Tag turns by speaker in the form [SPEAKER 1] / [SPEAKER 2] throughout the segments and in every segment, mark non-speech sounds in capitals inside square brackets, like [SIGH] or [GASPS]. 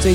[SPEAKER 1] 最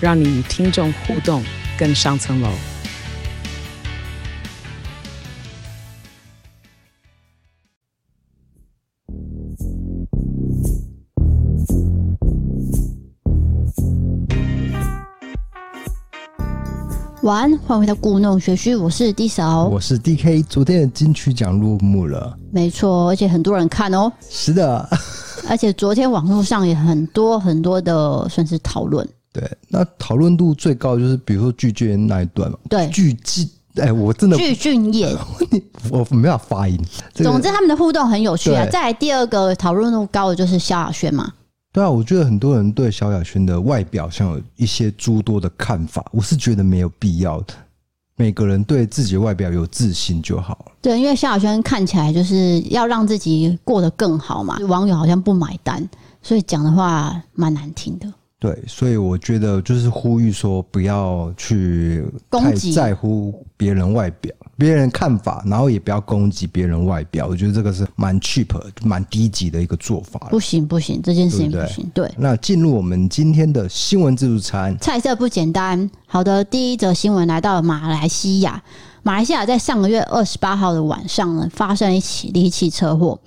[SPEAKER 1] 让你与听众互动更上层楼。
[SPEAKER 2] 晚安，欢迎回到故弄玄虚，我是 D 嫂。
[SPEAKER 3] 我是 DK，昨天的金曲奖落幕了。
[SPEAKER 2] 没错，而且很多人看哦，
[SPEAKER 3] 是的， [LAUGHS]
[SPEAKER 2] 而且昨天网络上也很多很多的算是讨论。
[SPEAKER 3] 对，那讨论度最高就是比如说具俊那一段嘛，
[SPEAKER 2] 对
[SPEAKER 3] 具俊，哎，我真的
[SPEAKER 2] 具俊晔，
[SPEAKER 3] [LAUGHS] 我没办法发音。这个
[SPEAKER 2] 总之他们的互动很有趣啊。
[SPEAKER 3] 对
[SPEAKER 2] 再来第二个讨论度高的就是萧亚轩嘛，
[SPEAKER 3] 对啊，我觉得很多人对萧亚轩的外表像有一些诸多的看法，我是觉得没有必要。每个人对自己的外表有自信就好了。
[SPEAKER 2] 对，因为萧亚轩看起来就是要让自己过得更好嘛，网友好像不买单，所以讲的话蛮难听的。
[SPEAKER 3] 对，所以我觉得就是呼吁说，不要去太
[SPEAKER 2] 攻击
[SPEAKER 3] 在乎别人外表、别人看法，然后也不要攻击别人外表。我觉得这个是蛮 cheap、蛮低级的一个做法了。
[SPEAKER 2] 不行不行，这件事情
[SPEAKER 3] 对
[SPEAKER 2] 不
[SPEAKER 3] 不对
[SPEAKER 2] 行。对，
[SPEAKER 3] 那进入我们今天的新闻自助餐，
[SPEAKER 2] 菜色不简单。好的，第一则新闻来到了马来西亚。马来西亚在上个月二十八号的晚上呢，发生一起离奇车祸。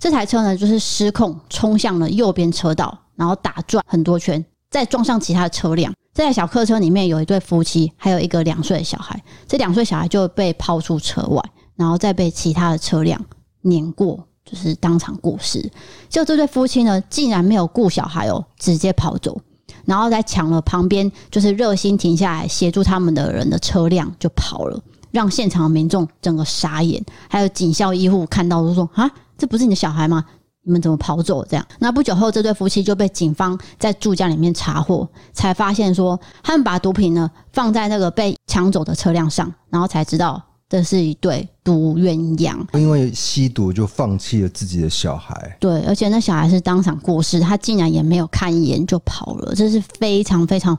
[SPEAKER 2] 这台车呢，就是失控冲向了右边车道，然后打转很多圈，再撞上其他的车辆。这台小客车里面有一对夫妻，还有一个两岁的小孩。这两岁小孩就被抛出车外，然后再被其他的车辆碾过，就是当场过世。就这对夫妻呢，竟然没有顾小孩哦，直接跑走。然后再抢了旁边就是热心停下来协助他们的人的车辆就跑了，让现场的民众整个傻眼，还有警校医护看到都说啊，这不是你的小孩吗？你们怎么跑走？这样，那不久后，这对夫妻就被警方在住家里面查获，才发现说他们把毒品呢放在那个被抢走的车辆上，然后才知道这是一对毒鸳鸯。
[SPEAKER 3] 因为吸毒就放弃了自己的小孩，
[SPEAKER 2] 对，而且那小孩是当场过世，他竟然也没有看一眼就跑了，这是非常非常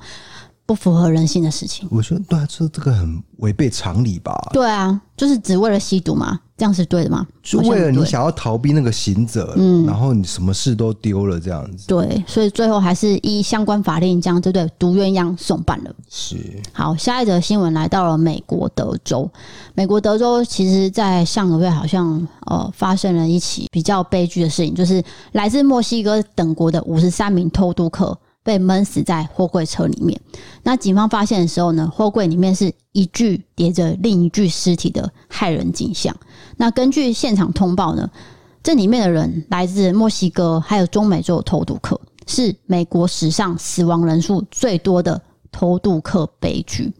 [SPEAKER 2] 不符合人性的事情。
[SPEAKER 3] 我觉得对啊，这这个很违背常理吧？
[SPEAKER 2] 对啊，就是只为了吸毒嘛，这样是对的吗？
[SPEAKER 3] 就
[SPEAKER 2] 好像
[SPEAKER 3] 为了
[SPEAKER 2] 不
[SPEAKER 3] 你
[SPEAKER 2] 对
[SPEAKER 3] 想要逃避那个行者，
[SPEAKER 2] 嗯
[SPEAKER 3] 然后你什么事都丢了这样子，
[SPEAKER 2] 对，所以最后还是依相关法令将这对毒鸳鸯送办了。
[SPEAKER 3] 是
[SPEAKER 2] 好，下一则新闻来到了美国德州。美国德州其实，在上个月好像呃发生了一起比较悲剧的事情，就是来自墨西哥等国的五十三名偷渡客被闷死在货柜车里面。那警方发现的时候呢，货柜里面是一具叠着另一具尸体的骇人景象。那根据现场通报呢，这里面的人来自墨西哥还有中美洲的偷渡客，是美国史上死亡人数最多的偷渡客悲剧。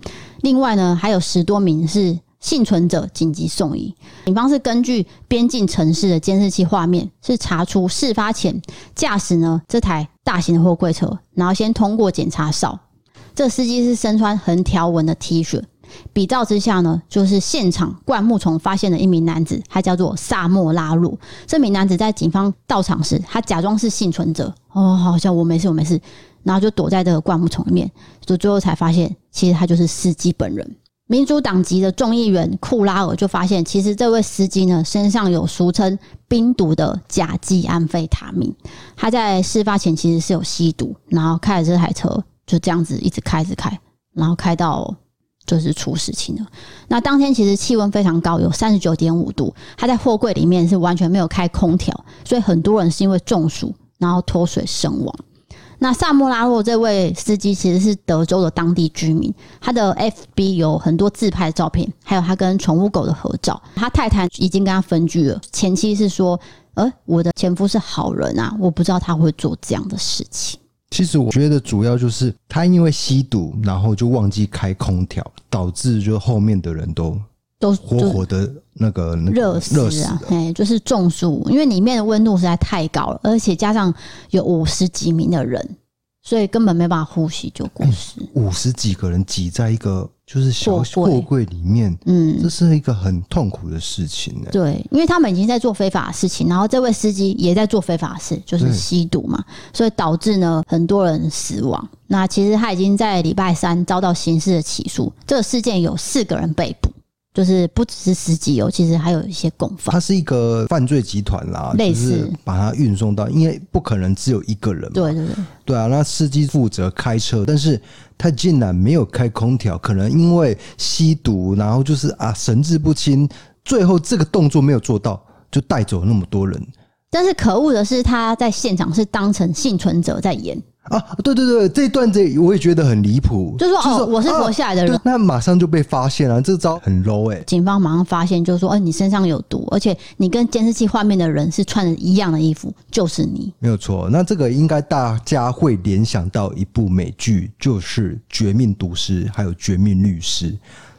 [SPEAKER 2] 另外呢，还有十多名是幸存者紧急送医。警方是根据边境城市的监视器画面，是查出事发前驾驶呢这台大型的货柜车，然后先通过检查哨。这司机是身穿横条纹的 T 恤。比照之下呢，就是现场灌木丛发现的一名男子，他叫做萨莫拉鲁。这名男子在警方到场时，他假装是幸存者，哦，好像我没事，我没事，然后就躲在这个灌木丛里面，就最后才发现，其实他就是司机本人。民主党籍的众议员库拉尔就发现，其实这位司机呢身上有俗称冰毒的甲基安非他命，他在事发前其实是有吸毒，然后开着这台车就这样子一直开，一直开，然后开到就是出事情了。那当天其实气温非常高，有三十九点五度，他在货柜里面是完全没有开空调，所以很多人是因为中暑然后脱水身亡。那萨莫拉洛这位司机其实是德州的当地居民，他的 FB 有很多自拍照片，还有他跟宠物狗的合照。他太太已经跟他分居了，前妻是说：“呃，我的前夫是好人啊，我不知道他会做这样的事情。
[SPEAKER 3] 其实我觉得主要就是他因为吸毒，然后就忘记开空调，导致就后面的人都
[SPEAKER 2] 都”
[SPEAKER 3] 活
[SPEAKER 2] 就
[SPEAKER 3] 活的那个那个
[SPEAKER 2] 热
[SPEAKER 3] 热
[SPEAKER 2] 死
[SPEAKER 3] 死
[SPEAKER 2] 啊
[SPEAKER 3] 了，，
[SPEAKER 2] 哎、就是中暑，因为里面的温度实在太高了，而且加上有五十几名的人，所以根本没办法呼吸就过世。
[SPEAKER 3] 五十几个人挤在一个就是小
[SPEAKER 2] 货柜
[SPEAKER 3] 货柜里面，
[SPEAKER 2] 嗯
[SPEAKER 3] 这，是一个很痛苦的事情欸呢、
[SPEAKER 2] 对，因为他们已经在做非法的事情，然后这位司机也在做非法的事，就是
[SPEAKER 3] 对
[SPEAKER 2] 吸毒嘛，所以导致呢很多人死亡。那其实他已经在礼拜三遭到刑事的起诉，这个事件有四个人被捕，就是不只是司机哦，其实还有一些共犯
[SPEAKER 3] 它。是一个犯罪集团啦，
[SPEAKER 2] 类
[SPEAKER 3] 就
[SPEAKER 2] 似
[SPEAKER 3] 是把它运送到，因为不可能只有一个人嘛，
[SPEAKER 2] 对对对，
[SPEAKER 3] 对啊，那司机负责开车，但是他竟然没有开空调，可能因为吸毒，然后就是啊神志不清，最后这个动作没有做到，就带走那么多人
[SPEAKER 2] 但是可恶的是，他在现场是当成幸存者在演，
[SPEAKER 3] 啊！对对对，这一段这我也觉得很离谱，
[SPEAKER 2] 就是说哦，我是
[SPEAKER 3] 啊
[SPEAKER 2] 活下来的人
[SPEAKER 3] 对，，那马上就被发现了，这招很 low 哎、
[SPEAKER 2] 警方马上发现，就是说，哎、你身上有毒，而且你跟监视器画面的人是穿着一样的衣服，就是你。
[SPEAKER 3] 没有错。那这个应该大家会联想到一部美剧，就是《绝命毒师》还有《绝命律师》。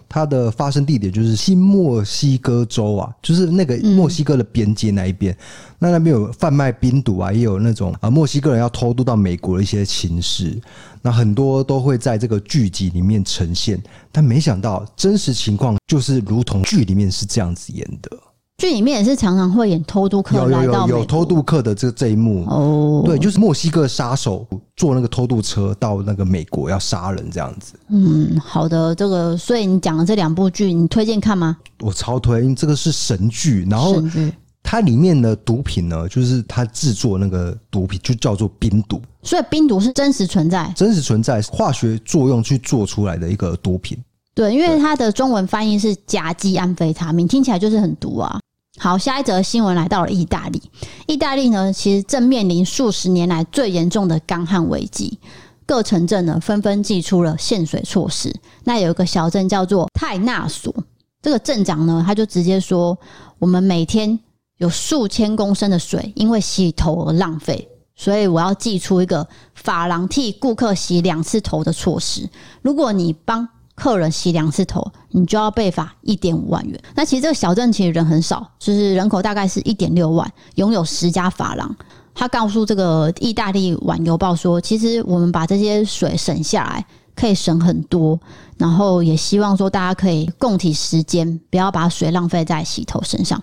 [SPEAKER 3] 它的发生地点就是新墨西哥州啊，就是那个墨西哥的边界那一边。那那边有贩卖冰毒啊，也有那种啊墨西哥人要偷渡到美国的一些情事。那很多都会在这个剧集里面呈现，但没想到真实情况就是如同剧里面是这样子演的。
[SPEAKER 2] 剧里面也是常常会演偷渡客
[SPEAKER 3] 有有
[SPEAKER 2] 来到
[SPEAKER 3] 有
[SPEAKER 2] 美国
[SPEAKER 3] 有偷渡客的这这一幕，
[SPEAKER 2] 哦，
[SPEAKER 3] 对，就是墨西哥杀手坐那个偷渡车到那个美国要杀人这样子，
[SPEAKER 2] 嗯，好的，这个，所以你讲的这两部剧，你推荐看吗？
[SPEAKER 3] 我超推，因为这个是神剧。然后
[SPEAKER 2] 神剧，
[SPEAKER 3] 它里面的毒品呢，就是它制作那个毒品就叫做冰毒，
[SPEAKER 2] 所以冰毒是真实存在，
[SPEAKER 3] 真实存在化学作用去做出来的一个毒品。
[SPEAKER 2] 对，因为它的中文翻译是甲基安非他命，听起来就是很毒啊。好，下一则新闻来到了意大利。意大利呢，其实正面临数十年来最严重的干旱危机，各城镇呢纷纷祭出了限水措施。那有一个小镇叫做泰纳索，这个镇长呢，他就直接说，我们每天有数千公升的水因为洗头而浪费，所以我要祭出一个法郎替顾客洗两次头的措施。如果你帮客人洗两次头，你就要被罚一点五万元。那其实这个小镇其实人很少，就是人口大概是一点六万，拥有十家法郎。他告诉这个意大利《晚邮报》说，其实我们把这些水省下来，可以省很多。然后也希望说大家可以共体时间，不要把水浪费在洗头身上。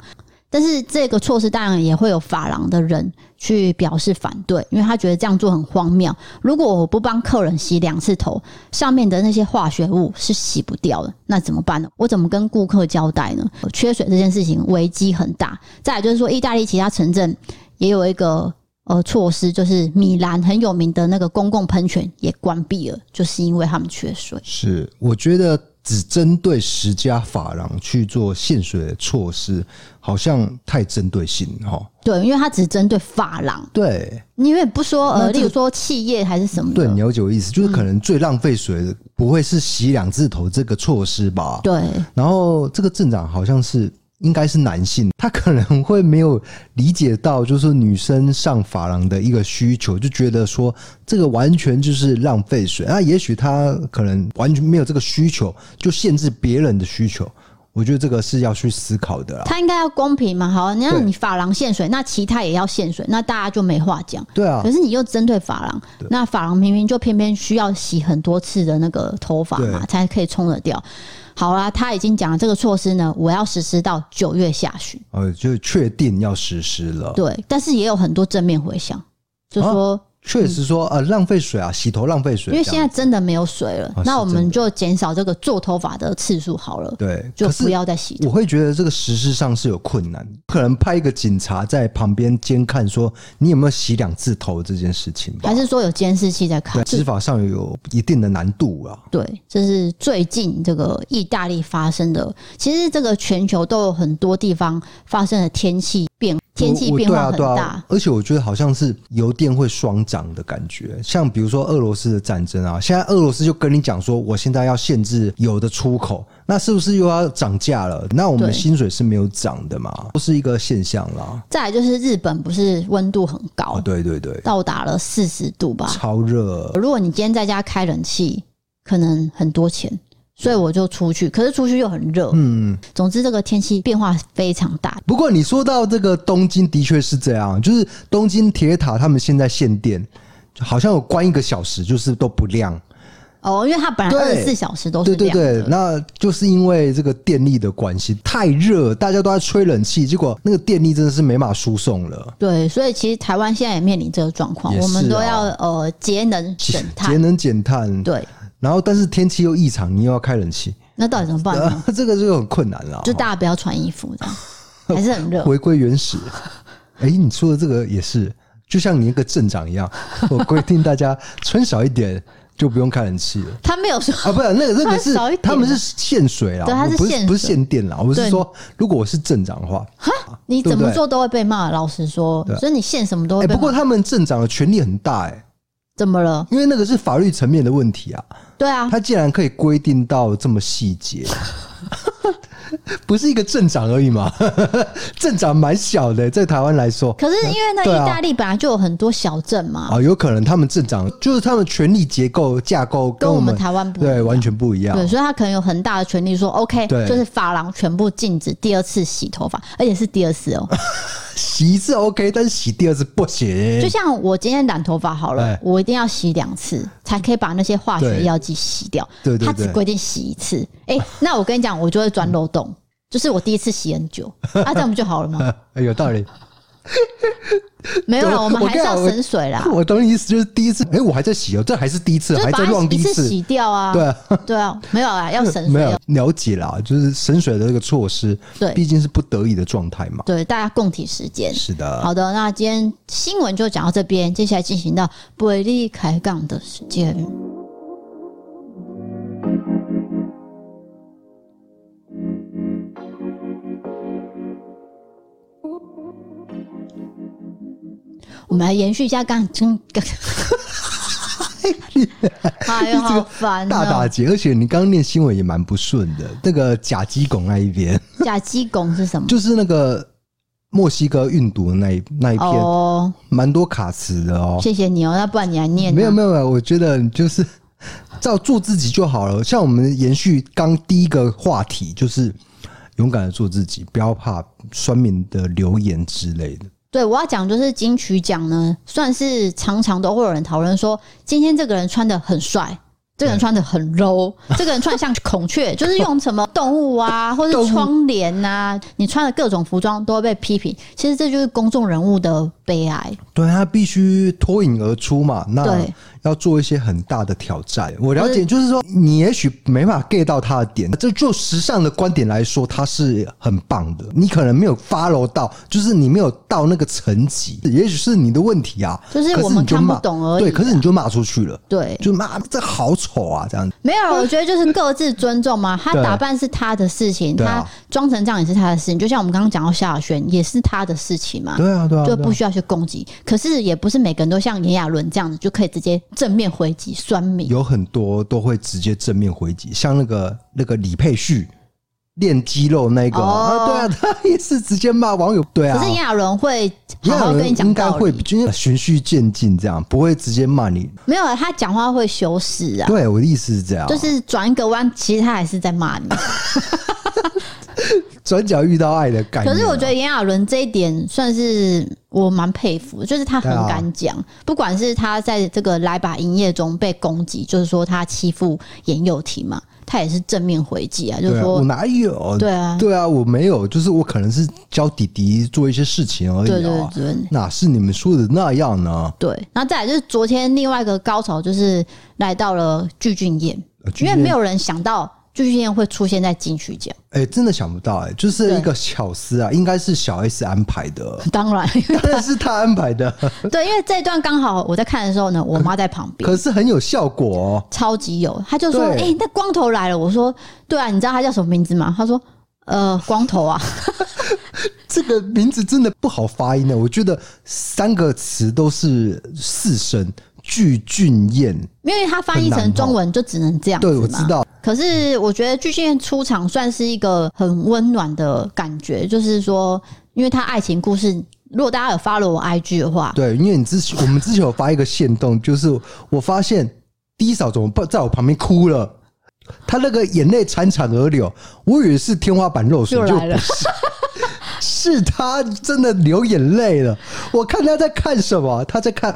[SPEAKER 2] 但是这个措施当然也会有法郎的人去表示反对，因为他觉得这样做很荒谬。如果我不帮客人洗两次头，上面的那些化学物是洗不掉的，那怎么办呢？我怎么跟顾客交代呢？缺水这件事情危机很大。再来就是说，意大利其他城镇也有一个呃措施，就是米兰很有名的那个公共喷泉也关闭了，就是因为他们缺水。
[SPEAKER 3] 是，我觉得只针对十家法郎去做限水的措施，好像太针对性哈。
[SPEAKER 2] 对，因为它只针对发廊，
[SPEAKER 3] 对，
[SPEAKER 2] 因为不说
[SPEAKER 3] 那
[SPEAKER 2] 呃，
[SPEAKER 3] 这个
[SPEAKER 2] 例如说企业还是什么
[SPEAKER 3] 对，啊
[SPEAKER 2] 的，
[SPEAKER 3] 了解我意思，就是可能最浪费水的不会是洗两次头这个措施吧？
[SPEAKER 2] 对
[SPEAKER 3] 然后这个镇长好像是应该是男性，他可能会没有理解到，就是女生上发廊的一个需求，就觉得说这个完全就是浪费水。那也许他可能完全没有这个需求，就限制别人的需求。我觉得这个是要去思考的啊啦。
[SPEAKER 2] 它应该要公平嘛。好，你
[SPEAKER 3] 对
[SPEAKER 2] 让你发廊限水，那其他也要限水，那大家就没话讲。
[SPEAKER 3] 对啊
[SPEAKER 2] 可，是你又针对发廊，那发廊明明就偏偏需要洗很多次的那个头发嘛，
[SPEAKER 3] 对
[SPEAKER 2] 才可以冲得掉。好啦，他已经讲了这个措施呢，我要实施到九月下旬。
[SPEAKER 3] 呃，就确定要实施了。
[SPEAKER 2] 对，但是也有很多正面回响，就说、
[SPEAKER 3] 确实说，呃，浪费水啊，洗头浪费水
[SPEAKER 2] 因
[SPEAKER 3] 啊这
[SPEAKER 2] 为现
[SPEAKER 3] 样，
[SPEAKER 2] 在真的没有水了，
[SPEAKER 3] 啊
[SPEAKER 2] 那
[SPEAKER 3] 是
[SPEAKER 2] 我
[SPEAKER 3] 真
[SPEAKER 2] 们
[SPEAKER 3] 的
[SPEAKER 2] 就减少这个做头发的次数好了，
[SPEAKER 3] 对，
[SPEAKER 2] 就
[SPEAKER 3] 可是
[SPEAKER 2] 不要再洗头。
[SPEAKER 3] 我会觉得这个实施上是有困难，可能派一个警察在旁边监看，说你有没有洗两次头这件事情吧
[SPEAKER 2] 还。是说有监视器在看
[SPEAKER 3] 对，？执法上有一定的难度啊。
[SPEAKER 2] 对，这是最近这个意大利发生的。其实这个全球都有很多地方发生了天气变，天气
[SPEAKER 3] 我我
[SPEAKER 2] 变化很
[SPEAKER 3] 对啊对
[SPEAKER 2] 大
[SPEAKER 3] 啊。。而且我觉得好像是油电会双涨的感觉，像比如说俄罗斯的战争啊，现在俄罗斯就跟你讲说，我现在要限制油的出口，那是不是又要涨价了？那我们
[SPEAKER 2] 对
[SPEAKER 3] 薪水是没有涨的嘛，都是一个现象啦。
[SPEAKER 2] 再来就是日本不是温度很高，
[SPEAKER 3] 哦，对对对，
[SPEAKER 2] 到达了四十度吧。
[SPEAKER 3] 超热，
[SPEAKER 2] 如果你今天在家开冷气，可能很多钱，所以我就出去，可是出去又很热。
[SPEAKER 3] 嗯。
[SPEAKER 2] 总之，这个天气变化非常大。
[SPEAKER 3] 不过你说到这个东京，的确是这样，就是东京铁塔他们现在限电，好像有关一个小时，就是都不亮。
[SPEAKER 2] 哦，因为它本来二
[SPEAKER 3] 对
[SPEAKER 2] 十四小时都
[SPEAKER 3] 对
[SPEAKER 2] 是
[SPEAKER 3] 对
[SPEAKER 2] 亮的，
[SPEAKER 3] 对，那就是因为这个电力的关系，太热，大家都在吹冷气，结果那个电力真的是没法输送了。
[SPEAKER 2] 对所以其实台湾现在也面临这个状况，
[SPEAKER 3] 也是啊
[SPEAKER 2] 我们都要呃节能省
[SPEAKER 3] 节
[SPEAKER 2] 碳。
[SPEAKER 3] 能减碳，
[SPEAKER 2] 对，
[SPEAKER 3] 然后但是天气又异常，你又要开冷气，
[SPEAKER 2] 那到底怎么办呢？
[SPEAKER 3] 呃 [LAUGHS] 这个就很困难了。
[SPEAKER 2] 嗯就大家不要穿衣服，这样还是很热。
[SPEAKER 3] [LAUGHS] 回归
[SPEAKER 2] [LAUGHS]
[SPEAKER 3] 原始。哎、你说的这个也是，就像你那个镇长一样，我规定大家穿少一点，就不用开冷气了。
[SPEAKER 2] 他没有说
[SPEAKER 3] 啊，不是那个那个
[SPEAKER 2] 穿
[SPEAKER 3] 是
[SPEAKER 2] 少一点啊
[SPEAKER 3] 他们是限水啦，
[SPEAKER 2] 对它是
[SPEAKER 3] 我不是
[SPEAKER 2] 限
[SPEAKER 3] 不是
[SPEAKER 2] 水
[SPEAKER 3] 限电啦，我是
[SPEAKER 2] 对
[SPEAKER 3] 说，如果我是镇长的话，
[SPEAKER 2] [LAUGHS] 你
[SPEAKER 3] 对
[SPEAKER 2] 怎
[SPEAKER 3] 不
[SPEAKER 2] 么
[SPEAKER 3] 对
[SPEAKER 2] 做都会被骂，老实说
[SPEAKER 3] 对，
[SPEAKER 2] 所以你限什么都
[SPEAKER 3] 哎、
[SPEAKER 2] 会被
[SPEAKER 3] 不
[SPEAKER 2] 骂
[SPEAKER 3] 过。他们镇长的权力很大哎、
[SPEAKER 2] 怎么了？
[SPEAKER 3] 因为那个是法律层面的问题啊，
[SPEAKER 2] 对啊，
[SPEAKER 3] 他竟然可以规定到这么细节， [LAUGHS] 不是一个镇长而已嘛， [LAUGHS] 镇长蛮小的、在台湾来说。
[SPEAKER 2] 可是因为那
[SPEAKER 3] 对啊
[SPEAKER 2] 意大利本来就有很多小镇嘛，
[SPEAKER 3] 啊，有可能他们镇长就是他们权力结构架构跟
[SPEAKER 2] 跟
[SPEAKER 3] 我
[SPEAKER 2] 我们
[SPEAKER 3] 们
[SPEAKER 2] 台湾不一
[SPEAKER 3] 对
[SPEAKER 2] 样
[SPEAKER 3] 完全不一样。
[SPEAKER 2] 对，所以他可能有很大的权利说，OK，
[SPEAKER 3] 对
[SPEAKER 2] 就是发廊全部禁止第二次洗头发，而且是第二次哦。
[SPEAKER 3] 洗一次 OK，但是洗第二次不行
[SPEAKER 2] 就。像我今天染头发好了
[SPEAKER 3] 嗯哎，
[SPEAKER 2] 我一定要洗两次，才可以把那些化学药剂洗掉。
[SPEAKER 3] 对对
[SPEAKER 2] 他
[SPEAKER 3] 对
[SPEAKER 2] 只规定洗一次。哎，那我跟你讲，我就会钻漏洞，就是我第一次洗很
[SPEAKER 3] [LAUGHS]
[SPEAKER 2] 久，啊，这样不就好了吗？
[SPEAKER 3] [LAUGHS] 哎有道理，
[SPEAKER 2] 没有
[SPEAKER 3] 对
[SPEAKER 2] 了，我们
[SPEAKER 3] 我
[SPEAKER 2] 还是要
[SPEAKER 3] 跟你讲
[SPEAKER 2] 省水啦，
[SPEAKER 3] [LAUGHS] 我懂你意思，就是第一次，哎、我还在洗哦，这还是第一次，
[SPEAKER 2] 就是
[SPEAKER 3] 还
[SPEAKER 2] 把
[SPEAKER 3] 在
[SPEAKER 2] 它
[SPEAKER 3] 乱第
[SPEAKER 2] 一次
[SPEAKER 3] 次，
[SPEAKER 2] 洗掉啊。[LAUGHS]
[SPEAKER 3] 对啊，
[SPEAKER 2] 对啊，没有啊，要省
[SPEAKER 3] 没
[SPEAKER 2] 水
[SPEAKER 3] 有
[SPEAKER 2] 哦。
[SPEAKER 3] 了解啦，就是省水的这个措施，
[SPEAKER 2] 对
[SPEAKER 3] 毕竟是不得已的状态嘛。
[SPEAKER 2] 对，大家共体时间。
[SPEAKER 3] 是的，
[SPEAKER 2] 好的，那今天新闻就讲到这边，接下来进行到北利开杠的时间。我们来延续一下刚
[SPEAKER 3] [LAUGHS]
[SPEAKER 2] 刚，哎呦，好烦
[SPEAKER 3] 大打
[SPEAKER 2] 哦！
[SPEAKER 3] 劫，而且你刚刚念新闻也蛮不顺的，那个甲基汞那一边， [LAUGHS]
[SPEAKER 2] 甲基汞是什么？
[SPEAKER 3] 就是那个墨西哥运毒的那一那一片，
[SPEAKER 2] 哦，
[SPEAKER 3] 蛮、多卡词的哦。
[SPEAKER 2] 谢谢你哦，那不然你来念啊、
[SPEAKER 3] 没有没有没有，我觉得你就是 [LAUGHS] 照做自己就好了。像我们延续刚第一个话题，就是勇敢的做自己，不要怕酸民的留言之类的。
[SPEAKER 2] 对，我要讲就是金曲奖呢，算是常常都会有人讨论说，今天这个人穿的很帅。这个人穿的很 low，这个人穿的像孔雀，就是用什么动物啊，或
[SPEAKER 3] 动物
[SPEAKER 2] 是窗帘呐、你穿的各种服装都会被批评。其实这就是公众人物的悲哀。
[SPEAKER 3] 对他必须脱颖而出嘛，那
[SPEAKER 2] 对
[SPEAKER 3] 要做一些很大的挑战。我了
[SPEAKER 2] 就
[SPEAKER 3] 解，就是说你也许没办法 get 到他的点，这就时尚的观点来说，他是很棒的。你可能没有 follow 到，就是你没有到那个层级，也许是你的问题啊。
[SPEAKER 2] 就是
[SPEAKER 3] 可
[SPEAKER 2] 我
[SPEAKER 3] 你
[SPEAKER 2] 们看不
[SPEAKER 3] 骂
[SPEAKER 2] 懂而已啊
[SPEAKER 3] 对，可是你就骂出去了，
[SPEAKER 2] 对，
[SPEAKER 3] 就骂这好丑啊，这样子。
[SPEAKER 2] 没有，我觉得就是各自尊重嘛。他
[SPEAKER 3] 对
[SPEAKER 2] 打扮是他的事情，
[SPEAKER 3] 对啊
[SPEAKER 2] 他装成这样也是他的事情。就像我们刚刚讲到夏亚轩，也是他的事情嘛。
[SPEAKER 3] 对啊，对啊，
[SPEAKER 2] 就
[SPEAKER 3] 对啊
[SPEAKER 2] 不需要去攻击。可是也不是每个人都像炎亚纶这样子就可以直接正面回击酸民。
[SPEAKER 3] 有很多都会直接正面回击，像那个那个李佩旭练肌肉那个、
[SPEAKER 2] 哦
[SPEAKER 3] 啊，对啊，他也是直接骂网友，对啊。
[SPEAKER 2] 可是炎亚纶会
[SPEAKER 3] 也
[SPEAKER 2] 好好
[SPEAKER 3] 有
[SPEAKER 2] 跟
[SPEAKER 3] 人
[SPEAKER 2] 你
[SPEAKER 3] 应
[SPEAKER 2] 讲
[SPEAKER 3] 该
[SPEAKER 2] 道
[SPEAKER 3] 会
[SPEAKER 2] 理，
[SPEAKER 3] 就是循序渐进，这样不会直接骂你。
[SPEAKER 2] 没有啊他讲话会修饰啊，
[SPEAKER 3] 对，我的意思是这样，
[SPEAKER 2] 就是转一个弯，其实他还是在骂你。
[SPEAKER 3] 转角遇到爱的概念啊。
[SPEAKER 2] 可是我觉得炎亚纶这一点算是我蛮佩服的，就是他很
[SPEAKER 3] 对啊
[SPEAKER 2] 敢讲，不管是他在这个来把营业中被攻击，就是说他欺负严幼婷嘛，他也是正面回击啊，就是
[SPEAKER 3] 对啊我
[SPEAKER 2] 说
[SPEAKER 3] 哪有？
[SPEAKER 2] 对啊，
[SPEAKER 3] 对啊，我没有，就是我可能是教弟弟做一些事情而已
[SPEAKER 2] 对对
[SPEAKER 3] 啊，
[SPEAKER 2] 对。
[SPEAKER 3] 哪是你们说的那样呢？
[SPEAKER 2] 对，然后再来就是昨天另外一个高潮，就是来到了具俊彦，
[SPEAKER 3] 呃
[SPEAKER 2] 因为没有人想到具俊彦会出现在金曲奖。
[SPEAKER 3] 哎、真的想不到哎、就是
[SPEAKER 2] 对
[SPEAKER 3] 一个巧思啊，应该是小 S 安排的，
[SPEAKER 2] [LAUGHS] 当然，
[SPEAKER 3] 但是他安排的，
[SPEAKER 2] 对，因为这一段刚好我在看的时候呢，我妈在旁边，
[SPEAKER 3] 可是很有效果哦。
[SPEAKER 2] 超级有，她就说：“哎、
[SPEAKER 3] 对
[SPEAKER 2] 那光头来了。”我说：“对啊，你知道他叫什么名字吗？”她说：“呃，光头啊。 [LAUGHS]
[SPEAKER 3] 这个名字真的不好发音呢，我觉得三个词都是四声，具俊彦。”
[SPEAKER 2] 因为他翻译
[SPEAKER 3] 很难
[SPEAKER 2] 成
[SPEAKER 3] 哦
[SPEAKER 2] 中文就只能这样子嘛。
[SPEAKER 3] 对，我知道，
[SPEAKER 2] 可是我觉得巨蟹出场算是一个很温暖的感觉，就是说，因为他爱情故事，如果大家有 follow 我 IG 的话，
[SPEAKER 3] 对，因为你之前我们之前有发一个线动，就是我发现低嫂怎么办，在我旁边哭了，她那个眼泪潺潺而流，我以为是天花板漏水，
[SPEAKER 2] 又
[SPEAKER 3] 就
[SPEAKER 2] 来了
[SPEAKER 3] 不是。是他真的流眼泪了。我看他在看什么，他在看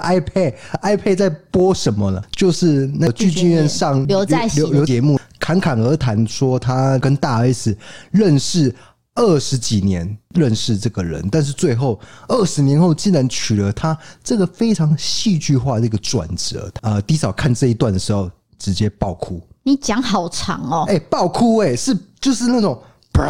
[SPEAKER 3] iPad，iPad 在播什么呢？就是那个
[SPEAKER 2] 剧
[SPEAKER 3] 剧
[SPEAKER 2] 剧
[SPEAKER 3] 剧
[SPEAKER 2] 院
[SPEAKER 3] 院上
[SPEAKER 2] 刘在熙的
[SPEAKER 3] 刘刘节目侃侃而谈，说他跟大 S 认识。二十几年认识这个人，但是最后二十年后竟然娶了她，这个非常戏剧化的一个转折。呃，低嫂看这一段的时候直接爆哭，
[SPEAKER 2] 你讲好长哦、
[SPEAKER 3] 哎、爆哭哎、是就是那种砰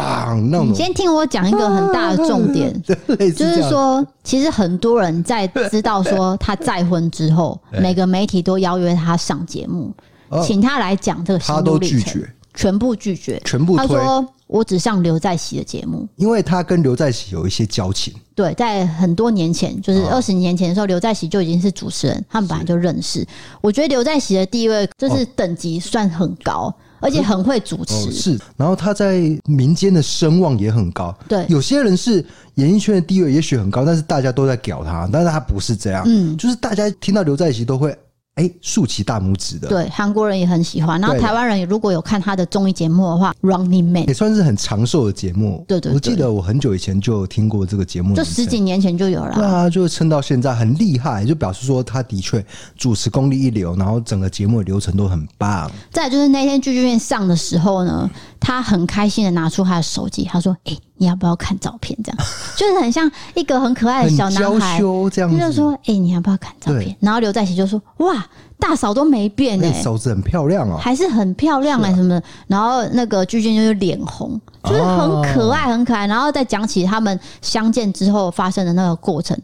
[SPEAKER 3] 那种
[SPEAKER 2] 你，先听我讲一个很大的重点，
[SPEAKER 3] 类似
[SPEAKER 2] 就
[SPEAKER 3] 哦啊这
[SPEAKER 2] 是
[SPEAKER 3] 样
[SPEAKER 2] 说，其实很多人在知道说他再婚之后，每个媒体都邀约他上节目，
[SPEAKER 3] 哎哦
[SPEAKER 2] 请他来讲这个心
[SPEAKER 3] 他
[SPEAKER 2] 路
[SPEAKER 3] 都
[SPEAKER 2] 历
[SPEAKER 3] 拒
[SPEAKER 2] 程，
[SPEAKER 3] 绝，
[SPEAKER 2] 全部拒绝，
[SPEAKER 3] 全部
[SPEAKER 2] 他
[SPEAKER 3] 推，
[SPEAKER 2] 说我只上刘在熙的节目。
[SPEAKER 3] 因为他跟刘在熙有一些交情，
[SPEAKER 2] 对，在很多年前，就是
[SPEAKER 3] 啊
[SPEAKER 2] 二十年前的时候，刘在熙就已经是主持人，他们本来就认识。我觉得刘在熙的地位就是等级算很高，而且很会主
[SPEAKER 3] 哦
[SPEAKER 2] 持。
[SPEAKER 3] 是，然后他在民间的声望也很高，
[SPEAKER 2] 对
[SPEAKER 3] 有些人是演艺圈的地位也许很高，但是大家都在屌他，但是他不是这样，
[SPEAKER 2] 嗯，
[SPEAKER 3] 就是大家听到刘在熙都会哎竖起大拇指的，，
[SPEAKER 2] 对，韩国人也很喜欢。然后
[SPEAKER 3] 对嗯
[SPEAKER 2] 台湾人如果有看他的综艺节目的话，《Running Man
[SPEAKER 3] 也》算是很长寿的节目，
[SPEAKER 2] 对对
[SPEAKER 3] 我
[SPEAKER 2] 对
[SPEAKER 3] 记得我很久以前就听过这个节目，
[SPEAKER 2] 就十几。年前就有
[SPEAKER 3] 对
[SPEAKER 2] 了。
[SPEAKER 3] 啊，就撑到现在很厉害，就表示说他的确主持功力一流，然后整个节目的流程都很棒。
[SPEAKER 2] 再来就是那天剧剧院上的时候呢，他很开心的拿出他的手机，他说：“哎、你要不要看照片？”
[SPEAKER 3] [LAUGHS]
[SPEAKER 2] 这样就是很像一个很可爱的
[SPEAKER 3] 很
[SPEAKER 2] 哎小男
[SPEAKER 3] 娇
[SPEAKER 2] 孩，
[SPEAKER 3] 羞这样
[SPEAKER 2] 他就
[SPEAKER 3] 子，
[SPEAKER 2] 说：“哎、你要不要看照片
[SPEAKER 3] 对？”
[SPEAKER 2] 然后刘在熙就说：“哇，大嫂都没变哎、
[SPEAKER 3] 那嫂子很漂亮哦，
[SPEAKER 2] 还是很漂亮
[SPEAKER 3] 啊
[SPEAKER 2] 哎、什么的。然后那个鞠婧就是脸红，就是很可
[SPEAKER 3] 哦
[SPEAKER 2] 爱，很可爱。然后再讲起他们相见之后发生的那个过程，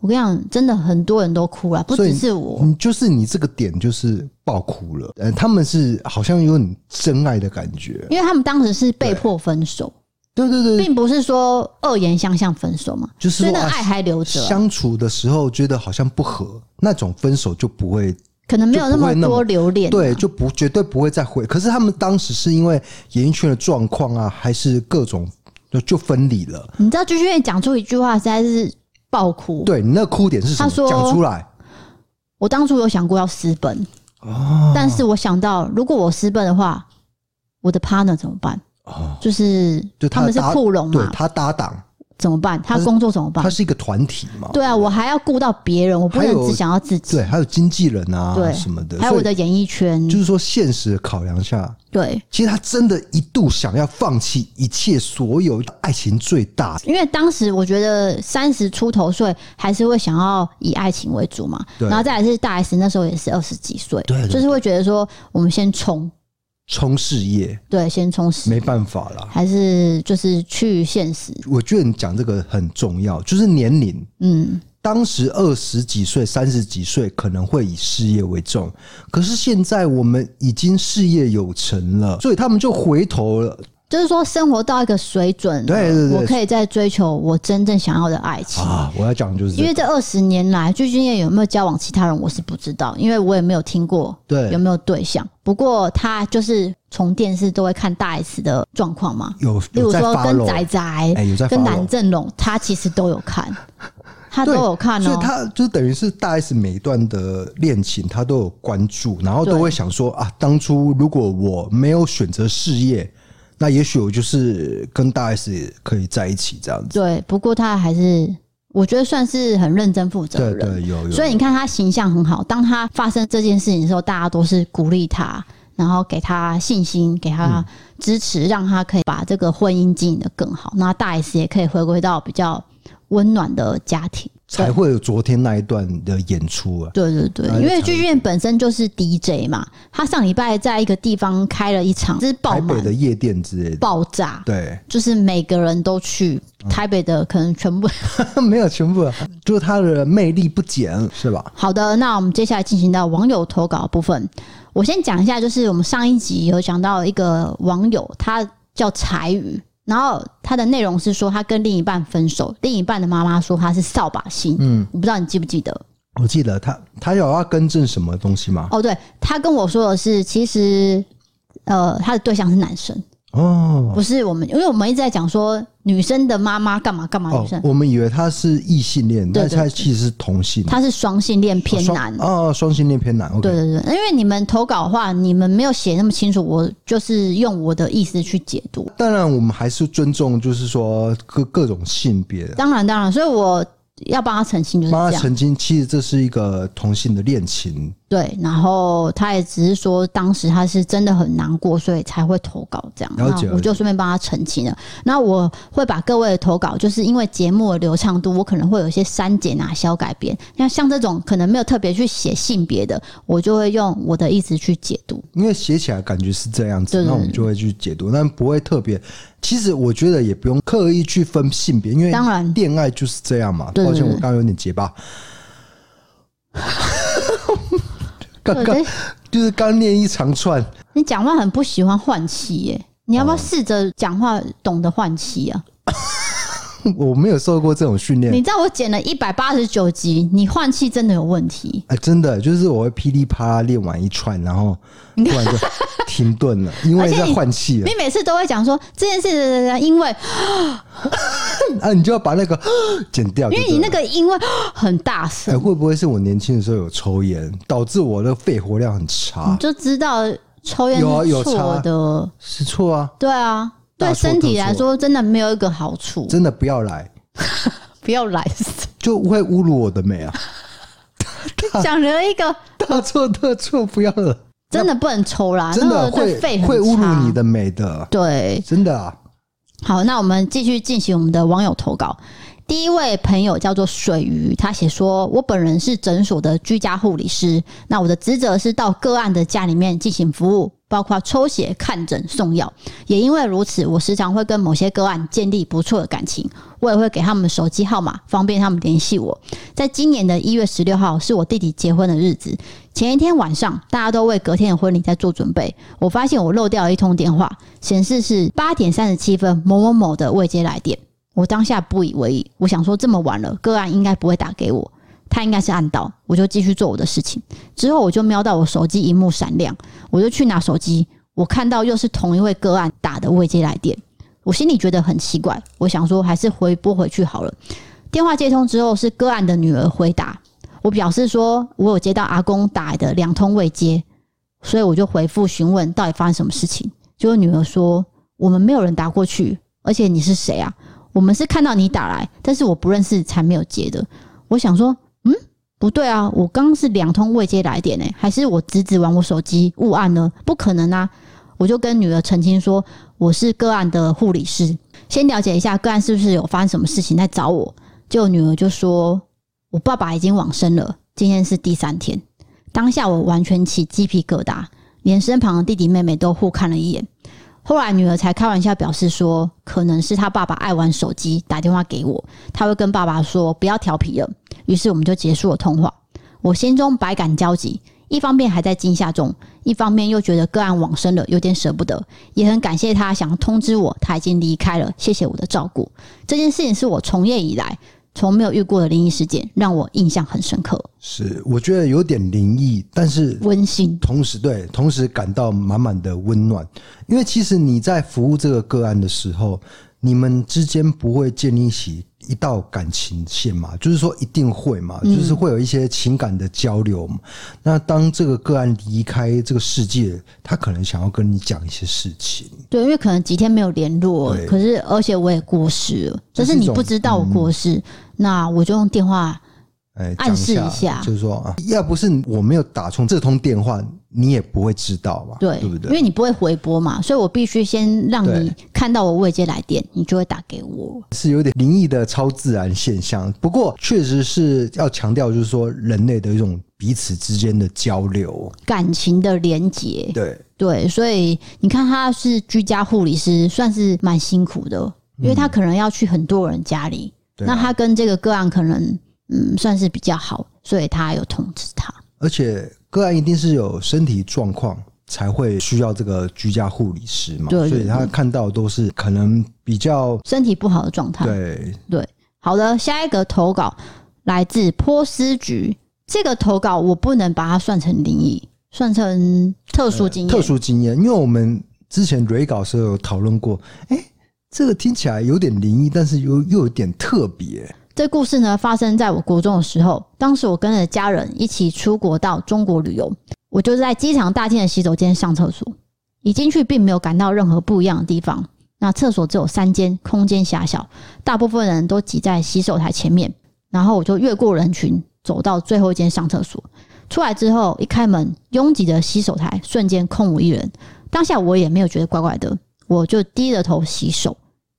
[SPEAKER 2] 我跟你讲，真的很多人都哭了，不
[SPEAKER 3] 所以
[SPEAKER 2] 只是我。
[SPEAKER 3] 你就是你这个点就是爆哭了。呃，他们是好像有很真爱的感觉，
[SPEAKER 2] 因为他们当时是被迫分手，
[SPEAKER 3] 对对对，
[SPEAKER 2] 并不是说恶言相向分手嘛，
[SPEAKER 3] 就是
[SPEAKER 2] 所以
[SPEAKER 3] 说
[SPEAKER 2] 那个
[SPEAKER 3] 啊
[SPEAKER 2] 爱还留着啊、
[SPEAKER 3] 相处的时候觉得好像不合，那种分手就不会
[SPEAKER 2] 可能没有那么
[SPEAKER 3] 就不会那
[SPEAKER 2] 多
[SPEAKER 3] 么
[SPEAKER 2] 留恋、啊。
[SPEAKER 3] 对，就不绝对不会再回。可是他们当时是因为演艺圈的状况啊，还是各种就就分离了。
[SPEAKER 2] 你知道鞠婧祎讲出一句话，实在是爆哭。
[SPEAKER 3] 对你那个哭点是什
[SPEAKER 2] 他说
[SPEAKER 3] 么？讲出来。
[SPEAKER 2] 我当初有想过要私奔，
[SPEAKER 3] 哦
[SPEAKER 2] 但是我想到，如果我私奔的话，我的 partner 怎么办？
[SPEAKER 3] 哦，
[SPEAKER 2] 就是
[SPEAKER 3] 就
[SPEAKER 2] 他
[SPEAKER 3] 的
[SPEAKER 2] 们是
[SPEAKER 3] 搭
[SPEAKER 2] 库龙啊
[SPEAKER 3] 对
[SPEAKER 2] 嘛，
[SPEAKER 3] 他搭档，
[SPEAKER 2] 怎么办？他
[SPEAKER 3] 是
[SPEAKER 2] 工作怎么办
[SPEAKER 3] 他？是一个团体嘛。
[SPEAKER 2] 对啊，我还要顾到别人，我不能
[SPEAKER 3] 还有
[SPEAKER 2] 只想要自己
[SPEAKER 3] 对，。还有经纪人啊，
[SPEAKER 2] 对
[SPEAKER 3] 什么的，
[SPEAKER 2] 还有我
[SPEAKER 3] 所以
[SPEAKER 2] 的演艺圈，
[SPEAKER 3] 就是说现实考量下，
[SPEAKER 2] 对，
[SPEAKER 3] 其实他真的一度想要放弃一切，所有爱情最大。
[SPEAKER 2] 因为当时我觉得三十出头岁还是会想要以爱情为主嘛，
[SPEAKER 3] 对
[SPEAKER 2] 然后再来是大 S 那时候也是二十几岁，
[SPEAKER 3] 对对
[SPEAKER 2] 就是会觉得说我们先冲，
[SPEAKER 3] 冲事业
[SPEAKER 2] 对，先冲实，
[SPEAKER 3] 没办法啦。
[SPEAKER 2] 还是就是去现实，
[SPEAKER 3] 我觉得你讲这个很重要，就是年龄。
[SPEAKER 2] 嗯，
[SPEAKER 3] 当时二十几岁、三十几岁可能会以事业为重，可是现在我们已经事业有成了，所以他们就回头了
[SPEAKER 2] 就是说生活到一个水准了，
[SPEAKER 3] 对对对
[SPEAKER 2] 我可以再追求我真正想要的爱情。
[SPEAKER 3] 啊！我要讲的就是这
[SPEAKER 2] 因为
[SPEAKER 3] 个
[SPEAKER 2] 这二十年来，具俊晔有没有交往其他人，我是不知道，因为我也没有听过
[SPEAKER 3] 对
[SPEAKER 2] 有没有对象。不过他就是从电视都会看大 S 的状况嘛，
[SPEAKER 3] 有
[SPEAKER 2] 例如
[SPEAKER 3] 有在
[SPEAKER 2] 说
[SPEAKER 3] 发
[SPEAKER 2] 跟
[SPEAKER 3] 漏，
[SPEAKER 2] 仔仔、
[SPEAKER 3] 哎有在
[SPEAKER 2] 跟
[SPEAKER 3] follow
[SPEAKER 2] 蓝正龙，他其实都有看，他都
[SPEAKER 3] 对
[SPEAKER 2] 有看
[SPEAKER 3] 所以
[SPEAKER 2] 哦、
[SPEAKER 3] 他就等于是大 S 每一段的恋情，他都有关注，然后都
[SPEAKER 2] 对
[SPEAKER 3] 会想说
[SPEAKER 2] 嗯
[SPEAKER 3] 啊，当初如果我没有选择事业，那也许我就是跟大 S 可以在一起这样子。
[SPEAKER 2] 对，不过他还是我觉得算是很认真负责
[SPEAKER 3] 对
[SPEAKER 2] 任。
[SPEAKER 3] 对，有有。
[SPEAKER 2] 所以你看他形象很好，当他发生这件事情的时候，大家都是鼓励他，然后给他信心，给
[SPEAKER 3] 嗯
[SPEAKER 2] 他支持，让他可以把这个婚姻经营的更好。那大 S 也可以回归到比较温暖的家庭。
[SPEAKER 3] 才会有昨天那一段的演出啊。
[SPEAKER 2] 对对对，
[SPEAKER 3] 那就
[SPEAKER 2] 因为
[SPEAKER 3] 差不多
[SPEAKER 2] 剧院本身就是 DJ 嘛，他上礼拜在一个地方开了一场，就是爆
[SPEAKER 3] 台北
[SPEAKER 2] 满
[SPEAKER 3] 的夜店之类的，
[SPEAKER 2] 爆炸，
[SPEAKER 3] 对， [LAUGHS]
[SPEAKER 2] 就是每个人都去，
[SPEAKER 3] 嗯
[SPEAKER 2] 台北的可能全部
[SPEAKER 3] 没有全部，啊就是他的魅力不减，是吧？
[SPEAKER 2] 好的，那我们接下来进行到网友投稿的部分。我先讲一下，就是我们上一集有讲到一个网友，他叫柴鱼，然后他的内容是说他跟另一半分手，另一半的妈妈说他是扫把星。嗯，我不知道你记不记得？
[SPEAKER 3] 我记得他他有要更正什么东西吗？
[SPEAKER 2] 哦，对他跟我说的是，其实呃，他的对象是男生，
[SPEAKER 3] 哦
[SPEAKER 2] 不是我们，因为我们一直在讲说女生的妈妈干嘛干嘛，女
[SPEAKER 3] 哦
[SPEAKER 2] 生，
[SPEAKER 3] 我们以为他是异性恋，
[SPEAKER 2] 对
[SPEAKER 3] 但是他
[SPEAKER 2] 对
[SPEAKER 3] 其实是同性，
[SPEAKER 2] 她是双性恋偏男。
[SPEAKER 3] 哦，双性恋偏男
[SPEAKER 2] 对
[SPEAKER 3] ，OK，
[SPEAKER 2] 对对，因为你们投稿的话，你们没有写那么清楚，我就是用我的意思去解读。
[SPEAKER 3] 当然我们还是尊重，就是说各各种性别的。
[SPEAKER 2] 当然当然，所以我要帮他澄清就是
[SPEAKER 3] 妈
[SPEAKER 2] 这
[SPEAKER 3] 妈
[SPEAKER 2] 样。
[SPEAKER 3] 曾经其实这是一个同性的恋情，
[SPEAKER 2] 对，然后他也只是说当时他是真的很难过，所以才会投稿这样。
[SPEAKER 3] 了解
[SPEAKER 2] 那我就顺便帮他澄清了。那我会把各位的投稿，就是因为节目的流畅度，我可能会有一些删减啊、小改编。那像这种可能没有特别去写性别的，我就会用我的意思去解读。
[SPEAKER 3] 因为写起来感觉是这样子，
[SPEAKER 2] 对对
[SPEAKER 3] 那我们就会去解读，但不会特别。其实我觉得也不用刻意去分性别，因为
[SPEAKER 2] 当然
[SPEAKER 3] 恋爱就是这样嘛。
[SPEAKER 2] 对对
[SPEAKER 3] 抱歉，
[SPEAKER 2] 对
[SPEAKER 3] 我刚刚有点结
[SPEAKER 2] [LAUGHS]
[SPEAKER 3] 巴。刚
[SPEAKER 2] 对
[SPEAKER 3] 刚
[SPEAKER 2] 对
[SPEAKER 3] 就是刚念一长串，
[SPEAKER 2] 你讲话很不喜欢换气耶，你
[SPEAKER 3] 哦
[SPEAKER 2] 要不要试着讲话懂得换气啊？
[SPEAKER 3] 我没有受过这种训练
[SPEAKER 2] 你。知道我剪了一百八十九集，你换气真的有问题。
[SPEAKER 3] 哎、真的就是我会噼里啪啦练完一串，然后突然就停顿了，因为
[SPEAKER 2] 而且
[SPEAKER 3] 在
[SPEAKER 2] 你
[SPEAKER 3] 换气了
[SPEAKER 2] 你。每次都会讲说这件事，因为
[SPEAKER 3] 啊，你就要把那个
[SPEAKER 2] [GASPS]
[SPEAKER 3] 剪掉，
[SPEAKER 2] 因为你那。个因为哦很大
[SPEAKER 3] 哎、
[SPEAKER 2] 声，
[SPEAKER 3] 会不会是我年轻的时候有抽烟，导致我的肺活量很
[SPEAKER 2] 你
[SPEAKER 3] 差？
[SPEAKER 2] 就知道抽烟
[SPEAKER 3] 有啊
[SPEAKER 2] 是
[SPEAKER 3] 有差
[SPEAKER 2] 错的。
[SPEAKER 3] 是错啊，
[SPEAKER 2] 对啊，
[SPEAKER 3] 大
[SPEAKER 2] 对
[SPEAKER 3] 错
[SPEAKER 2] 身体
[SPEAKER 3] 特错
[SPEAKER 2] 来说真的没有一个好处，
[SPEAKER 3] 真的不要来，
[SPEAKER 2] 不要来，
[SPEAKER 3] [LAUGHS] 就会侮辱我的美
[SPEAKER 2] [LAUGHS]
[SPEAKER 3] 啊！
[SPEAKER 2] 讲了一个
[SPEAKER 3] 大错特错，不要了，
[SPEAKER 2] 真的不能抽啦，
[SPEAKER 3] 真
[SPEAKER 2] 啊那
[SPEAKER 3] 的
[SPEAKER 2] 个对
[SPEAKER 3] 会
[SPEAKER 2] 肺很
[SPEAKER 3] 会侮
[SPEAKER 2] 差
[SPEAKER 3] 辱你。的美的，
[SPEAKER 2] 对，
[SPEAKER 3] 真的啊！
[SPEAKER 2] 好，那我们继续进行我们的网友投稿。第一位朋友叫做水鱼，他写说：“我本人是诊所的居家护理师，那我的职责是到个案的家里面进行服务，包括抽血、看诊、送药。也因为如此，我时常会跟某些个案建立不错的感情，我也会给他们手机号码，方便他们联系我。在今年的一月十六号是我弟弟结婚的日子，前一天晚上大家都为隔天的婚礼在做准备，我发现我漏掉了一通电话，显示是八点三十七分某某某的未接来电。我当下不以为意，我想说这么晚了，个案应该不会打给我，他应该是按到，我就继续做我的事情。之后我就瞄到我手机荧幕闪亮，我就去拿手机，我看到又是同一位个案打的未接来电，我心里觉得很奇怪，我想说还是回拨回去好了。电话接通之后是个案的女儿回答，我表示说我有接到阿公打来的两通未接，所以我就回复询问到底发生什么事情。结果女儿说：“我们没有人打过去，而且你是谁啊？我们是看到你打来，但是我不认识才没有接的。”我想说，嗯，不对啊，我刚刚是两通未接来电呢、还是我侄子玩我手机误按呢？不可能啊！我就跟女儿澄清说，我是个案的护理师，先了解一下个案是不是有发生什么事情再找我。就女儿就说，我爸爸已经往生了，今天是第三天。当下我完全起鸡皮疙瘩，连身旁的弟弟妹妹都互看了一眼。后来女儿才开玩笑表示说，可能是她爸爸爱玩手机，打电话给我，她会跟爸爸说不要调皮了。于是我们就结束了通话。我心中百感交集，一方面还在惊吓中，一方面又觉得个案往生了，有点舍不得，也很感谢他想通知我他已经离开了，谢谢我的照顾。这件事情是我从业以来从没有遇过的灵异事件，让我印象很深刻，
[SPEAKER 3] 是，我觉得有点灵异，但是
[SPEAKER 2] 温馨。
[SPEAKER 3] 同时对，同时感到满满的温暖，因为其实你在服务这个个案的时候，你们之间不会建立起一道感情线嘛，就是说一定会嘛，
[SPEAKER 2] 嗯
[SPEAKER 3] 就是会有一些情感的交流嘛。那当这个个案离开这个世界，他可能想要跟你讲一些事情，
[SPEAKER 2] 对，因为可能几天没有联络
[SPEAKER 3] 对，
[SPEAKER 2] 可是而且我也过世了，
[SPEAKER 3] 这
[SPEAKER 2] 就是是
[SPEAKER 3] 一种嗯
[SPEAKER 2] 你不知道我过世，那我就用电话。
[SPEAKER 3] 哎，
[SPEAKER 2] 暗示
[SPEAKER 3] 讲
[SPEAKER 2] 一下
[SPEAKER 3] 就是说啊，要不是我没有打通这通电话，你也不会知道嘛，
[SPEAKER 2] 对，
[SPEAKER 3] 不对？
[SPEAKER 2] 因为你不会回拨嘛，所以我必须先让你
[SPEAKER 3] 对
[SPEAKER 2] 看到我未接来电，你就会打给我。
[SPEAKER 3] 是有点灵异的超自然现象，不过确实是要强调，就是说人类的一种彼此之间的交流。
[SPEAKER 2] 感情的连结，
[SPEAKER 3] 对，
[SPEAKER 2] 对，所以你看他是居家护理师，算是蛮辛苦的，哦因为他可能要去很多人家里，
[SPEAKER 3] 嗯对啊
[SPEAKER 2] 那他跟这个个案可能嗯算是比较好，所以他有通知他。
[SPEAKER 3] 而且个案一定是有身体状况才会需要这个居家护理师嘛，
[SPEAKER 2] 对对
[SPEAKER 3] 所以他看到都是可能比较
[SPEAKER 2] 身体不好的状态，
[SPEAKER 3] 对
[SPEAKER 2] 对，好的，下一个投稿来自波斯局。这个投呃稿我不能把它算成灵异，算成特殊经验。
[SPEAKER 3] 特殊经验，因为我们之前蕊稿时候有讨论过，哎、这个听起来有点灵异，但是又又有点特别、
[SPEAKER 2] 这故事呢发生在我国中的时候，当时我跟着家人一起出国到中国旅游，我就在机场大厅的洗手间上厕所，一进去并没有感到任何不一样的地方。那厕所只有三间，空间狭小，大部分人都挤在洗手台前面。然后我就越过人群，走到最后一间上厕所。出来之后，一开门，拥挤的洗手台瞬间空无一人。当下我也没有觉得怪怪的，我就低着头洗手。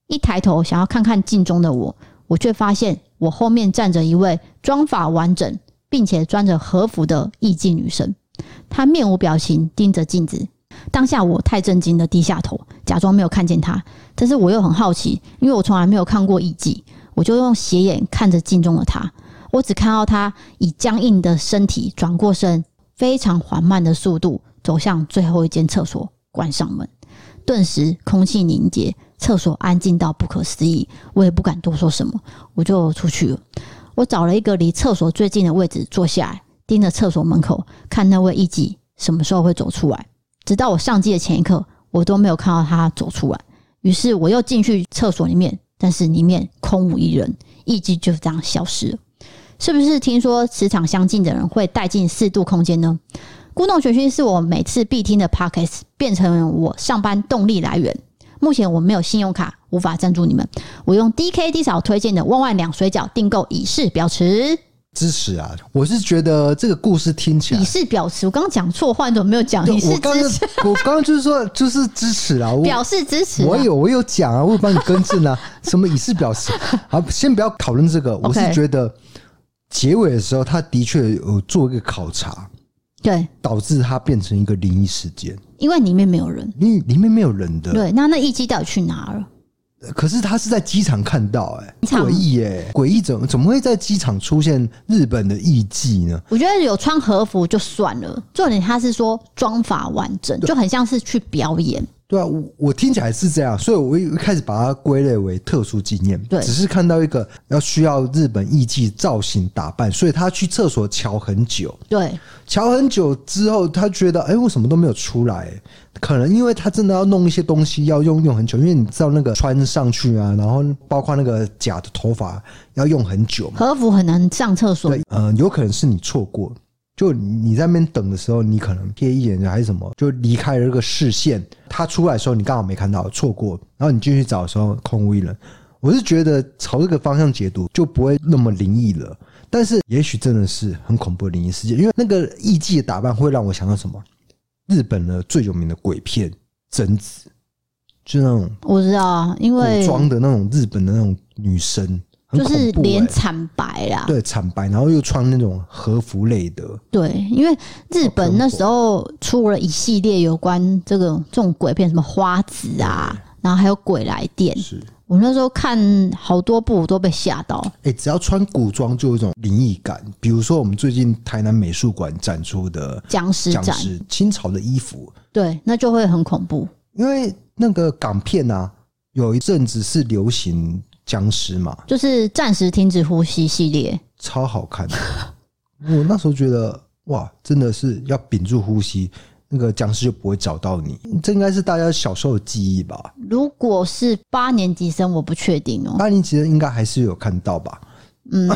[SPEAKER 2] 一抬头想要看看镜中的我，我却发现我后面站着一位妆发完整并且穿着和服的艺妓女生，她面无表情盯着镜子。当下我太震惊的低下头，假装没有看见她，但是我又很好奇，因为我从来没有看过艺妓，我就用斜眼看着镜中的她。我只看到她以僵硬的身体转过身，非常缓慢的速度走向最后一间厕所，关上门。顿时空气凝结，厕所安静到不可思议。我也不敢多说什么，我就出去了。我找了一个离厕所最近的位置坐下来，盯着厕所门口看那位艺妓什么时候会走出来。直到我上机的前一刻，我都没有看到她走出来。于是我又进去厕所里面，但是里面空无一人，艺妓就这样消失了。是不是听说磁场相近的人会带进四度空间呢？古董玄虚是我每次必听的 podcast，变成我上班动力来源。目前我没有信用卡，无法赞助你们。我用 DKD 嫂推荐的万万两水饺订购，以示表示。
[SPEAKER 3] 支持啊！我是觉得这个故事听起来
[SPEAKER 2] 以，示表示，我刚刚讲错，换怎么没有讲？
[SPEAKER 3] 啊对
[SPEAKER 2] 以示
[SPEAKER 3] 我刚
[SPEAKER 2] 哦支
[SPEAKER 3] 刚
[SPEAKER 2] 持，啊
[SPEAKER 3] 我刚刚就是说就是支持啦，我
[SPEAKER 2] [LAUGHS] 表示支持啊。
[SPEAKER 3] 我有我有讲啊，我有帮你更正啊，什么以示表示。好，先不要讨论这个，我是
[SPEAKER 2] OK
[SPEAKER 3] 觉得结尾的时候，他的确有做一个考察，
[SPEAKER 2] 对，
[SPEAKER 3] 导致它变成一个灵异事件，
[SPEAKER 2] 因为里面没有人。
[SPEAKER 3] 因为里面没有人的。
[SPEAKER 2] 对，那那一机到底去哪了？
[SPEAKER 3] 可是他是在机场看到、欸，
[SPEAKER 2] 机场
[SPEAKER 3] 诡异哎，诡异怎么怎么会在机场出现日本的艺妓呢？
[SPEAKER 2] 我觉得有穿和服就算了，重点他是说妆法完整，就很像是去表演。
[SPEAKER 3] 对啊，我我听起来是这样，所以我一开始把它归类为特殊经验。
[SPEAKER 2] 对
[SPEAKER 3] 只是看到一个要需要日本艺妓造型打扮，所以他去厕所瞧很久，
[SPEAKER 2] 对，
[SPEAKER 3] 瞧很久之后，他觉得哎、为什么都没有出来？可能因为他真的要弄一些东西，要用用很久，因为你知道那个穿上去啊，然后包括那个假的头发要用很久嘛。
[SPEAKER 2] 和服很难上厕所，
[SPEAKER 3] 对，嗯、有可能是你错过，就你在那边等的时候，你可能瞥一眼还是什么，就离开了这个视线。他出来的时候，你刚好没看到，错过，然后你进去找的时候空无一人。我是觉得朝这个方向解读就不会那么灵异了，但是也许真的是很恐怖的灵异事件，因为那个艺妓的打扮会让我想到什么？日本的最有名的鬼片贞子，就那种
[SPEAKER 2] 我知道啊，因
[SPEAKER 3] 古
[SPEAKER 2] 为
[SPEAKER 3] 装的那种日本的那种女生，很
[SPEAKER 2] 就
[SPEAKER 3] 恐
[SPEAKER 2] 是
[SPEAKER 3] 怖欸
[SPEAKER 2] 脸惨白啦。
[SPEAKER 3] 对，惨白，然后又穿那种和服类的，
[SPEAKER 2] 对，因为日本那时候出了一系列有关这个这种鬼片，什么花子啊，然后还有鬼来电。
[SPEAKER 3] 是，
[SPEAKER 2] 我那时候看好多部，我都被吓到。
[SPEAKER 3] 哎、只要穿古装就有一种灵异感。比如说我们最近台南美术馆展出的
[SPEAKER 2] 僵尸
[SPEAKER 3] 僵
[SPEAKER 2] 展，
[SPEAKER 3] 尸清朝的衣服，
[SPEAKER 2] 对，那就会很恐怖。
[SPEAKER 3] 因为那个港片啊，有一阵子是流行僵尸嘛，
[SPEAKER 2] 就是暂时停止呼吸系列，
[SPEAKER 3] 超好
[SPEAKER 2] [LAUGHS]
[SPEAKER 3] 看的。我那时候觉得，哇，真的是要屏住呼吸，那个僵尸就不会找到你。这应该是大家小时候的记忆吧？
[SPEAKER 2] 如果是八年级生，我不确定
[SPEAKER 3] [LAUGHS]
[SPEAKER 2] 哦、
[SPEAKER 3] 八零级的应该还是有看到吧？
[SPEAKER 2] 嗯，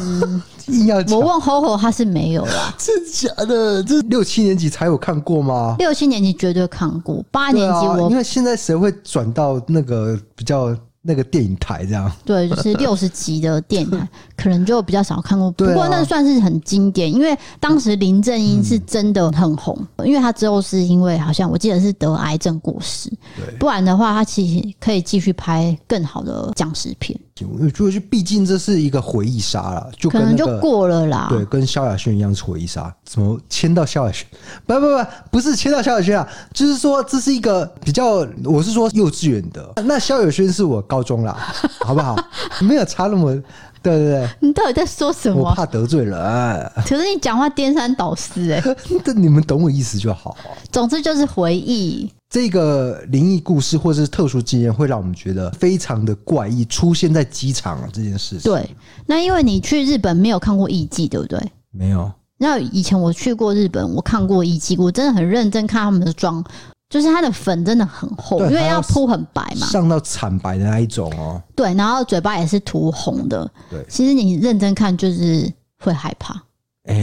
[SPEAKER 3] 硬要讲
[SPEAKER 2] 我问吼吼，他是没有啦。
[SPEAKER 3] 真的假的？这六七年级才有看过吗？
[SPEAKER 2] 六七年级绝对看过，八
[SPEAKER 3] 对
[SPEAKER 2] 年级
[SPEAKER 3] 啊，
[SPEAKER 2] 我
[SPEAKER 3] 因为现在谁会转到那个比较那个电影台这样？
[SPEAKER 2] 对，
[SPEAKER 3] [LAUGHS]
[SPEAKER 2] 就是六十集的电台，可能就比较少看过。不
[SPEAKER 3] 对啊
[SPEAKER 2] 过那算是很经典，因为当时林正英
[SPEAKER 3] 嗯
[SPEAKER 2] 是真的很红，因为他之后是因为好像我记得是得癌症过世，
[SPEAKER 3] 对，
[SPEAKER 2] 不然的话他其实可以继续拍更好的僵尸片，
[SPEAKER 3] 我觉得毕竟这是一个回忆杀啦，就
[SPEAKER 2] 可
[SPEAKER 3] 跟
[SPEAKER 2] 能
[SPEAKER 3] 那
[SPEAKER 2] 就
[SPEAKER 3] 个。
[SPEAKER 2] 过啊了啦。
[SPEAKER 3] 对，跟萧亚轩一样是回忆杀，怎么签到萧亚轩？不不不，不是签到萧亚轩啊，就是说这是一个比较，我是说幼稚园的，那萧亚轩是我高中啦，
[SPEAKER 2] [LAUGHS]
[SPEAKER 3] 好不好？没有差那么，对对
[SPEAKER 2] 你到底在说什
[SPEAKER 3] 对，
[SPEAKER 2] 么
[SPEAKER 3] 我
[SPEAKER 2] 啊？
[SPEAKER 3] 怕得罪人， [LAUGHS]
[SPEAKER 2] 可是你讲话颠三倒四哎、
[SPEAKER 3] 但你们懂我意思就好。
[SPEAKER 2] 总之就是回忆。
[SPEAKER 3] 这个灵异故事或是特殊经验，会让我们觉得非常的怪异，出现在机场、啊、这件事情。，
[SPEAKER 2] 对，那因为你去日本没有看过艺伎，对不对？
[SPEAKER 3] 没有，
[SPEAKER 2] 那以前我去过日本，我看过艺伎，我真的很认真看他们的妆，就是它的粉真的很厚，
[SPEAKER 3] 对
[SPEAKER 2] 因为
[SPEAKER 3] 它要
[SPEAKER 2] 要铺很白嘛。
[SPEAKER 3] 上到惨白的那一种哦。
[SPEAKER 2] 对，然后嘴巴也是涂红的。
[SPEAKER 3] 对
[SPEAKER 2] 其实你认真看就是会害怕。
[SPEAKER 3] 哎、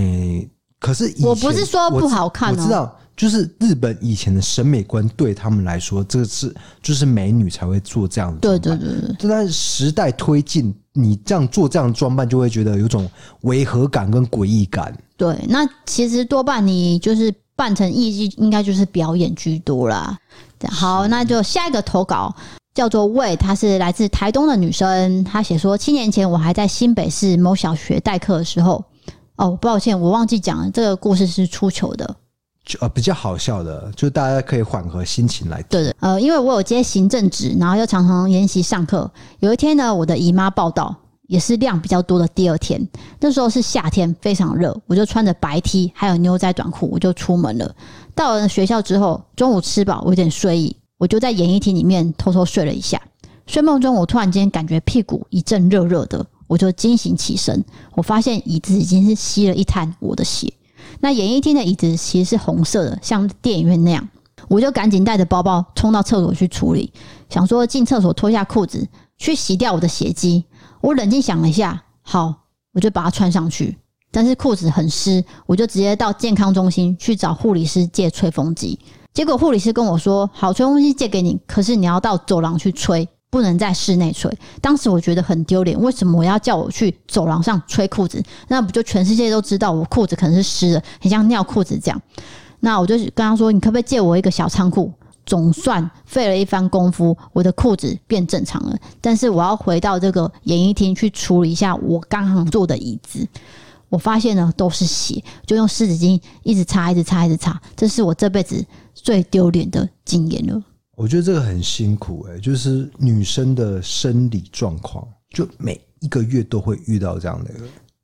[SPEAKER 3] 可是以前
[SPEAKER 2] 我不是说不好看哦
[SPEAKER 3] 我知我知道，就是日本以前的审美观对他们来说，这个是就是美女才会做这样的
[SPEAKER 2] 对
[SPEAKER 3] 装扮。
[SPEAKER 2] 对对对，
[SPEAKER 3] 但是时代推进，你这样做这样的装扮，就会觉得有种违和感跟诡异感。
[SPEAKER 2] 对，那其实多半你就是扮成艺伎，应该就是表演居多啦。好，那就下一个投稿叫做魏，她是来自台东的女生，她写说七年前我还在新北市某小学代课的时候，哦，抱歉，我忘记讲了，这个故事是出糗的。
[SPEAKER 3] 就呃比较好笑的，就大家可以缓和心情来听。
[SPEAKER 2] 对对，呃，因为我有接行政职，然后又常常研习上课。有一天呢，我的姨妈报道，也是量比较多的第二天，那时候是夏天，非常热，我就穿着白 T 还有牛仔短裤，我就出门了。到了学校之后，中午吃饱，我有点睡意，我就在演艺厅里面偷偷睡了一下。睡梦中，我突然间感觉屁股一阵热热的，我就惊醒起身，我发现椅子已经是吸了一滩我的血。那演艺厅的椅子其实是红色的，像电影院那样。我就赶紧带着包包冲到厕所去处理，想说进厕所脱下裤子去洗掉我的血迹。我冷静想了一下，好，我就把它穿上去。但是裤子很湿，我就直接到健康中心去找护理师借吹风机。结果护理师跟我说：“好，吹风机借给你，可是你要到走廊去吹，不能在室内吹。”当时我觉得很丢脸，为什么我要叫我去走廊上吹裤子？那不就全世界都知道我裤子可能是湿的，很像尿裤子这样。那我就跟他说：“你可不可以借我一个小仓库？”总算费了一番功夫，我的裤子变正常了。但是我要回到这个演艺厅去处理一下我刚刚坐的椅子。我发现呢都是血，就用湿纸巾一直擦，一直擦，一直擦。这是我这辈子最丢脸的经验了。
[SPEAKER 3] 我觉得这个很辛苦哎、就是女生的生理状况，就每一个月都会遇到这样的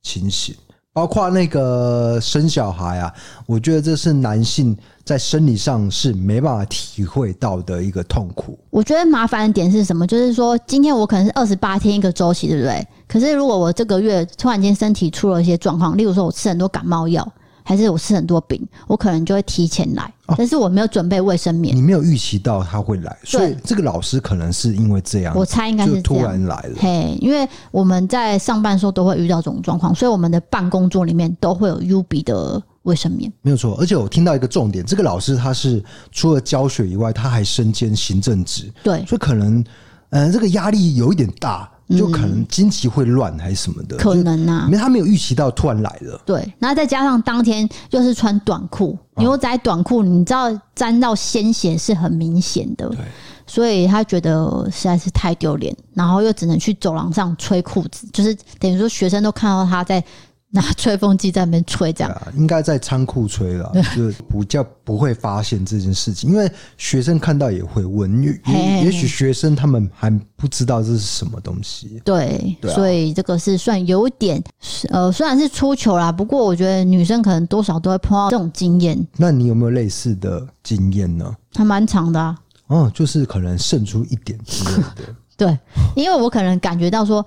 [SPEAKER 3] 情形，包括那个生小孩啊，我觉得这是男性在生理上是没办法体会到的一个痛苦。
[SPEAKER 2] 我觉得麻烦的点是什么？就是说，今天我可能是二十八天一个周期，对不对？可是如果我这个月突然间身体出了一些状况，例如说我吃很多感冒药，还是我吃很多饼，我可能就会提前来，
[SPEAKER 3] 哦
[SPEAKER 2] 但是我没有准备卫生棉
[SPEAKER 3] 你，没有预期到他会来，所以这个老师可能是因为这样，
[SPEAKER 2] 我猜应该
[SPEAKER 3] 就
[SPEAKER 2] 这
[SPEAKER 3] 是突
[SPEAKER 2] 样。
[SPEAKER 3] 然来了。
[SPEAKER 2] 嘿，因为我们在上班的时候都会遇到这种状况，所以我们的办公桌里面都会有 U B 的卫生棉。
[SPEAKER 3] 没有错，而且我听到一个重点，这个老师他是除了教学以外，他还身兼行政职，
[SPEAKER 2] 对，
[SPEAKER 3] 所以可能，嗯、这个压力有一点大，就可能经期会乱还是什么的，
[SPEAKER 2] 嗯可能
[SPEAKER 3] 就
[SPEAKER 2] 啊
[SPEAKER 3] 没。有他没有预期到突然来了，
[SPEAKER 2] 对，然后再加上当天又是穿短裤，
[SPEAKER 3] 哦
[SPEAKER 2] 牛仔短裤，你知道沾到鲜血是很明显的，所以他觉得实在是太丢脸，然后又只能去走廊上吹裤子，就是等于说学生都看到他在 [LAUGHS] 拿吹风机在那边吹这样
[SPEAKER 3] 对。啊，应该在仓库吹了，
[SPEAKER 2] 啊
[SPEAKER 3] 就是比较不会发现这件事情，因为学生看到也会问，因为
[SPEAKER 2] 嘿嘿嘿
[SPEAKER 3] 也也许学生他们还不知道这是什么东西，
[SPEAKER 2] 对，
[SPEAKER 3] 对啊
[SPEAKER 2] 所以这个是算有点，呃，虽然是出糗啦，不过我觉得女生可能多少都会碰到这种经验，
[SPEAKER 3] 那你有没有类似的经验呢？
[SPEAKER 2] 还蛮长的、啊。
[SPEAKER 3] 哦，就是可能渗出一点之类
[SPEAKER 2] [LAUGHS]
[SPEAKER 3] 的，
[SPEAKER 2] 对，因为我可能感觉到说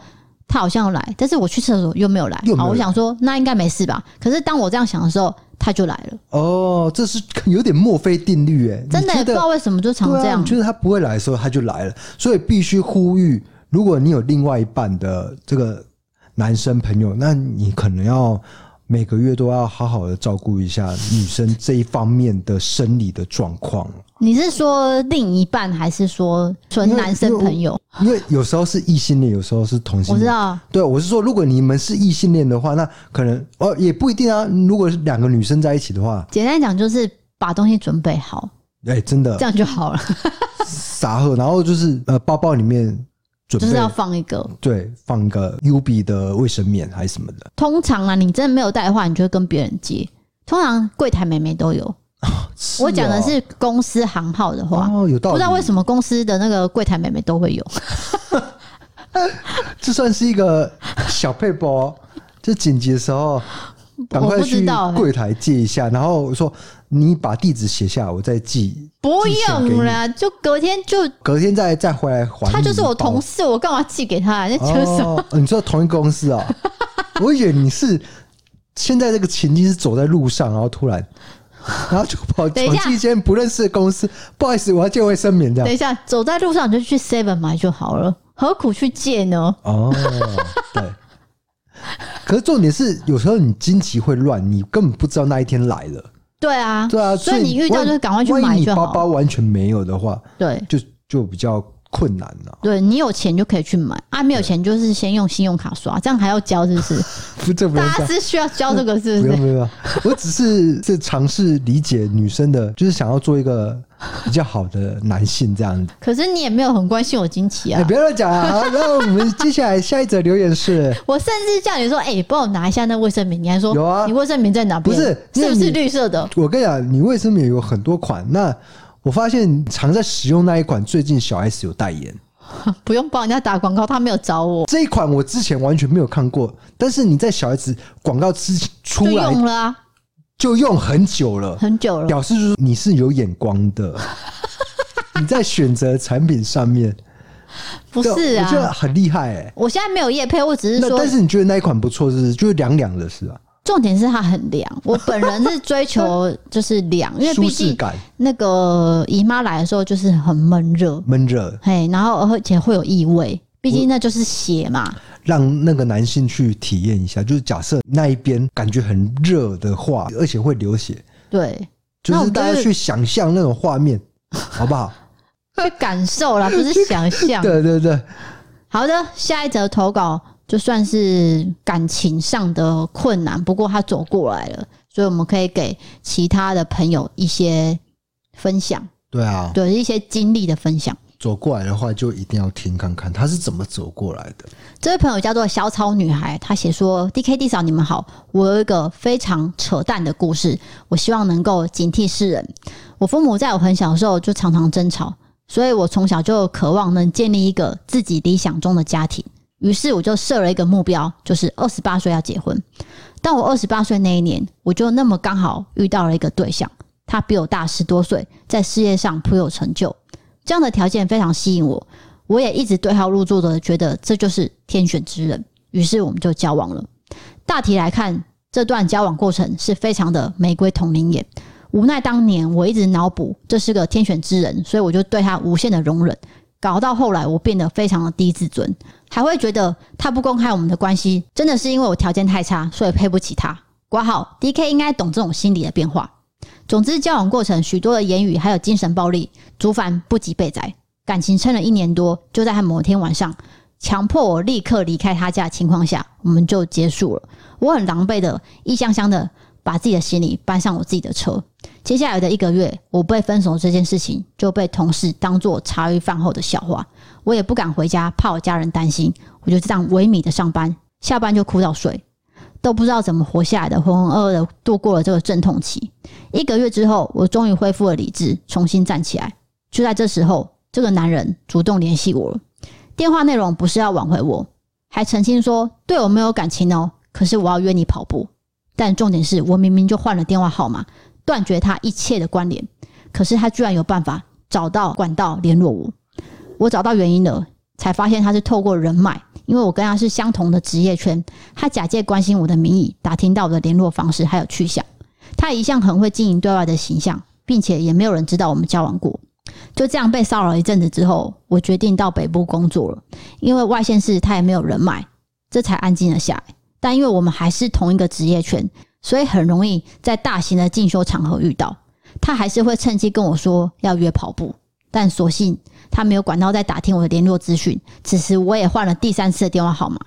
[SPEAKER 2] 他好像有来，但是我去厕所又没有来，
[SPEAKER 3] 又没有
[SPEAKER 2] 好，我
[SPEAKER 3] 来
[SPEAKER 2] 想说那应该没事吧。可是当我这样想的时候，他就来了，
[SPEAKER 3] 哦，这是有点墨菲定律哎、你
[SPEAKER 2] 真的、
[SPEAKER 3] 觉
[SPEAKER 2] 不知
[SPEAKER 3] 得
[SPEAKER 2] 道为什么就常
[SPEAKER 3] 对
[SPEAKER 2] 这
[SPEAKER 3] 啊，
[SPEAKER 2] 样
[SPEAKER 3] 你。觉得他不会来的时候，他就来了，所以必须呼吁，如果你有另外一半的这个男生朋友，那你可能要每个月都要好好的照顾一下女生这一方面的生理的状况，
[SPEAKER 2] 你是说另一半，还是说纯男生朋友？
[SPEAKER 3] 因为有时候是异性恋，有时候是同性
[SPEAKER 2] 啊我知
[SPEAKER 3] 恋。
[SPEAKER 2] 道，
[SPEAKER 3] 对，我是说，如果你们是异性恋的话，那可能哦也不一定啊。如果是两个女生在一起的话，
[SPEAKER 2] 简单讲就是把东西准备好，
[SPEAKER 3] 哎、真的
[SPEAKER 2] 这样就好了，
[SPEAKER 3] 傻呵，然后就是呃，包包里面
[SPEAKER 2] 就
[SPEAKER 3] 准备
[SPEAKER 2] 是要放一个。
[SPEAKER 3] 对放个 U B 的卫生棉还是什么的。
[SPEAKER 2] 通常啊，你真的没有带的话，你就会跟别人借。通常柜台妹妹都有，
[SPEAKER 3] 是
[SPEAKER 2] 我讲的
[SPEAKER 3] 哦
[SPEAKER 2] 是公司行号的话，
[SPEAKER 3] 哦，有道理。
[SPEAKER 2] 不知道为什么公司的那个柜台妹妹都会有。
[SPEAKER 3] 这算是一个小配
[SPEAKER 2] [LAUGHS]
[SPEAKER 3] 包，就紧急的时候赶快
[SPEAKER 2] 我不知
[SPEAKER 3] 去
[SPEAKER 2] 道欸
[SPEAKER 3] 柜台借一下，然后我说你把地址写下来，我再寄，
[SPEAKER 2] 不
[SPEAKER 3] 寄钱给
[SPEAKER 2] 用啦，就隔天就
[SPEAKER 3] 隔天再再回来还你一包。
[SPEAKER 2] 他就是我同事，我干嘛寄给他？那就是什么
[SPEAKER 3] 哦，你说同一个
[SPEAKER 2] [LAUGHS]
[SPEAKER 3] 公司哦啊、我以为你是现在这个情境是走在路上，然后突然然后就
[SPEAKER 2] [LAUGHS]
[SPEAKER 3] 跑
[SPEAKER 2] 等一
[SPEAKER 3] 跑
[SPEAKER 2] 下
[SPEAKER 3] 去一间不认识的公司，不好意思，我要借卫生棉这
[SPEAKER 2] 等
[SPEAKER 3] 样。
[SPEAKER 2] 一下，走在路上你就去 Seven 买就好了，何苦去借呢？
[SPEAKER 3] 哦，对。可是重点是，有时候你惊奇会乱，你根本不知道那一天来了。
[SPEAKER 2] 对啊，
[SPEAKER 3] 对啊，
[SPEAKER 2] 所以
[SPEAKER 3] 以
[SPEAKER 2] 你遇到
[SPEAKER 3] 万
[SPEAKER 2] 就是赶快去
[SPEAKER 3] 万
[SPEAKER 2] 买
[SPEAKER 3] 一你
[SPEAKER 2] 就
[SPEAKER 3] 包包
[SPEAKER 2] 好。
[SPEAKER 3] 完全没有的话，
[SPEAKER 2] 对，
[SPEAKER 3] 就就比较困难啊了、
[SPEAKER 2] 对你有钱就可以去买啊，没有钱就是先用信用卡刷，这样还要交是不
[SPEAKER 3] [LAUGHS]
[SPEAKER 2] 是？
[SPEAKER 3] 不，这不用
[SPEAKER 2] 大
[SPEAKER 3] 这
[SPEAKER 2] 家
[SPEAKER 3] 样。
[SPEAKER 2] 是需要交这个是不
[SPEAKER 3] 不用
[SPEAKER 2] 是？
[SPEAKER 3] 不用，我只是是尝试理解女生的，就是想要做一个比较好的男性这样子。 [LAUGHS]
[SPEAKER 2] 可是你也没有很关心我惊奇
[SPEAKER 3] 哎、
[SPEAKER 2] 啊
[SPEAKER 3] 不。要乱讲啊！ [LAUGHS] 好，那我们接下来下一则留言是，
[SPEAKER 2] 我甚至叫你说：“哎、帮我拿一下那卫生棉。”你还说：“
[SPEAKER 3] 有啊
[SPEAKER 2] 你卫生棉在哪边？
[SPEAKER 3] 不是因
[SPEAKER 2] 是
[SPEAKER 3] 为
[SPEAKER 2] 不是
[SPEAKER 3] 你
[SPEAKER 2] 绿色的？
[SPEAKER 3] 我跟你讲，你卫生棉有很多款，那我发现常在使用那一款，最近小 S 有代言。
[SPEAKER 2] 不用帮人家打广告，他没有找我，
[SPEAKER 3] 这一款我之前完全没有看过，但是你在小 S 广告之出
[SPEAKER 2] 就
[SPEAKER 3] 来
[SPEAKER 2] 用了啊，
[SPEAKER 3] 就用很久
[SPEAKER 2] [LAUGHS]
[SPEAKER 3] 了，
[SPEAKER 2] 很久了。
[SPEAKER 3] 表示就是你是有眼
[SPEAKER 2] [LAUGHS]
[SPEAKER 3] 光的。你在选择产品上面，
[SPEAKER 2] 不是
[SPEAKER 3] 对我觉得
[SPEAKER 2] 啊，
[SPEAKER 3] 很厉害哎、
[SPEAKER 2] 我现在没有夜配，我只是
[SPEAKER 3] 那
[SPEAKER 2] 说
[SPEAKER 3] 但，是你觉得那一款不错是不是就是凉凉的是吧？
[SPEAKER 2] 重点是它很凉。我本人是追求就是凉，因为
[SPEAKER 3] 舒
[SPEAKER 2] 毕
[SPEAKER 3] 适
[SPEAKER 2] 竟
[SPEAKER 3] 感，
[SPEAKER 2] 那个姨妈来的时候就是很闷热，
[SPEAKER 3] 闷热，
[SPEAKER 2] 嘿，然后而且会有异味，毕竟那就是血嘛。
[SPEAKER 3] 让那个男性去体验一下。就是假设那一边感觉很热的话，而且会流血，
[SPEAKER 2] 对，
[SPEAKER 3] 就
[SPEAKER 2] 那我
[SPEAKER 3] 是
[SPEAKER 2] 们
[SPEAKER 3] 大
[SPEAKER 2] 就
[SPEAKER 3] 家
[SPEAKER 2] 是
[SPEAKER 3] 去想象那种画面，好不好？
[SPEAKER 2] 去感受
[SPEAKER 3] [LAUGHS]
[SPEAKER 2] 啦，不是 [LAUGHS] 想象。
[SPEAKER 3] 对对对，
[SPEAKER 2] 好的，下一则投稿就算是感情上的困难，不过他走过来了，所以我们可以给其他的朋友一些分享，
[SPEAKER 3] 对啊，
[SPEAKER 2] 对一些经历的分享。
[SPEAKER 3] 走过来的话就一定要听看看他是怎么走过来的。
[SPEAKER 2] 这位朋友叫做小草女孩，她写说：“D K D 嫂，你们好，我有一个非常扯淡的故事，我希望能够警惕世人。我父母在我很小的时候就常常争吵，所以我从小就渴望能建立一个自己理想中的家庭。于是我就设了一个目标，就是二十八岁要结婚。但我二十八岁那一年，我就那么刚好遇到了一个对象，他比我大十多岁，在事业上颇有成就，这样的条件非常吸引我。”我也一直对号入座的觉得这就是天选之人，于是我们就交往了。大体来看，这段交往过程是非常的玫瑰同龄眼。无奈当年我一直脑补这是个天选之人，所以我就对他无限的容忍，搞到后来我变得非常的低自尊，还会觉得他不公开我们的关系，真的是因为我条件太差，所以配不起他。挂号 D K 应该懂这种心理的变化。总之，交往过程许多的言语还有精神暴力，竹凡不及被宰。感情撑了一年多，就在他某天晚上强迫我立刻离开他家的情况下，我们就结束了。我很狼狈的一箱箱的把自己的行李搬上我自己的车。接下来的一个月，我被分手这件事情就被同事当做茶余饭后的笑话，我也不敢回家，怕我家人担心。我就这样萎靡的上班，下班就哭到睡，都不知道怎么活下来的，浑浑噩噩的度过了这个阵痛期。一个月之后，我终于恢复了理智，重新站起来。就在这时候，这个男人主动联系我了，电话内容不是要挽回我，还澄清说对我没有感情哦，可是我要约你跑步。但重点是我明明就换了电话号码，断绝他一切的关联，可是他居然有办法找到管道联络我。我找到原因了，才发现他是透过人脉，因为我跟他是相同的职业圈，他假借关心我的名义打听到我的联络方式还有去向。他一向很会经营对外的形象，并且也没有人知道我们交往过。就这样被骚扰一阵子之后，我决定到北部工作了，因为外县市他也没有人脉，这才安静了下来。但因为我们还是同一个职业圈，所以很容易在大型的进修场合遇到。他还是会趁机跟我说要约跑步，但所幸他没有管到在打听我的联络资讯。此时我也换了第三次的电话号码。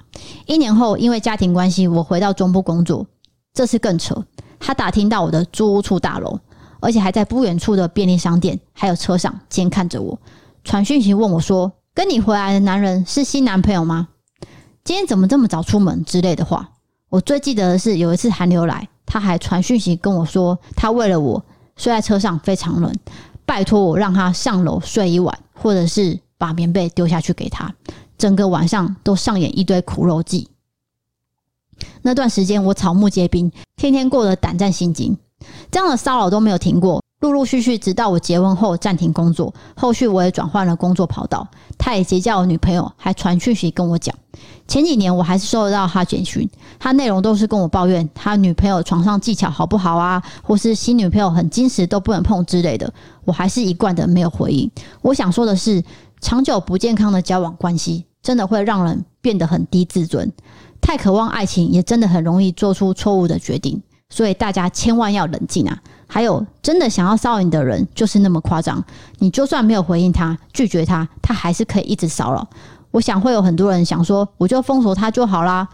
[SPEAKER 2] 一年后，因为家庭关系，我回到中部工作，这次更扯。他打听到我的租屋处大楼，而且还在不远处的便利商店还有车上监看着我，传讯息问我说：“跟你回来的男人是新男朋友吗？今天怎么这么早出门？”之类的话。我最记得的是有一次寒流来，他还传讯息跟我说，他为了我睡在车上非常冷，拜托我让他上楼睡一晚，或者是把棉被丢下去给他。整个晚上都上演一堆苦肉计。那段时间我草木皆兵，天天过得胆战心惊，这样的骚扰都没有停过。陆陆续续，直到我结婚后暂停工作，后续我也转换了工作跑道。他也结交了女朋友，还传讯息跟我讲。前几年我还是收得到他简讯，他内容都是跟我抱怨他女朋友床上技巧好不好啊，或是新女朋友很矜持都不能碰之类的。我还是一贯的没有回应。我想说的是，长久不健康的交往关系，真的会让人变得很低自尊，太渴望爱情，也真的很容易做出错误的决定。所以大家千万要冷静啊！还有，真的想要骚扰你的人就是那么夸张，你就算没有回应他、拒绝他，他还是可以一直骚扰。我想会有很多人想说，我就封锁他就好啦。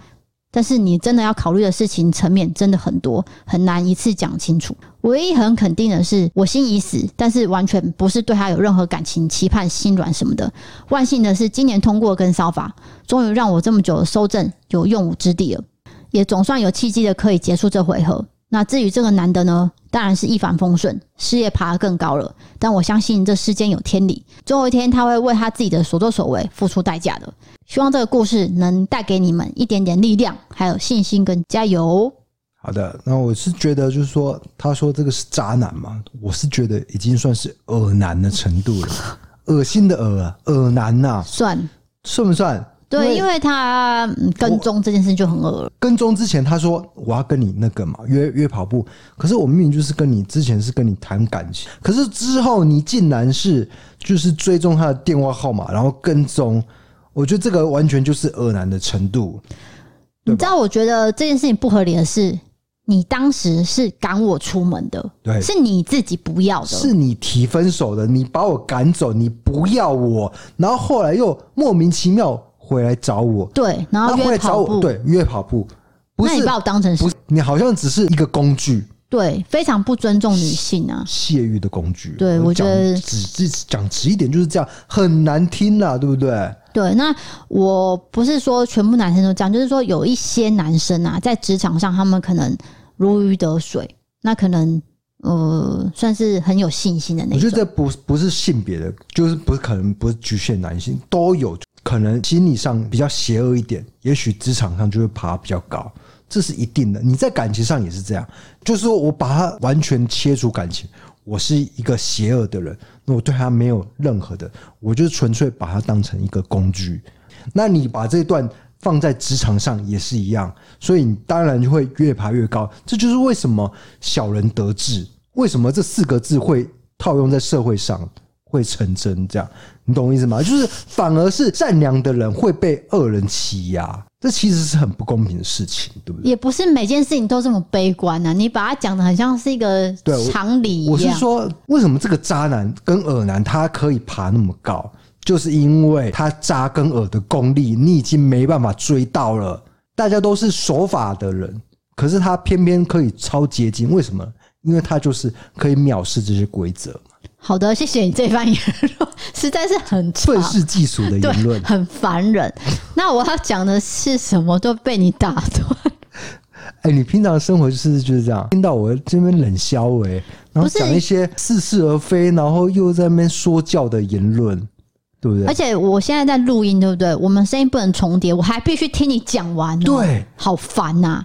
[SPEAKER 2] 但是你真的要考虑的事情层面真的很多，很难一次讲清楚。唯一很肯定的是，我心已死，但是完全不是对他有任何感情、期盼、心软什么的。万幸的是，今年通过跟骚法，终于让我这么久的收证有用武之地了。也总算有契机的可以结束这回合。那至于这个男的呢，当然是一帆风顺，事业爬得更高了。但我相信这世间有天理，总有一天他会为他自己的所作所为付出代价的。希望这个故事能带给你们一点点力量，还有信心跟加油。
[SPEAKER 3] 好的，那我是觉得就是说，他说这个是渣男嘛，我是觉得已经算是恶男的程度了， [LAUGHS] 恶心的恶啊，恶男呐、
[SPEAKER 2] 算
[SPEAKER 3] 算不啊算？
[SPEAKER 2] 对，因为他、嗯跟踪这件事就很恶了。
[SPEAKER 3] 跟踪之前，他说我要跟你那个嘛，约约跑步。可是我明明就是跟你之前是跟你谈感情，可是之后你竟然是就是追踪他的电话号码，然后跟踪。我觉得这个完全就是恶男的程度。
[SPEAKER 2] 你知道，我觉得这件事情不合理的是，你当时是赶我出门的，
[SPEAKER 3] 对
[SPEAKER 2] 是你自己不要的，
[SPEAKER 3] 哎是你提分手的，你把我赶走，你不要我，然后后来又莫名其妙回来找我，
[SPEAKER 2] 对，然
[SPEAKER 3] 他
[SPEAKER 2] 后
[SPEAKER 3] 回
[SPEAKER 2] 约
[SPEAKER 3] 来找
[SPEAKER 2] 跑步，
[SPEAKER 3] 我，对，约跑步，不
[SPEAKER 2] 那你
[SPEAKER 3] 是
[SPEAKER 2] 把我当成是
[SPEAKER 3] 不是，你好像只是一个工具，
[SPEAKER 2] 对，非常不尊重女性啊。
[SPEAKER 3] 泄欲的工具。
[SPEAKER 2] 对我觉
[SPEAKER 3] 讲
[SPEAKER 2] 得
[SPEAKER 3] 直直讲直一点就是这样，很难听啦，对不对？
[SPEAKER 2] 对，那我不是说全部男生都这样，就是说有一些男生啊，在职场上他们可能如鱼得水，那可能呃算是很有信心的那
[SPEAKER 3] 我觉得
[SPEAKER 2] 种。
[SPEAKER 3] 这不不是性别的，就是不是可能不是局限男性都有，可能心理上比较邪恶一点，也许职场上就会爬比较高，这是一定的。你在感情上也是这样，就是说我把他完全切除感情，我是一个邪恶的人，那我对他没有任何的，我就纯粹把他当成一个工具。那你把这段放在职场上也是一样，所以你当然就会越爬越高。这就是为什么小人得志，为什么这四个字会套用在社会上会成真？这样你懂我意思吗？就是反而是善良的人会被恶人欺压，这其实是很不公平的事情，对不对？
[SPEAKER 2] 也不是每件事情都这么悲观啊，你把它讲的很像是一个
[SPEAKER 3] 对我
[SPEAKER 2] 常理一样。
[SPEAKER 3] 我是说，为什么这个渣男跟恶男他可以爬那么高，就是因为他渣跟恶的功力你已经没办法追到了。大家都是守法的人，可是他偏偏可以超捷径，为什么？因为他就是可以藐视这些规
[SPEAKER 2] 啊
[SPEAKER 3] 则，
[SPEAKER 2] 好的，谢谢你这番言论，实在是很长
[SPEAKER 3] 愤世嫉俗的
[SPEAKER 2] 对
[SPEAKER 3] 言论，。
[SPEAKER 2] 很烦人。那我要讲的是什么都被你打断。
[SPEAKER 3] 哎、你平常生活就是就是这样，听到我这边冷笑哎、然后
[SPEAKER 2] 不是
[SPEAKER 3] 讲一些似是而非，然后又在那边说教的言论，对不对
[SPEAKER 2] 而？且我现在在录音，对不对？我们声音不能重叠，我还必须听你讲完、哦。
[SPEAKER 3] 对，
[SPEAKER 2] 好烦呐、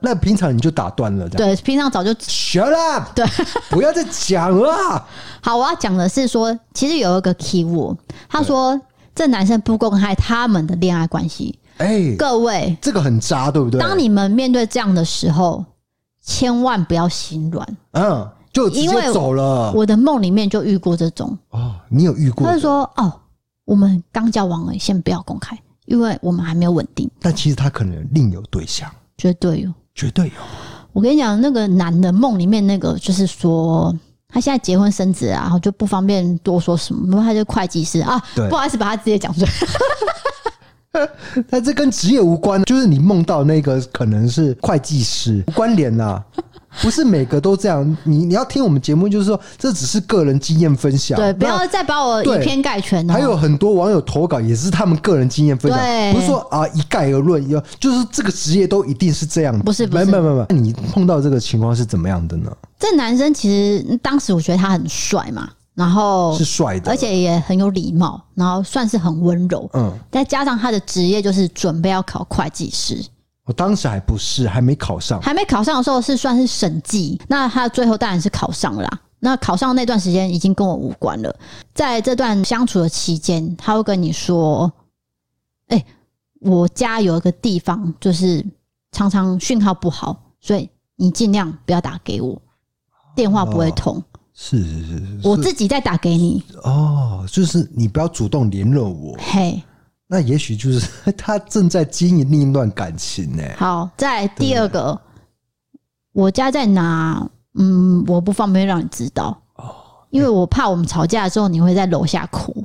[SPEAKER 3] 那平常你就打断了，这样。
[SPEAKER 2] 对，平常早就
[SPEAKER 3] Shut up！对，不要再讲
[SPEAKER 2] [LAUGHS]
[SPEAKER 3] 了。啊
[SPEAKER 2] 好。我要讲的是说，其实有一个 key word，他说这男生不公开他们的恋爱关系。
[SPEAKER 3] 哎、
[SPEAKER 2] 各位，
[SPEAKER 3] 这个很渣，对不对？
[SPEAKER 2] 当你们面对这样的时候，千万不要心软。
[SPEAKER 3] 嗯，就直
[SPEAKER 2] 因为
[SPEAKER 3] 接走了。
[SPEAKER 2] 我的梦里面就遇过这种，
[SPEAKER 3] 哦，你有遇啊过
[SPEAKER 2] 他？就说：“哦，我们刚交往而已，先不要公开，因为我们还没有稳定。
[SPEAKER 3] 但其实他可能另有对象，”
[SPEAKER 2] 绝对有。
[SPEAKER 3] 绝对有。
[SPEAKER 2] 我跟你讲，那个男的梦里面那个，就是说他现在结婚生子啊，然后就不方便多说什么，不然他就会计师啊，
[SPEAKER 3] 对
[SPEAKER 2] 不好意思把他直接讲出来。
[SPEAKER 3] 但这跟职业无关，就是你梦到那个可能是会计师，无关联啦、
[SPEAKER 2] [LAUGHS]
[SPEAKER 3] 不是每个都这样。你你要听我们节目，就是说这只是个人经验分享。
[SPEAKER 2] 对，不
[SPEAKER 3] 啊那
[SPEAKER 2] 要再把我
[SPEAKER 3] 对
[SPEAKER 2] 以偏概全哦。
[SPEAKER 3] 还有很多网友投稿也是他们个人经验分享，
[SPEAKER 2] 对
[SPEAKER 3] 不是说啊一概而论，要就是这个职业都一定是这样，
[SPEAKER 2] 不是不是
[SPEAKER 3] 没没没没，那你碰到这个情况是怎么样的呢？
[SPEAKER 2] 这男生其实当时我觉得他很帅嘛，然后
[SPEAKER 3] 是帅
[SPEAKER 2] 哦
[SPEAKER 3] 的，
[SPEAKER 2] 而且也很有礼貌，然后算是很温柔，
[SPEAKER 3] 嗯，
[SPEAKER 2] 再加上他的职业就是准备要考会计师，
[SPEAKER 3] 我哦当时还不是还没考上，
[SPEAKER 2] 还没考上的时候是算是审计，那他最后当然是考上了啦。那考上那段时间已经跟我无关了。在这段相处的期间，他会跟你说：“哎、我家有一个地方，就是常常讯号不好，所以你尽量不要打给我，电话不会通，
[SPEAKER 3] 是是是是，
[SPEAKER 2] 我
[SPEAKER 3] 是
[SPEAKER 2] 自己再打给你。
[SPEAKER 3] 哦，就是你不要主动联络我”，
[SPEAKER 2] 嘿，
[SPEAKER 3] 那也许就是 [LAUGHS] 他正在经营另一段感情呢、
[SPEAKER 2] 好，再来第二个，我家在哪？嗯，我不方便让你知道，因为我怕我们吵架之后你会在楼下哭。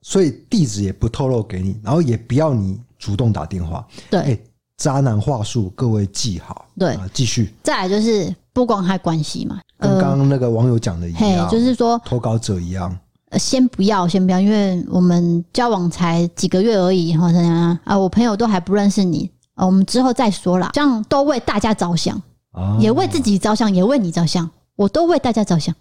[SPEAKER 3] 所以地址也不透露给你，然后也不要你主动打电话。
[SPEAKER 2] 对，
[SPEAKER 3] 哎、渣男话术，各位记好。
[SPEAKER 2] 对
[SPEAKER 3] 啊继续，
[SPEAKER 2] 再来就是不公开关系嘛，
[SPEAKER 3] 跟刚刚那个网友讲的一
[SPEAKER 2] 呃嘿
[SPEAKER 3] 样，，
[SPEAKER 2] 就是说、
[SPEAKER 3] 投稿者一样。
[SPEAKER 2] 呃先不要，先不要，因为我们交往才几个月而已，或者啊，我朋友都还不认识你，啊，我们之后再说啦，这样都为大家着想，
[SPEAKER 3] 啊
[SPEAKER 2] 也为自己着想，也为你着想，我都为大家着想，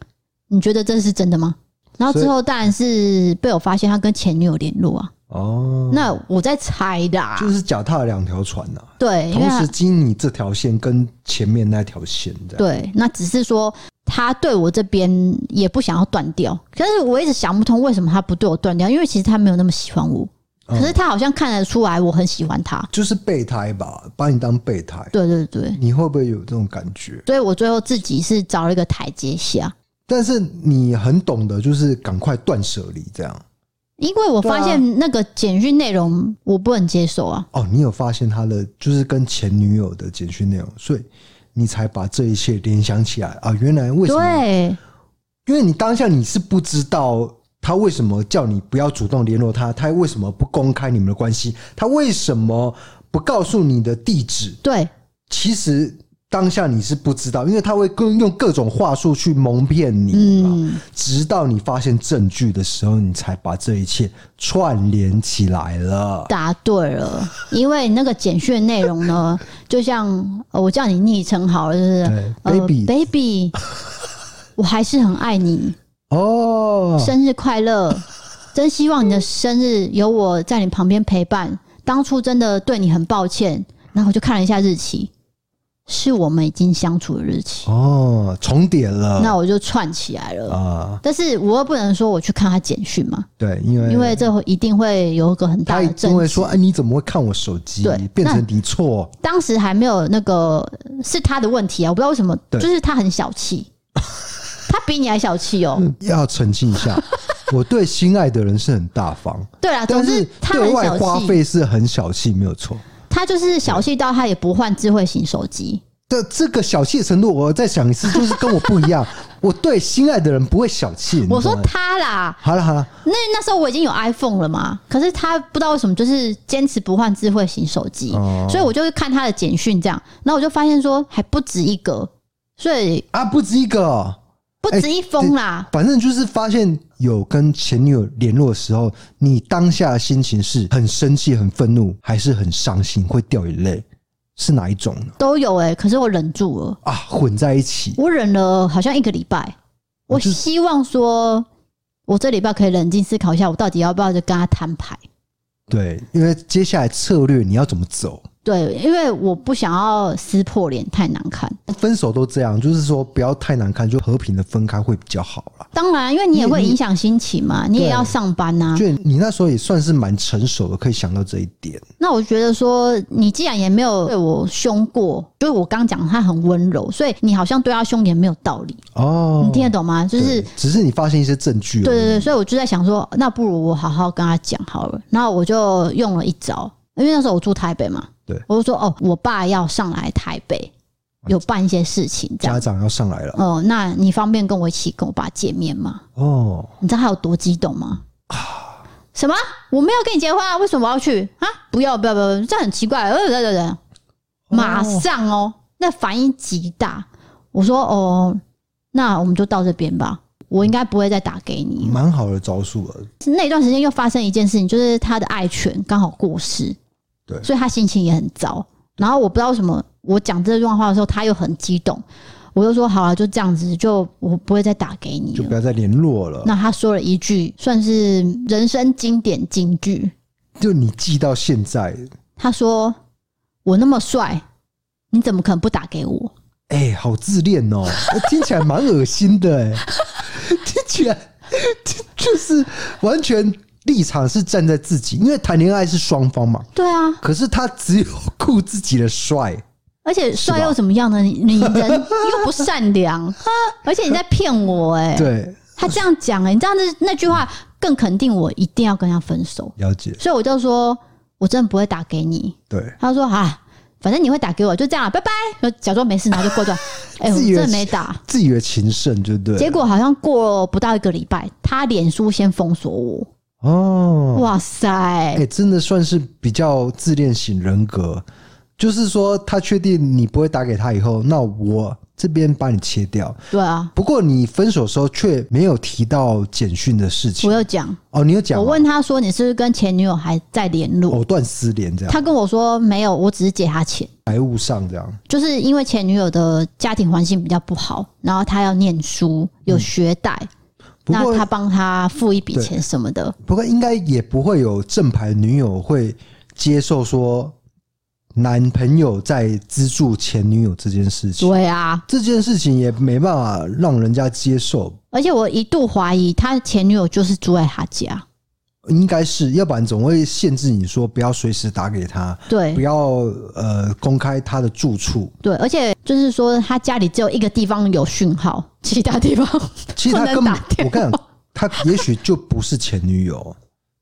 [SPEAKER 2] 你觉得这是真的吗？然后之后当然是被我发现他跟前女友联络啊，
[SPEAKER 3] 哦，
[SPEAKER 2] 那我在猜的、啊，
[SPEAKER 3] 就是脚踏两条船呐、
[SPEAKER 2] 对，因为
[SPEAKER 3] 同
[SPEAKER 2] 他
[SPEAKER 3] 时经营你这条线跟前面那条线这样。
[SPEAKER 2] 对，那只是说他对我这边也不想要断掉，可是我一直想不通为什么他不对我断掉，因为其实他没有那么喜欢我，可是他好像看得出来我很喜欢他。
[SPEAKER 3] 嗯就是备胎吧，把你当备胎。
[SPEAKER 2] 对对对，
[SPEAKER 3] 你会不会有这种感觉？
[SPEAKER 2] 所以我最后自己是找了一个台阶下，
[SPEAKER 3] 但是你很懂得，就是赶快断舍离这样。
[SPEAKER 2] 因为我
[SPEAKER 3] 啊
[SPEAKER 2] 发现那个简讯内容我不能接受啊。
[SPEAKER 3] 哦，你有发现他的就是跟前女友的简讯内容，所以你才把这一切联想起来啊。原来为什么？
[SPEAKER 2] 对
[SPEAKER 3] 因为你当下你是不知道他为什么叫你不要主动联络他，他为什么不公开你们的关系，他为什么不告诉你的地址？
[SPEAKER 2] 对
[SPEAKER 3] 其实当下你是不知道，因为他会跟用各种话术去蒙骗你嘛。
[SPEAKER 2] 嗯，
[SPEAKER 3] 直到你发现证据的时候，你才把这一切串联起来了。
[SPEAKER 2] 答对了，因为那个简讯内容呢， [LAUGHS] 就像、呃我叫你昵称好了，就是
[SPEAKER 3] 对
[SPEAKER 2] 呃
[SPEAKER 3] ，baby，
[SPEAKER 2] baby，我还是很爱你。
[SPEAKER 3] 哦，
[SPEAKER 2] 生日快乐！真希望你的生日有我在你旁边陪伴。当初真的对你很抱歉。然后我就看了一下日期，是我们已经相处的日期，
[SPEAKER 3] 哦，重叠了。
[SPEAKER 2] 那我就串起来了。
[SPEAKER 3] 啊、
[SPEAKER 2] 但是我又不能说我去看他简讯嘛，
[SPEAKER 3] 对，因为
[SPEAKER 2] 因为这会一定会有一个很大
[SPEAKER 3] 他
[SPEAKER 2] 的
[SPEAKER 3] 一
[SPEAKER 2] 争
[SPEAKER 3] 定
[SPEAKER 2] 执。
[SPEAKER 3] 会说，哎，你怎么会看我手机？
[SPEAKER 2] 对
[SPEAKER 3] 变
[SPEAKER 2] 那
[SPEAKER 3] 成你错。
[SPEAKER 2] 当时还没有那个是他的问题啊，我不知道为什么，
[SPEAKER 3] 对
[SPEAKER 2] 就是他很小
[SPEAKER 3] [LAUGHS]
[SPEAKER 2] 气，他比你还小气哦、
[SPEAKER 3] 要澄清一
[SPEAKER 2] [LAUGHS]
[SPEAKER 3] 下，我对心爱的人是很大方，
[SPEAKER 2] 对啦，总
[SPEAKER 3] 但
[SPEAKER 2] 之
[SPEAKER 3] 是
[SPEAKER 2] 啊他
[SPEAKER 3] 对
[SPEAKER 2] 很
[SPEAKER 3] 外花
[SPEAKER 2] 小气，
[SPEAKER 3] 费是很小气，没有错。
[SPEAKER 2] 他就是小气到他也不换智慧型手机。
[SPEAKER 3] 的这个小气的程度，我再想一次，就是跟我不一
[SPEAKER 2] [LAUGHS]
[SPEAKER 3] 样。我对心爱的人不会小气。你
[SPEAKER 2] 我说
[SPEAKER 3] 懂吗
[SPEAKER 2] 他啦，
[SPEAKER 3] 好了好了，
[SPEAKER 2] 那那时候我已经有 iPhone 了嘛，可是他不知道为什么就是坚持不换智慧型手机，
[SPEAKER 3] 哦
[SPEAKER 2] 所以我就看他的简讯这样，然后我就发现说还不止一个，所以
[SPEAKER 3] 啊，不止一个哦、
[SPEAKER 2] 不止一封啦，
[SPEAKER 3] 反正就是发现有跟前女友联络的时候，你当下的心情是很生气、很愤怒，还是很伤心，会掉眼泪，是哪一种呢？
[SPEAKER 2] 都有哎、可是我忍住了，
[SPEAKER 3] 啊，混在一起，
[SPEAKER 2] 我忍了好像一个礼拜，
[SPEAKER 3] 哦
[SPEAKER 2] 我希望说。我这礼拜可以冷静思考一下，我到底要不要就跟他摊牌？
[SPEAKER 3] 对，因为接下来策略你要怎么走？
[SPEAKER 2] 对，因为我不想要撕破脸，太难看。
[SPEAKER 3] 分手都这样，就是说不要太难看，就和平的分开会比较好啦。
[SPEAKER 2] 当然，因为你也会影响心情嘛，你也
[SPEAKER 3] 对
[SPEAKER 2] 要上班啊呐、
[SPEAKER 3] 就你那时候也算是蛮成熟的，可以想到这一点。
[SPEAKER 2] 那我觉得说，你既然也没有对我凶过，就是我刚讲他很温柔，所以你好像对他凶也没有道理，
[SPEAKER 3] 哦，
[SPEAKER 2] 你听得懂吗？就是
[SPEAKER 3] 对只是你发现一些证据而已。
[SPEAKER 2] 对对对，所以我就在想说，那不如我好好跟他讲好了。然后我就用了一招，因为那时候我住台北嘛，
[SPEAKER 3] 对啊
[SPEAKER 2] 我就说哦，我爸要上来台北，有办一些事情这
[SPEAKER 3] 家
[SPEAKER 2] 样。
[SPEAKER 3] 长要上来了。
[SPEAKER 2] 哦、那你方便跟我一起跟我爸见面吗？
[SPEAKER 3] 哦，
[SPEAKER 2] 你知道他有多激动
[SPEAKER 3] [SIGHS]
[SPEAKER 2] 吗？什么？我没有跟你结婚啊，为什么我要去啊？不要不要不要，这样很奇怪。呃，对对
[SPEAKER 3] 哦
[SPEAKER 2] 对，马上哦，那反应极大。我说哦，那我们就到这边吧，我应该不会再打给你。
[SPEAKER 3] 蛮好的招数了。
[SPEAKER 2] 那段时间又发生一件事情，就是他的爱犬刚好过世，
[SPEAKER 3] 对
[SPEAKER 2] 所以他心情也很糟。然后我不知道为什么，我讲这段话的时候，他又很激动，我就说好了，就这样子，就我不会再打给你
[SPEAKER 3] 就
[SPEAKER 2] 了
[SPEAKER 3] 不。要再联络了。
[SPEAKER 2] 那他说了一句算是人生经典金句，
[SPEAKER 3] 就你记到现在，
[SPEAKER 2] 他说：“我那么帅，你怎么可能不打给我
[SPEAKER 3] [LAUGHS]
[SPEAKER 2] [LAUGHS]
[SPEAKER 3] 哎、好自恋哦、听起来蛮恶心的、哎，居然 [LAUGHS] 就是完全立场是站在自己，因为谈恋爱是双方嘛，
[SPEAKER 2] 对啊，
[SPEAKER 3] 可是他只有顾自己的帅，
[SPEAKER 2] 而且帅又怎么样呢？你你人又不善良，而且你在骗我哎、
[SPEAKER 3] [LAUGHS] 对，
[SPEAKER 2] 他这样讲哎、你这样子那句话更肯定我一定要跟他分手，
[SPEAKER 3] 了解，
[SPEAKER 2] 所以我就说我真的不会打给你。
[SPEAKER 3] 对，
[SPEAKER 2] 他说啊，反正你会打给我，就这样啊，拜拜，就假装没事，然后就挂断。哎、我
[SPEAKER 3] 自以
[SPEAKER 2] 真
[SPEAKER 3] 为
[SPEAKER 2] 的没打。
[SPEAKER 3] 自以为情圣，对不对？
[SPEAKER 2] 结果好像过不到一个礼拜，他脸书先封锁我。
[SPEAKER 3] 哦，
[SPEAKER 2] 哇塞，
[SPEAKER 3] 哎、真的算是比较自恋型人格，就是说他确定你不会打给他以后，那我这边把你切掉。
[SPEAKER 2] 对啊，
[SPEAKER 3] 不过你分手的时候却没有提到简讯的事情
[SPEAKER 2] 我有讲，
[SPEAKER 3] 哦，你有讲、哦
[SPEAKER 2] 我
[SPEAKER 3] 啊，
[SPEAKER 2] 问他说你是不是跟前女友还在联络？
[SPEAKER 3] 藕断丝连这样，
[SPEAKER 2] 他跟我说没有，我只是借他钱，
[SPEAKER 3] 财务上这样，
[SPEAKER 2] 就是因为前女友的家庭环境比较不好，然后他要念书，
[SPEAKER 3] 嗯
[SPEAKER 2] 有学贷，
[SPEAKER 3] 不过
[SPEAKER 2] 那他帮他付一笔
[SPEAKER 3] 对
[SPEAKER 2] 钱什么的。
[SPEAKER 3] 不过应该也不会有正牌女友会接受说男朋友在资助前女友这件事情，
[SPEAKER 2] 对啊，
[SPEAKER 3] 这件事情也没办法让人家接受，
[SPEAKER 2] 而且我一度怀疑他前女友就是住在他家。
[SPEAKER 3] 应该是要不然总会限制你说不要随时打给他，
[SPEAKER 2] 对
[SPEAKER 3] 不，要呃公开他的住处。
[SPEAKER 2] 对，而且就是说，他家里只有一个地方有讯号， [LAUGHS] 其他地方
[SPEAKER 3] 其实
[SPEAKER 2] 不
[SPEAKER 3] 他
[SPEAKER 2] 能
[SPEAKER 3] 根本
[SPEAKER 2] 打电话
[SPEAKER 3] 我跟你讲，他也许就不是前女友，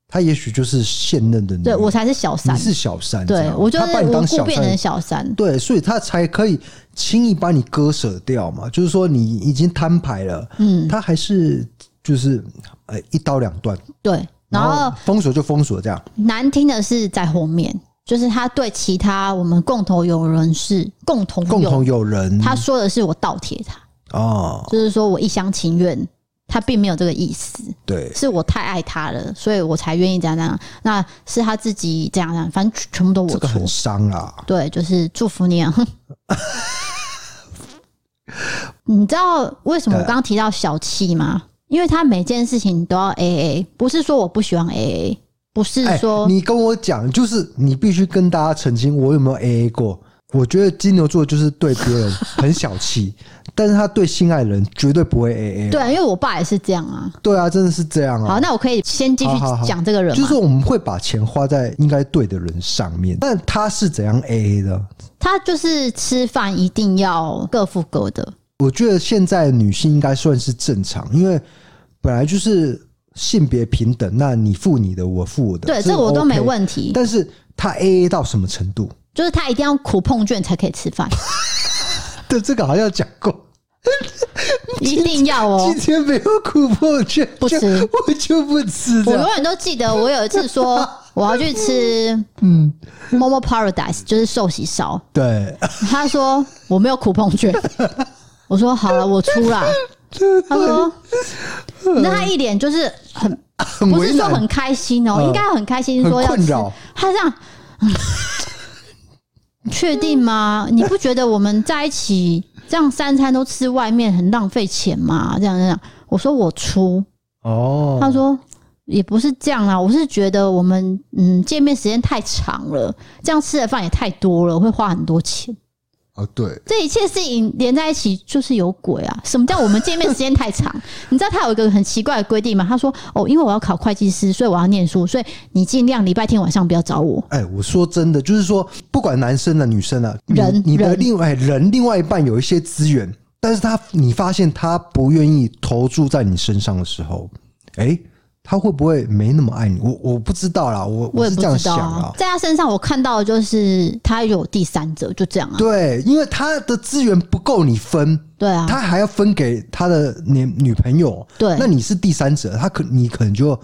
[SPEAKER 3] 他也许就是现任的女友。
[SPEAKER 2] 对我才是小
[SPEAKER 3] 你
[SPEAKER 2] 三。
[SPEAKER 3] 是小三，这
[SPEAKER 2] 对
[SPEAKER 3] 样
[SPEAKER 2] 我就
[SPEAKER 3] 他把
[SPEAKER 2] 是
[SPEAKER 3] 你
[SPEAKER 2] 无
[SPEAKER 3] 当
[SPEAKER 2] 故
[SPEAKER 3] 小
[SPEAKER 2] 变成
[SPEAKER 3] 三，
[SPEAKER 2] 小三。
[SPEAKER 3] 对，所以他才可以轻易把你割舍掉嘛。就是说你已经摊牌了，
[SPEAKER 2] 嗯，
[SPEAKER 3] 他还是就是呃一刀两断，
[SPEAKER 2] 对。然后
[SPEAKER 3] 封锁就封锁这样。
[SPEAKER 2] 难听的是在后面，就是他对其他我们共同有人是共同
[SPEAKER 3] 共
[SPEAKER 2] 有，
[SPEAKER 3] 同有嗯人
[SPEAKER 2] 他说的是我倒贴他，
[SPEAKER 3] 哦，
[SPEAKER 2] 就是说我一厢情愿，他并没有这个意思。
[SPEAKER 3] 对，
[SPEAKER 2] 是我太爱他了，所以我才愿意这样这样。那是他自己这样这样，反正全全部都
[SPEAKER 3] 这
[SPEAKER 2] 我
[SPEAKER 3] 个
[SPEAKER 2] 错
[SPEAKER 3] 很。伤啊。
[SPEAKER 2] 对，就是祝福你啊。 [LAUGHS] 你知道为什么我刚刚提到小气吗？因为他每件事情都要 A A，不是说我不喜欢 A A，不是
[SPEAKER 3] 哎，
[SPEAKER 2] 说、
[SPEAKER 3] 你跟我讲，就是你必须跟大家澄清，我有没有 AA 过？我觉得金牛座就是对别人很小
[SPEAKER 2] [LAUGHS]
[SPEAKER 3] 气，但是他对心爱的人绝对不会 AA。
[SPEAKER 2] 对，因为我爸也是这样啊。
[SPEAKER 3] 对啊，真的是这样
[SPEAKER 2] 好，
[SPEAKER 3] 啊。
[SPEAKER 2] 那我可以先继续
[SPEAKER 3] 好好好
[SPEAKER 2] 讲这个人吗？
[SPEAKER 3] 就是我们会把钱花在应该对的人上面，但他是怎样 AA 的？
[SPEAKER 2] 他就是吃饭一定要各付各的，
[SPEAKER 3] 我觉得现在女性应该算是正常，因为本来就是性别平等，那你付你的，我付我的，
[SPEAKER 2] 对，
[SPEAKER 3] 这
[SPEAKER 2] 这我都
[SPEAKER 3] OK 啊
[SPEAKER 2] 没。问题。
[SPEAKER 3] 但是他 AA 到什么程度？
[SPEAKER 2] 就是他一定要苦碰卷才可以吃饭，
[SPEAKER 3] 对，这个好像讲过。
[SPEAKER 2] 一定要哦
[SPEAKER 3] 今。天没有琥珀卷，
[SPEAKER 2] 不吃
[SPEAKER 3] 就我就不吃
[SPEAKER 2] 我
[SPEAKER 3] 这
[SPEAKER 2] 永
[SPEAKER 3] 样。
[SPEAKER 2] 远都记得，我有一次
[SPEAKER 3] [LAUGHS]
[SPEAKER 2] 说我要去吃，嗯，Momo Paradise 就是寿喜烧，
[SPEAKER 3] 对，
[SPEAKER 2] 他说我没有苦碰
[SPEAKER 3] [LAUGHS]
[SPEAKER 2] 券，我说好了，我出啦。他说，那他一脸就是很
[SPEAKER 3] 很
[SPEAKER 2] 不
[SPEAKER 3] 为
[SPEAKER 2] 是说
[SPEAKER 3] 难，
[SPEAKER 2] 很开心哦、
[SPEAKER 3] 嗯
[SPEAKER 2] 应该很开心说
[SPEAKER 3] 很
[SPEAKER 2] 要
[SPEAKER 3] 困
[SPEAKER 2] 吃
[SPEAKER 3] 扰，
[SPEAKER 2] 他这样。嗯确定吗？你不觉得我们在一起这样三餐都吃外面很浪费钱吗？这样这样，我说我出，
[SPEAKER 3] 哦。
[SPEAKER 2] 他说也不是这样啦，啊我是觉得我们嗯见面时间太长了，这样吃的饭也太多了，会花很多钱。
[SPEAKER 3] 哦，对，
[SPEAKER 2] 这一切事情连在一起就是有鬼啊！什么叫我们见面时间太长？ [LAUGHS] 你知道他有一个很奇怪的规定吗？他说哦，因为我要考会计师，所以我要念书，所以你尽量礼拜天晚上不要找我。
[SPEAKER 3] 哎，我说真的，就是说，不管男生啊、女生啊，你
[SPEAKER 2] 人
[SPEAKER 3] 你的
[SPEAKER 2] 人
[SPEAKER 3] 另外哎人另外一半有一些资源，但是他你发现他不愿意投注在你身上的时候，哎，他会不会没那么爱你？我我不知道啦，我
[SPEAKER 2] 我也
[SPEAKER 3] 是
[SPEAKER 2] 不
[SPEAKER 3] 这样
[SPEAKER 2] 知道、
[SPEAKER 3] 想
[SPEAKER 2] 啊
[SPEAKER 3] 啊，。
[SPEAKER 2] 在他身上我看到的就是他有第三者，就这样啊。
[SPEAKER 3] 对，因为他的资源不够你分，
[SPEAKER 2] 对啊，
[SPEAKER 3] 他还要分给他的女女朋友，
[SPEAKER 2] 对
[SPEAKER 3] 那你是第三者，他可你可能就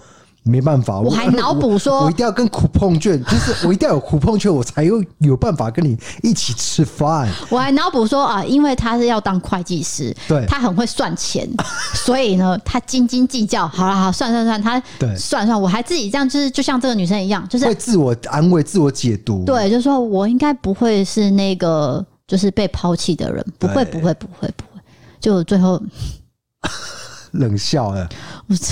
[SPEAKER 3] 没办法。
[SPEAKER 2] 我还脑补说
[SPEAKER 3] 我，我一 [LAUGHS] 定要跟苦碰券，就是我一定要有苦碰券，我才有有办法跟你一起吃饭。
[SPEAKER 2] 我还脑补说啊，因为他是要当会计师，
[SPEAKER 3] 对
[SPEAKER 2] 他很会算钱，所以呢，他斤斤计较。好了，好算算算，他
[SPEAKER 3] 对
[SPEAKER 2] 算算，我还自己这样，就是就像这个女生一样，就是
[SPEAKER 3] 会自我安慰、自我解读，，
[SPEAKER 2] 对，就是说我应该不会是那个就是被抛弃的人，不会，
[SPEAKER 3] 对
[SPEAKER 2] 不会，不会，不会。就最后，
[SPEAKER 3] 冷笑啊了。
[SPEAKER 2] 我这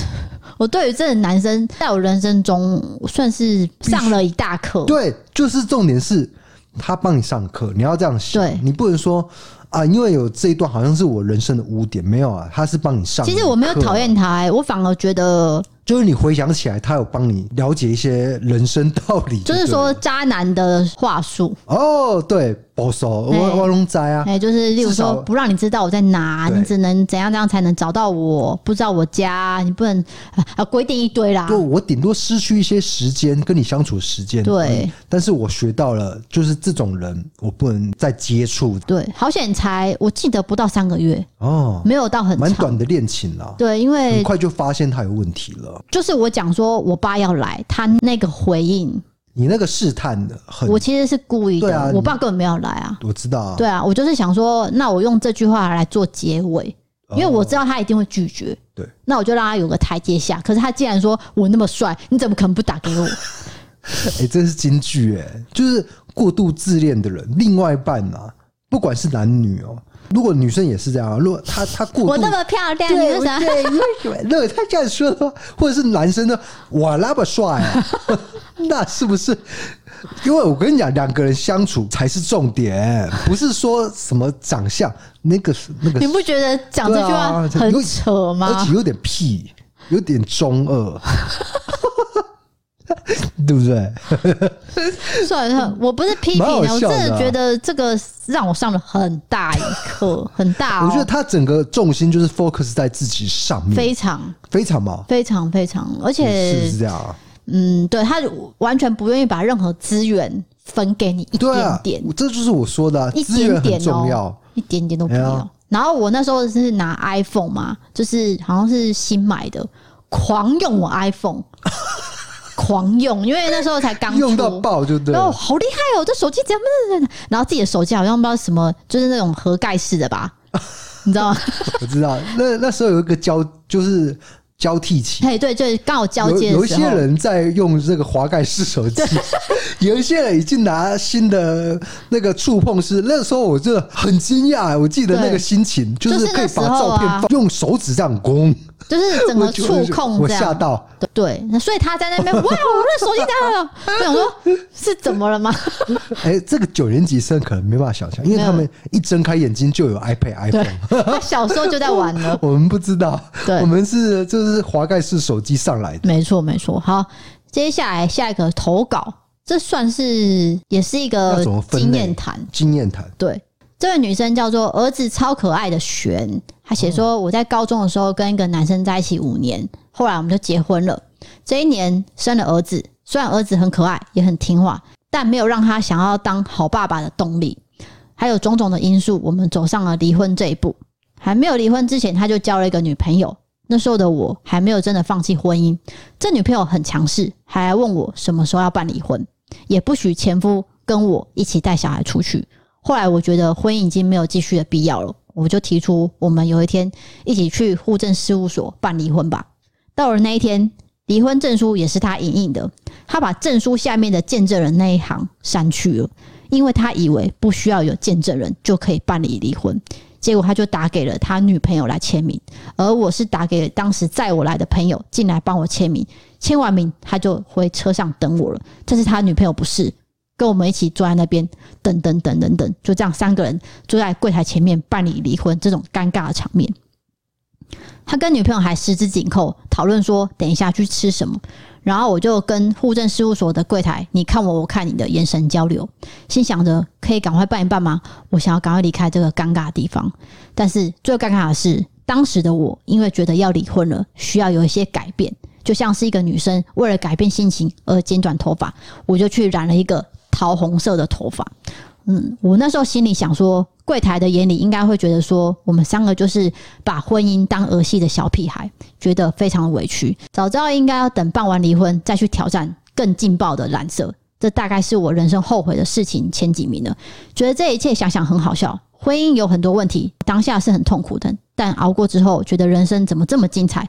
[SPEAKER 2] 我对于这个男生，在我人生中算是上了一大课。
[SPEAKER 3] 对，就是重点是他帮你上课，你要这样想
[SPEAKER 2] 对，
[SPEAKER 3] 你不能说啊，因为有这一段好像是我人生的污点，没有啊，他是帮你上。
[SPEAKER 2] 其实我没有讨，厌他、欸，我反而觉得，
[SPEAKER 3] 就是你回想起来，他有帮你了解一些人生道理
[SPEAKER 2] [LAUGHS] 就
[SPEAKER 3] 对了。
[SPEAKER 2] 是说渣男的话术，
[SPEAKER 3] 哦，对，保守，我
[SPEAKER 2] 哎
[SPEAKER 3] 我龙仔啊
[SPEAKER 2] 哎、，就是例如
[SPEAKER 3] 至少
[SPEAKER 2] 说不让你知道我在哪，
[SPEAKER 3] 对
[SPEAKER 2] 你只能怎样怎样才能找到我，不知道我家，你不能啊啊规定一堆啦
[SPEAKER 3] 就。我顶多失去一些时间跟你相处时间，
[SPEAKER 2] 对
[SPEAKER 3] 嗯但是我学到了，就是这种人我不能再接触
[SPEAKER 2] 对，好险才我记得不到三个月，
[SPEAKER 3] 哦，
[SPEAKER 2] 没有到很
[SPEAKER 3] 蛮
[SPEAKER 2] 长。
[SPEAKER 3] 短的恋情啦，
[SPEAKER 2] 对，因
[SPEAKER 3] 很
[SPEAKER 2] 为
[SPEAKER 3] 快就发现他有问题了。
[SPEAKER 2] 就是我讲说我爸要来，他那个回应，
[SPEAKER 3] 你那个试探的很，
[SPEAKER 2] 我其实是故意
[SPEAKER 3] 嗯对啊
[SPEAKER 2] 的，
[SPEAKER 3] 你
[SPEAKER 2] 我爸根本没有来啊。
[SPEAKER 3] 我知道啊，
[SPEAKER 2] 对啊，我就是想说，那我用这句话来做结尾，
[SPEAKER 3] 哦
[SPEAKER 2] 因为我知道他一定会拒绝。
[SPEAKER 3] 对，
[SPEAKER 2] 那我就让他有个台阶下。可是他既然说我那么帅，你怎么可能不打给
[SPEAKER 3] [LAUGHS]
[SPEAKER 2] 我？
[SPEAKER 3] 哎、真是金句哎、就是过度自恋的人，另外一半啊，不管是男女哦、如果女生也是这样啊，如果她她过度
[SPEAKER 2] 我那么漂亮，你
[SPEAKER 3] 对
[SPEAKER 2] 为啥？
[SPEAKER 3] 对，因为什么？ [LAUGHS] 对，他这样说的话，或者是男生呢，我那么帅、啊， [LAUGHS] 那是不是？因为我跟你讲，两个人相处才是重点，不是说什么长相，那个是那
[SPEAKER 2] [LAUGHS]
[SPEAKER 3] 个
[SPEAKER 2] 你不觉得讲这句话
[SPEAKER 3] 对啊
[SPEAKER 2] 很扯
[SPEAKER 3] 而
[SPEAKER 2] 吗
[SPEAKER 3] 且？有点屁，有点中
[SPEAKER 2] [LAUGHS]
[SPEAKER 3] 二，对不对？
[SPEAKER 2] 算了算了，我不是批评
[SPEAKER 3] 蛮好
[SPEAKER 2] 的，我
[SPEAKER 3] 笑
[SPEAKER 2] 真
[SPEAKER 3] 的啊
[SPEAKER 2] 的觉得这个让我上了很大一
[SPEAKER 3] [LAUGHS]
[SPEAKER 2] 课，很大、哦。
[SPEAKER 3] 我觉得他整个重心就是 focus 在自己上面，
[SPEAKER 2] 非常
[SPEAKER 3] 非常嘛，
[SPEAKER 2] 非常非常，而
[SPEAKER 3] 是不
[SPEAKER 2] 且
[SPEAKER 3] 是这样啊？
[SPEAKER 2] 嗯，对他完全不愿意把任何资源分给你一
[SPEAKER 3] 对啊
[SPEAKER 2] 点点，，
[SPEAKER 3] 我这就是我说的、啊，
[SPEAKER 2] 一
[SPEAKER 3] 资源
[SPEAKER 2] 点点
[SPEAKER 3] 很
[SPEAKER 2] 哦
[SPEAKER 3] 重要。
[SPEAKER 2] 一点点都不
[SPEAKER 3] 哎
[SPEAKER 2] 要
[SPEAKER 3] 呀。
[SPEAKER 2] 然后我那时候是拿 iPhone 嘛，就是好像是新买的，狂用我 iPhone，狂用，因为那时候才刚出
[SPEAKER 3] [LAUGHS] 用到爆就对
[SPEAKER 2] 然
[SPEAKER 3] 了
[SPEAKER 2] 后我好厉害哦，这手机怎么？然后自己的手机好像不知道什么，就是那种盒盖式的吧，你知道吗？
[SPEAKER 3] 我知道，那那时候有一个交，就是交替期。
[SPEAKER 2] 嘿，对，就是刚好交
[SPEAKER 3] 有
[SPEAKER 2] 接
[SPEAKER 3] 有
[SPEAKER 2] 的
[SPEAKER 3] 一
[SPEAKER 2] 时
[SPEAKER 3] 些
[SPEAKER 2] 候。
[SPEAKER 3] 人在用这个滑盖式手
[SPEAKER 2] [LAUGHS]
[SPEAKER 3] 机，有一些人已经拿新的那个触碰式。那时候我真的很惊讶，我记得那个
[SPEAKER 2] 对
[SPEAKER 3] 心情，就
[SPEAKER 2] 就是是
[SPEAKER 3] 可以
[SPEAKER 2] 那时
[SPEAKER 3] 把
[SPEAKER 2] 候
[SPEAKER 3] 照
[SPEAKER 2] 啊
[SPEAKER 3] 片放用手指这样攻，
[SPEAKER 2] 就是整
[SPEAKER 3] 我
[SPEAKER 2] 个
[SPEAKER 3] 就
[SPEAKER 2] 触控
[SPEAKER 3] 我
[SPEAKER 2] 这
[SPEAKER 3] 吓
[SPEAKER 2] 样，
[SPEAKER 3] 到。
[SPEAKER 2] 对，那所以他在那边，哇，我的手机在了，我想说是怎么了吗？
[SPEAKER 3] 哎、这个九年级生可能没办法想象，因为
[SPEAKER 2] 没有
[SPEAKER 3] 他们一睁开眼睛就有 iPad、iPhone。
[SPEAKER 2] 他小时候就在玩了， [LAUGHS]
[SPEAKER 3] 我们不知道，
[SPEAKER 2] 对
[SPEAKER 3] 我们是就是滑盖式手机上来的。
[SPEAKER 2] 没错，没错。好，接下来下一个投稿，这算是也是一
[SPEAKER 3] 要
[SPEAKER 2] 个
[SPEAKER 3] 怎么分类
[SPEAKER 2] 经验谈。
[SPEAKER 3] 经验谈，
[SPEAKER 2] 对，这位女生叫做儿子超可爱的璇，她写说我在高中的时候跟一个男生在一起五年，后来我们就结婚了。这一年生了儿子，虽然儿子很可爱也很听话，但没有让他想要当好爸爸的动力，还有种种的因素，我们走上了离婚这一步。还没有离婚之前，他就交了一个女朋友。那时候的我还没有真的放弃婚姻，这女朋友很强势，还来问我什么时候要办离婚，也不许前夫跟我一起带小孩出去。后来我觉得婚姻已经没有继续的必要了，我就提出我们有一天一起去户政事务所办离婚吧。到了那一天，离婚证书也是他影印的，他把证书下面的见证人那一行删去了，因为他以为不需要有见证人就可以办理离婚。结果他就打给了他女朋友来签名，而我是打给当时载我来的朋友进来帮我签名，签完名他就回车上等我了。这是他女朋友不是跟我们一起坐在那边等等等等等，就这样三个人坐在柜台前面办理离婚这种尴尬的场面。他跟女朋友还十指紧扣，讨论说等一下去吃什么。然后我就跟户政事务所的柜台，你看我，我看你的眼神交流，心想着可以赶快办一办吗？我想要赶快离开这个尴尬的地方。但是最尴尬的是，当时的我因为觉得要离婚了，需要有一些改变，就像是一个女生为了改变心情而剪短头发，我就去染了一个桃红色的头发。嗯，我那时候心里想说，柜台的眼里应该会觉得说，我们三个就是把婚姻当儿戏的小屁孩，觉得非常委屈。早知道应该要等办完离婚再去挑战更劲爆的蓝色，这大概是我人生后悔的事情前几名了。觉得这一切想想很好笑。婚姻有很多问题，当下是很痛苦的，但熬过之后，觉得人生怎么这么精彩？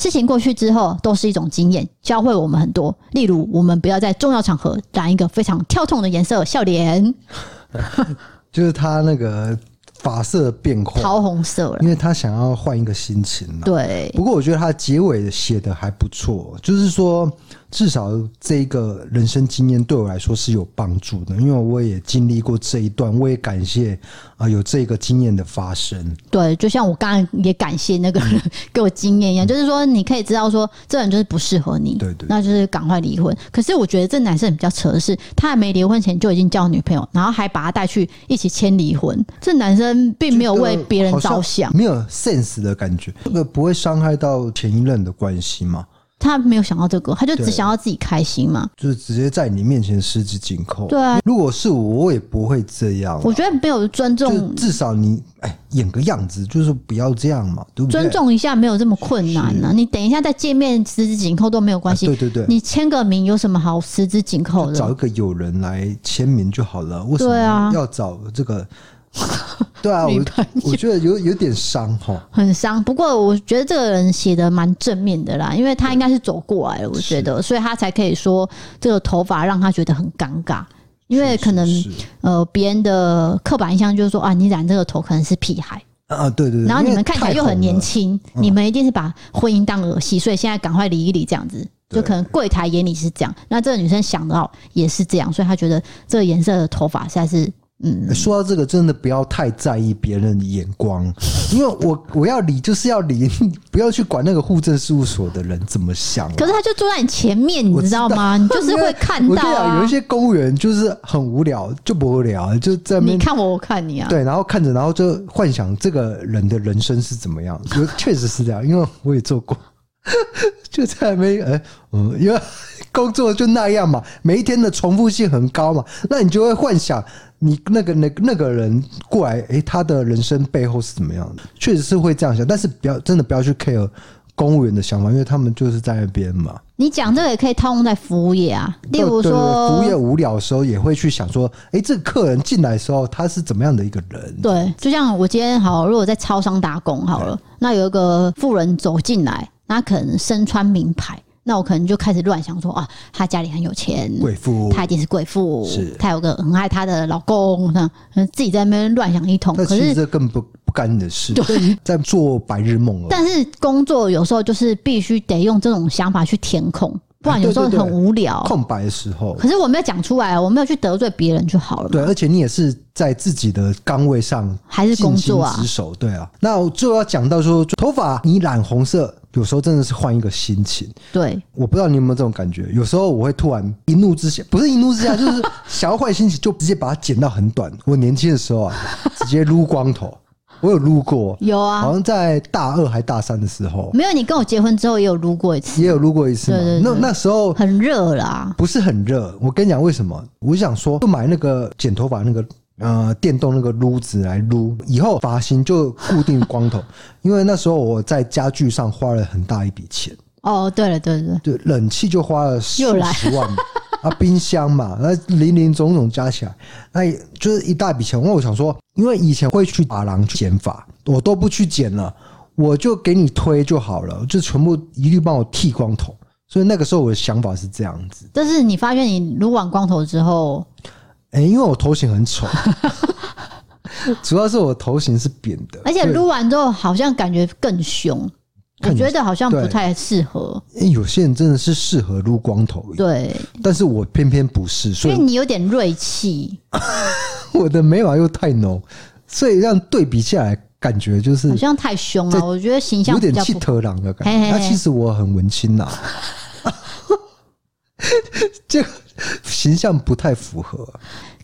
[SPEAKER 2] 事情过去之后，都是一种经验，教会我们很多。例如，我们不要在重要场合染一个非常跳痛的颜色笑脸，
[SPEAKER 3] 就是他那个发色变化，
[SPEAKER 2] 桃红色了
[SPEAKER 3] 因。为他想要换一个心情啦。
[SPEAKER 2] 对
[SPEAKER 3] 不过我觉得他结尾写的还不错，就是说至少这个人生经验对我来说是有帮助的，因为我也经历过这一段，我也感谢啊、有这个经验的发生。
[SPEAKER 2] 对，就像我刚刚也感谢那个
[SPEAKER 3] 嗯
[SPEAKER 2] 人 [LAUGHS] 给我经验一样，就是说你可以知道说这人就是不适合你，
[SPEAKER 3] 对对
[SPEAKER 2] 那就是赶快离婚。可是我觉得这男生比较扯的是，他还没离婚前就已经交女朋友，然后还把他带去一起签离婚，这男生并没有为别人着想，
[SPEAKER 3] 没有 sense 的感觉，这个不会伤害到前一任的关系嘛？
[SPEAKER 2] 他没有想到这个，他就只想要自己开心嘛。
[SPEAKER 3] 就是直接在你面前十指紧扣。
[SPEAKER 2] 对啊，
[SPEAKER 3] 如果是我，我也不会这样啊、
[SPEAKER 2] 我觉得没有尊
[SPEAKER 3] 就
[SPEAKER 2] 重，
[SPEAKER 3] 至少你哎演个样子，就是不要这样嘛，对不对？
[SPEAKER 2] 尊重一下没有这么困难啊呢、你等一下再见面十指紧扣都没有关系，
[SPEAKER 3] 啊对对对
[SPEAKER 2] 你签个名有什么好十指紧扣的
[SPEAKER 3] 找？一个友人来签名就好了，为什么
[SPEAKER 2] 对啊
[SPEAKER 3] 要找这个？ [LAUGHS] 对啊，
[SPEAKER 2] 女
[SPEAKER 3] 我
[SPEAKER 2] 朋友
[SPEAKER 3] 我觉得有有点伤哈。
[SPEAKER 2] 很伤。不过我觉得这个人写的蛮正面的啦，因为他应该是走过来了，我觉得，所以他才可以说这个头发让他觉得很尴尬。因为可能
[SPEAKER 3] 是是
[SPEAKER 2] 呃，别人的刻板印象就是说啊，你染这个头可能是屁孩，
[SPEAKER 3] 啊，对对对，
[SPEAKER 2] 然后你
[SPEAKER 3] 因为
[SPEAKER 2] 们看起来
[SPEAKER 3] 太
[SPEAKER 2] 又很
[SPEAKER 3] 红
[SPEAKER 2] 年
[SPEAKER 3] 了，嗯
[SPEAKER 2] 轻，你们一定是把婚姻当儿戏，所以现在赶快离一离这样子。就
[SPEAKER 3] 对
[SPEAKER 2] 可能柜台眼里是这样，那这个女生想到也是这样，所以她觉得这个颜色的头发实在是嗯，
[SPEAKER 3] 说到这个，真的不要太在意别人的眼光，因为我我要理就是要理， [LAUGHS] 不要去管那个户政事务所的人怎么想啊。
[SPEAKER 2] 可是她就坐在你前面，你
[SPEAKER 3] 我
[SPEAKER 2] 知道
[SPEAKER 3] 知道
[SPEAKER 2] 吗？你就是
[SPEAKER 3] 因为
[SPEAKER 2] 会看
[SPEAKER 3] [LAUGHS] 我
[SPEAKER 2] 到
[SPEAKER 3] 跟你讲，
[SPEAKER 2] 啊
[SPEAKER 3] 有一。些公务员就是很无聊，就不无聊，就在那
[SPEAKER 2] 你
[SPEAKER 3] 边
[SPEAKER 2] 看我，我看你啊。
[SPEAKER 3] 嗯对，然后看着，然后就幻想这个人的人生是怎么样。 [LAUGHS] 有确实是这样，因为我也做过， [LAUGHS] 就在那边，呃，嗯，因为工作就那样嘛，每一天的重复性很高嘛，那你就会幻想你那个那那个人过来，诶，他的人生背后是怎么样的？确实是会这样想，但是不要真的不要去 care 公务员的想法，因为他们就是在那边嘛。
[SPEAKER 2] 你讲这个也可以套用在服务业啊，例
[SPEAKER 3] 对
[SPEAKER 2] 如
[SPEAKER 3] 对对服务业
[SPEAKER 2] 说，
[SPEAKER 3] 无聊的时候，也会去想说，诶，这个客人进来的时候，他是怎么样的一个人？
[SPEAKER 2] 对，就像我今天好，如果在超商打工好了，那有一个富人走进来，那可能身穿名牌，那我可能就开始乱想说啊，他家里很有钱，
[SPEAKER 3] 贵妇，
[SPEAKER 2] 他一定是贵妇
[SPEAKER 3] 是，
[SPEAKER 2] 他有个很爱他的老公，那自己在那边乱想一通。
[SPEAKER 3] 但
[SPEAKER 2] 可
[SPEAKER 3] 其实
[SPEAKER 2] 是，
[SPEAKER 3] 这更不不干你的事，对，你 [LAUGHS] 在做白日梦了。
[SPEAKER 2] 但是工作有时候就是必须得用这种想法去填空，不然
[SPEAKER 3] 啊对
[SPEAKER 2] 有时候
[SPEAKER 3] 对对
[SPEAKER 2] 很无聊。
[SPEAKER 3] 空白的时候，
[SPEAKER 2] 可是我没有讲出来，啊我没有去得罪别人就好了嘛。
[SPEAKER 3] 对，而且你也是在自己的岗位上
[SPEAKER 2] 还是工作
[SPEAKER 3] 尽
[SPEAKER 2] 啊
[SPEAKER 3] 心职，守，对啊。那我就要讲到说，头发你染红色，有时候真的是换一个心情。
[SPEAKER 2] 对，
[SPEAKER 3] 我不知道你有没有这种感觉，有时候我会突然一怒之下，不是一怒
[SPEAKER 2] [LAUGHS]
[SPEAKER 3] 之下，就是想要换心情，就直接把它剪到很短。我年轻的时候
[SPEAKER 2] [LAUGHS]
[SPEAKER 3] 啊，直接撸光头，我有撸过，
[SPEAKER 2] 有啊，
[SPEAKER 3] 好像在大二还大三的时候，
[SPEAKER 2] 没有，你跟我结婚之后也有撸过一次，
[SPEAKER 3] 也有撸过一次嘛。
[SPEAKER 2] 对对对
[SPEAKER 3] 那那时候
[SPEAKER 2] 很热啦。
[SPEAKER 3] 不是很热。我跟你讲为什么？我想说，就买那个剪头发那个呃电动那个撸子来撸，以后发型就固定
[SPEAKER 2] [LAUGHS]
[SPEAKER 3] 光头。因为那时候我在家具上花了很大一笔钱，
[SPEAKER 2] 哦，对了，对了对了，
[SPEAKER 3] 就冷气就花了数
[SPEAKER 2] 又来 [LAUGHS]
[SPEAKER 3] 十万嘛啊，冰箱嘛，那零零总总加起来，那也就是一大笔钱。我想说，因为以前会去发廊去剪发，我都不去剪了，我就给你推就好了，就全部一律帮我剃光头。所以那个时候我的想法是这样子。
[SPEAKER 2] 但是你发现你撸完光头之后，
[SPEAKER 3] 哎、因为我头型很丑， [LAUGHS] 主要是我头型是扁的，
[SPEAKER 2] 而且撸完之后好像感觉更凶，我
[SPEAKER 3] 看起来
[SPEAKER 2] 觉得好像不
[SPEAKER 3] 对
[SPEAKER 2] 太适合。
[SPEAKER 3] 所以、诶有些人真的是适合撸光头，
[SPEAKER 2] 对，
[SPEAKER 3] 但是我偏偏不是，
[SPEAKER 2] 因
[SPEAKER 3] 所
[SPEAKER 2] 为
[SPEAKER 3] 以
[SPEAKER 2] 你有点锐气，
[SPEAKER 3] [LAUGHS] 我的眉毛又太浓，所以让对比下来感觉就是
[SPEAKER 2] 好像太凶了，
[SPEAKER 3] 嗯这
[SPEAKER 2] 我觉得形象
[SPEAKER 3] 有
[SPEAKER 2] 比
[SPEAKER 3] 点
[SPEAKER 2] 较
[SPEAKER 3] 气
[SPEAKER 2] 不。
[SPEAKER 3] 特狼的感
[SPEAKER 2] 嘿嘿
[SPEAKER 3] 觉。
[SPEAKER 2] 嘿
[SPEAKER 3] 那、其实我很文青呐、 [LAUGHS] 这个形象不太符合。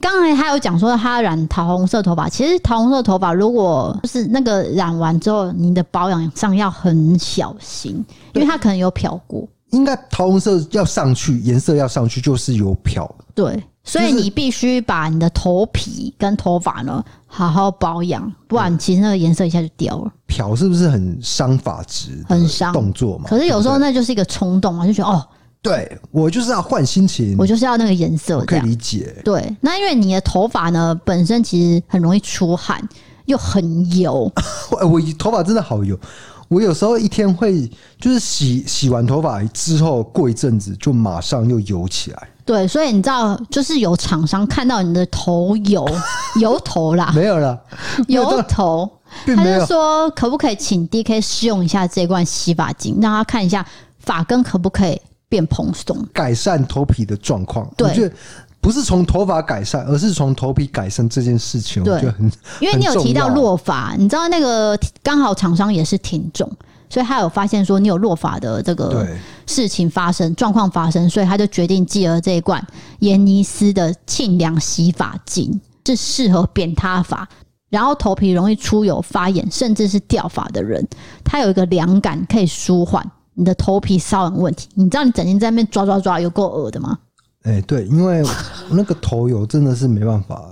[SPEAKER 2] 刚才他有讲说他染桃红色头发，其实桃红色头发如果就是那个染完之后，你的保养上要很小心，因为他可能有漂过。
[SPEAKER 3] 应该桃红色要上去，颜色要上去，就是有漂。
[SPEAKER 2] 对，所以
[SPEAKER 3] 就是
[SPEAKER 2] 你必须把你的头皮跟头发呢好好保养，不然其实那个颜色一下就掉了。
[SPEAKER 3] 漂是不是很伤发质？
[SPEAKER 2] 很伤
[SPEAKER 3] 动作嘛。
[SPEAKER 2] 可是有时候
[SPEAKER 3] 对不对嗯
[SPEAKER 2] 那就是一个冲动嘛，就觉得哦，
[SPEAKER 3] 对我就是要换心情，
[SPEAKER 2] 我就是要那个颜色
[SPEAKER 3] 我
[SPEAKER 2] 这
[SPEAKER 3] 可以
[SPEAKER 2] 样。
[SPEAKER 3] 理解。
[SPEAKER 2] 对，那因为你的头发呢本身其实很容易出汗，又很
[SPEAKER 3] [LAUGHS]
[SPEAKER 2] 油，
[SPEAKER 3] 我我头发真的好油，我有时候一天会就是洗洗完头发之后，过一阵子就马上又油起来。
[SPEAKER 2] 对，所以你知道，就是有厂商看到你的头
[SPEAKER 3] [LAUGHS]
[SPEAKER 2] 油油头啦，
[SPEAKER 3] 没有
[SPEAKER 2] [LAUGHS]
[SPEAKER 3] 了，没有
[SPEAKER 2] 油头，
[SPEAKER 3] 并
[SPEAKER 2] 他
[SPEAKER 3] 没
[SPEAKER 2] 就
[SPEAKER 3] 有。
[SPEAKER 2] 啊说可不可以请 D K 试用一下这罐洗发精，让他看一下发根可不可以变蓬松。
[SPEAKER 3] 改善头皮的状况。
[SPEAKER 2] 对
[SPEAKER 3] 我觉得不是从头发改善，而是从头皮改善这件事情，我
[SPEAKER 2] 对
[SPEAKER 3] 觉得很
[SPEAKER 2] 因为你有
[SPEAKER 3] 很重
[SPEAKER 2] 提到
[SPEAKER 3] 要
[SPEAKER 2] 落发，你知道那个刚好厂商也是挺重，所以他有发现说你有落发的这个
[SPEAKER 3] 对。
[SPEAKER 2] 事情发生状况发生，所以他就决定继而这一罐延尼斯的沁凉洗发精是适合扁塌发。然后头皮容易出油、发炎，甚至是掉发的人，它有一个凉感可以舒缓你的头皮瘙痒问题。你知道你整天在那边抓抓抓，有够恶的吗？
[SPEAKER 3] 哎、对，因为那个头油真的是没办法，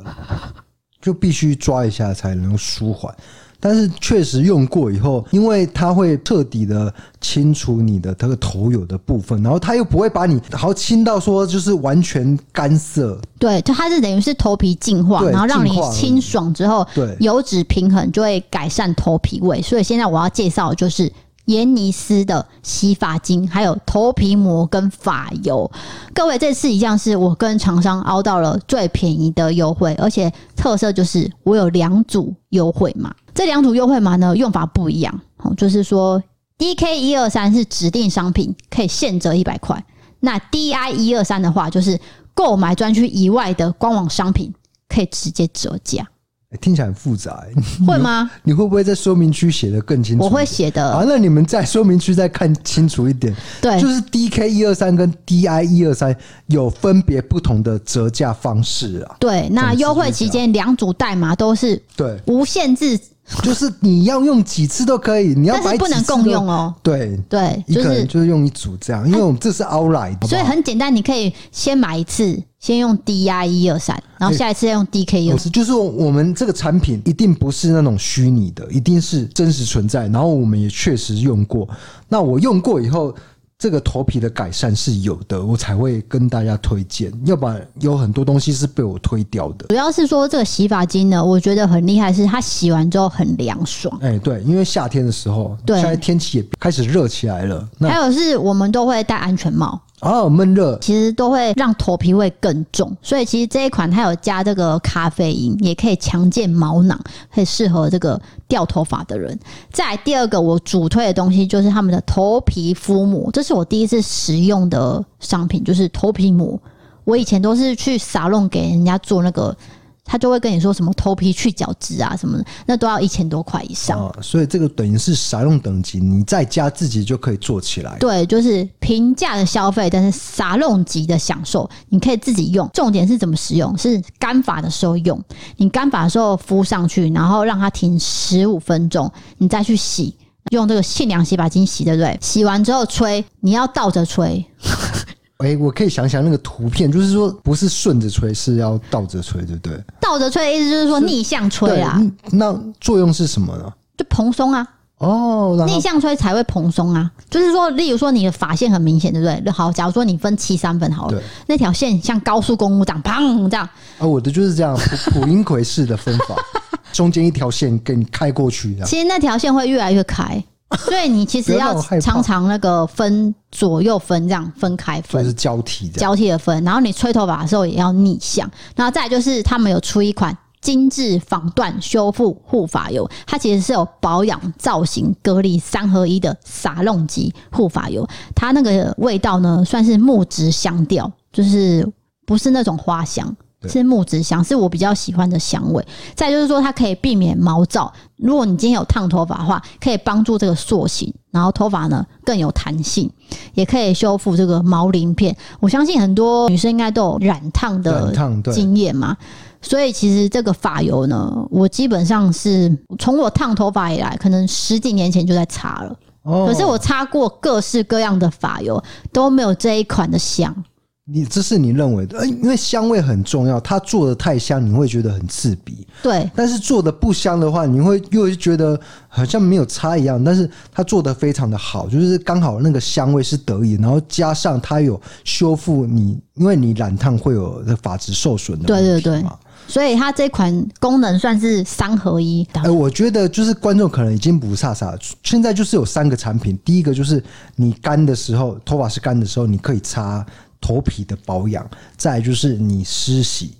[SPEAKER 3] 就必须抓一下才能舒缓。但是确实用过以后，因为它会彻底的清除你的这个头油的部分，然后它又不会把你好清到说就是完全干涩，
[SPEAKER 2] 对，就它是等于是头皮净化，
[SPEAKER 3] 对
[SPEAKER 2] 然后让你
[SPEAKER 3] 净化而已
[SPEAKER 2] 清爽之后，
[SPEAKER 3] 对
[SPEAKER 2] 油脂平衡就会改善头皮味。所以现在我要介绍的就是延尼斯的洗发精，还有头皮膜跟发油。各位，这次一样是我跟厂商凹到了最便宜的优惠，而且特色就是我有两组优惠码，这两组优惠码呢用法不一样，哦，就是说 D K 一二三是指定商品，可以现折一百块。那 DI 一二三的话，就是购买专区以外的官网商品可以直接折价，
[SPEAKER 3] 哎听起来很复杂、哎
[SPEAKER 2] 会吗？
[SPEAKER 3] [LAUGHS] 你会不会在说明区写的更清楚？
[SPEAKER 2] 我会写
[SPEAKER 3] 啊
[SPEAKER 2] 的，，
[SPEAKER 3] 那你们在说明区再看清楚一点，
[SPEAKER 2] 对
[SPEAKER 3] 就是 D K 一二三跟 D I 一二三有分别不同的折价方式啊。
[SPEAKER 2] 对。那优惠期间两组代码都是
[SPEAKER 3] 对，
[SPEAKER 2] 无限制，
[SPEAKER 3] [LAUGHS] 就是啊你要用几次都可以，你要
[SPEAKER 2] 但
[SPEAKER 3] 买
[SPEAKER 2] 是不
[SPEAKER 3] 几
[SPEAKER 2] 能
[SPEAKER 3] 次都
[SPEAKER 2] 共用。哦。
[SPEAKER 3] 对，
[SPEAKER 2] 对，
[SPEAKER 3] 一
[SPEAKER 2] 就
[SPEAKER 3] 个
[SPEAKER 2] 是
[SPEAKER 3] 人就是用一组这样，因为我们这是 all right，好不好
[SPEAKER 2] 所以很简单，你可以先买一次，先用 DI 一二三，然后下一次再用 DK 一
[SPEAKER 3] 有
[SPEAKER 2] 二
[SPEAKER 3] 时就是我们这个产品一定不是那种虚拟的，一定是真实存在。然后我们也确实用过。那我用过以后，这个头皮的改善是有的，我才会跟大家推荐。要不然有很多东西是被我推掉的。
[SPEAKER 2] 主要是说这个洗发精呢，我觉得很厉害，是它洗完之后很凉爽。
[SPEAKER 3] 哎、对，因为夏天的时候，
[SPEAKER 2] 对
[SPEAKER 3] 现在天气也开始热起来了。那
[SPEAKER 2] 还有是我们都会戴安全帽，
[SPEAKER 3] 啊，闷热，
[SPEAKER 2] 其实都会让头皮会更重，所以其实这一款它有加这个咖啡因，也可以强健毛囊，可以适合这个掉头发的人。再来第二个我主推的东西就是他们的头皮敷膜，这是我第一次使用的商品，就是头皮膜。我以前都是去沙龙给人家做那个，他就会跟你说什么头皮去角质啊什么的，那都要一千多块以上。
[SPEAKER 3] 啊，所以这个等于是啥用等级，你在家自己就可以做起来。
[SPEAKER 2] 对，就是平价的消费，但是沙龙级的享受，你可以自己用。重点是怎么使用，是干发的时候用，你干发的时候敷上去，然后让它停十五分钟，你再去洗，用这个沁凉洗发精洗，对不对？洗完之后吹，你要倒着吹，
[SPEAKER 3] 哎、我可以想想那个图片，就是说不是顺着吹，是要倒着吹，对不对？
[SPEAKER 2] 倒着吹的意思就是说逆向吹
[SPEAKER 3] 对
[SPEAKER 2] 啊，
[SPEAKER 3] 嗯那作用是什么呢？
[SPEAKER 2] 就蓬松啊。
[SPEAKER 3] 哦，然
[SPEAKER 2] 逆
[SPEAKER 3] 后
[SPEAKER 2] 向吹才会蓬松啊，就是说，例如说你的发线很明显，对不对？好，假如说你分七三分好了
[SPEAKER 3] 对，
[SPEAKER 2] 那条线像高速公路这样，砰这样，
[SPEAKER 3] 啊，我的就是这样普普音葵式的分
[SPEAKER 2] [LAUGHS]
[SPEAKER 3] 法，中间一条线给你开过去，这样
[SPEAKER 2] 其实那条线会越来越
[SPEAKER 3] [LAUGHS]
[SPEAKER 2] 开，所以你其实
[SPEAKER 3] 不要
[SPEAKER 2] 要
[SPEAKER 3] 让我害怕
[SPEAKER 2] 常常那个分左右分这样分开
[SPEAKER 3] 就
[SPEAKER 2] 分
[SPEAKER 3] 是。交替这样。
[SPEAKER 2] 交替的分，然后你吹头发的时候也要逆向，然后再来就是他们有出一款精致防断修复护发油，它其实是有保养、造型、隔离三合一的撒弄级护发油，它那个味道呢算是木质香调，就是不是那种花香。
[SPEAKER 3] 对
[SPEAKER 2] 是木质香，是我比较喜欢的香味。再就是说，它可以避免毛躁。如果你今天有烫头发的话，可以帮助这个塑形，然后头发呢更有弹性，也可以修复这个毛鳞片。我相信很多女生应该都有染烫的
[SPEAKER 3] 染烫对
[SPEAKER 2] 经验嘛，所以其实这个发油呢，我基本上是从我烫头发以来，可能十几年前就在擦了。
[SPEAKER 3] 哦，
[SPEAKER 2] 可是我擦过各式各样的发油，都没有这一款的香。
[SPEAKER 3] 你这是你认为的，呃因为香味很重要，它做的太香，你会觉得很刺鼻；
[SPEAKER 2] 对，
[SPEAKER 3] 但是做的不香的话，你会又觉得好像没有差一样。但是它做的非常的好，就是刚好那个香味是得以，然后加上它有修复你，因为你染烫会有发质受损的
[SPEAKER 2] 对对
[SPEAKER 3] 问题
[SPEAKER 2] 对
[SPEAKER 3] 嘛
[SPEAKER 2] 所以它这款功能算是三合一。
[SPEAKER 3] 哎、我觉得就是观众可能已经不飒飒了，现在就是有三个产品，第一个就是你干的时候，头发是干的时候，你可以擦头皮的保养；再来就是你湿洗，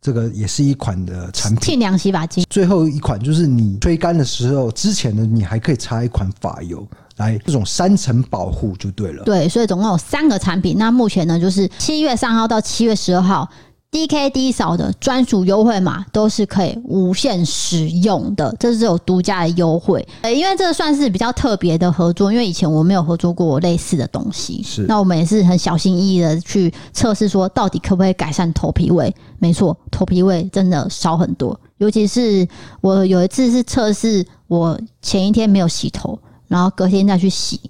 [SPEAKER 3] 这个也是一款的产品。
[SPEAKER 2] 清凉洗发精，
[SPEAKER 3] 最后一款就是你吹干的时候，之前呢你还可以擦一款发油来这种三层保护就对了。
[SPEAKER 2] 对，所以总共有三个产品。那目前呢，就是七月三号到七月十二号。DKD 扫的专属优惠码都是可以无限使用的，这是有独家的优惠。呃，因为这个算是比较特别的合作，因为以前我没有合作过类似的东西。
[SPEAKER 3] 是
[SPEAKER 2] 那我们也是很小心翼翼的去测试，说到底可不可以改善头皮味？没错，头皮味真的少很多。尤其是我有一次是测试，我前一天没有洗头，然后隔天再去洗，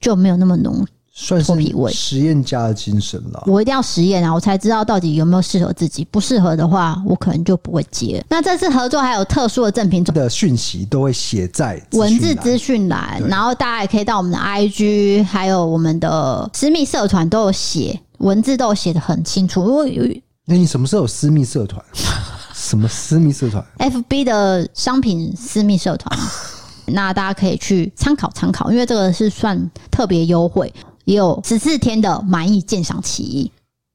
[SPEAKER 2] 就没有那么浓
[SPEAKER 3] 算是
[SPEAKER 2] 脱皮味
[SPEAKER 3] 实验家的精神了。
[SPEAKER 2] 我一定要实验啊，我才知道到底有没有适合自己。不适合的话，我可能就不会接。那这次合作还有特殊的赠品种。
[SPEAKER 3] 的讯息都会写在资讯
[SPEAKER 2] 文字
[SPEAKER 3] 栏
[SPEAKER 2] 资讯栏
[SPEAKER 3] 对，
[SPEAKER 2] 然后大家也可以到我们的 IG，还有我们的私密社团都有写，文字都有写的很清楚。因为有
[SPEAKER 3] 那你什么时候有私密社团？ [LAUGHS] 什么私密社团？
[SPEAKER 2] FB 的商品私密社
[SPEAKER 3] [LAUGHS]
[SPEAKER 2] 团，那大家可以去参考参考，因为这个是算特别优惠，也有十四天的满意鉴赏期。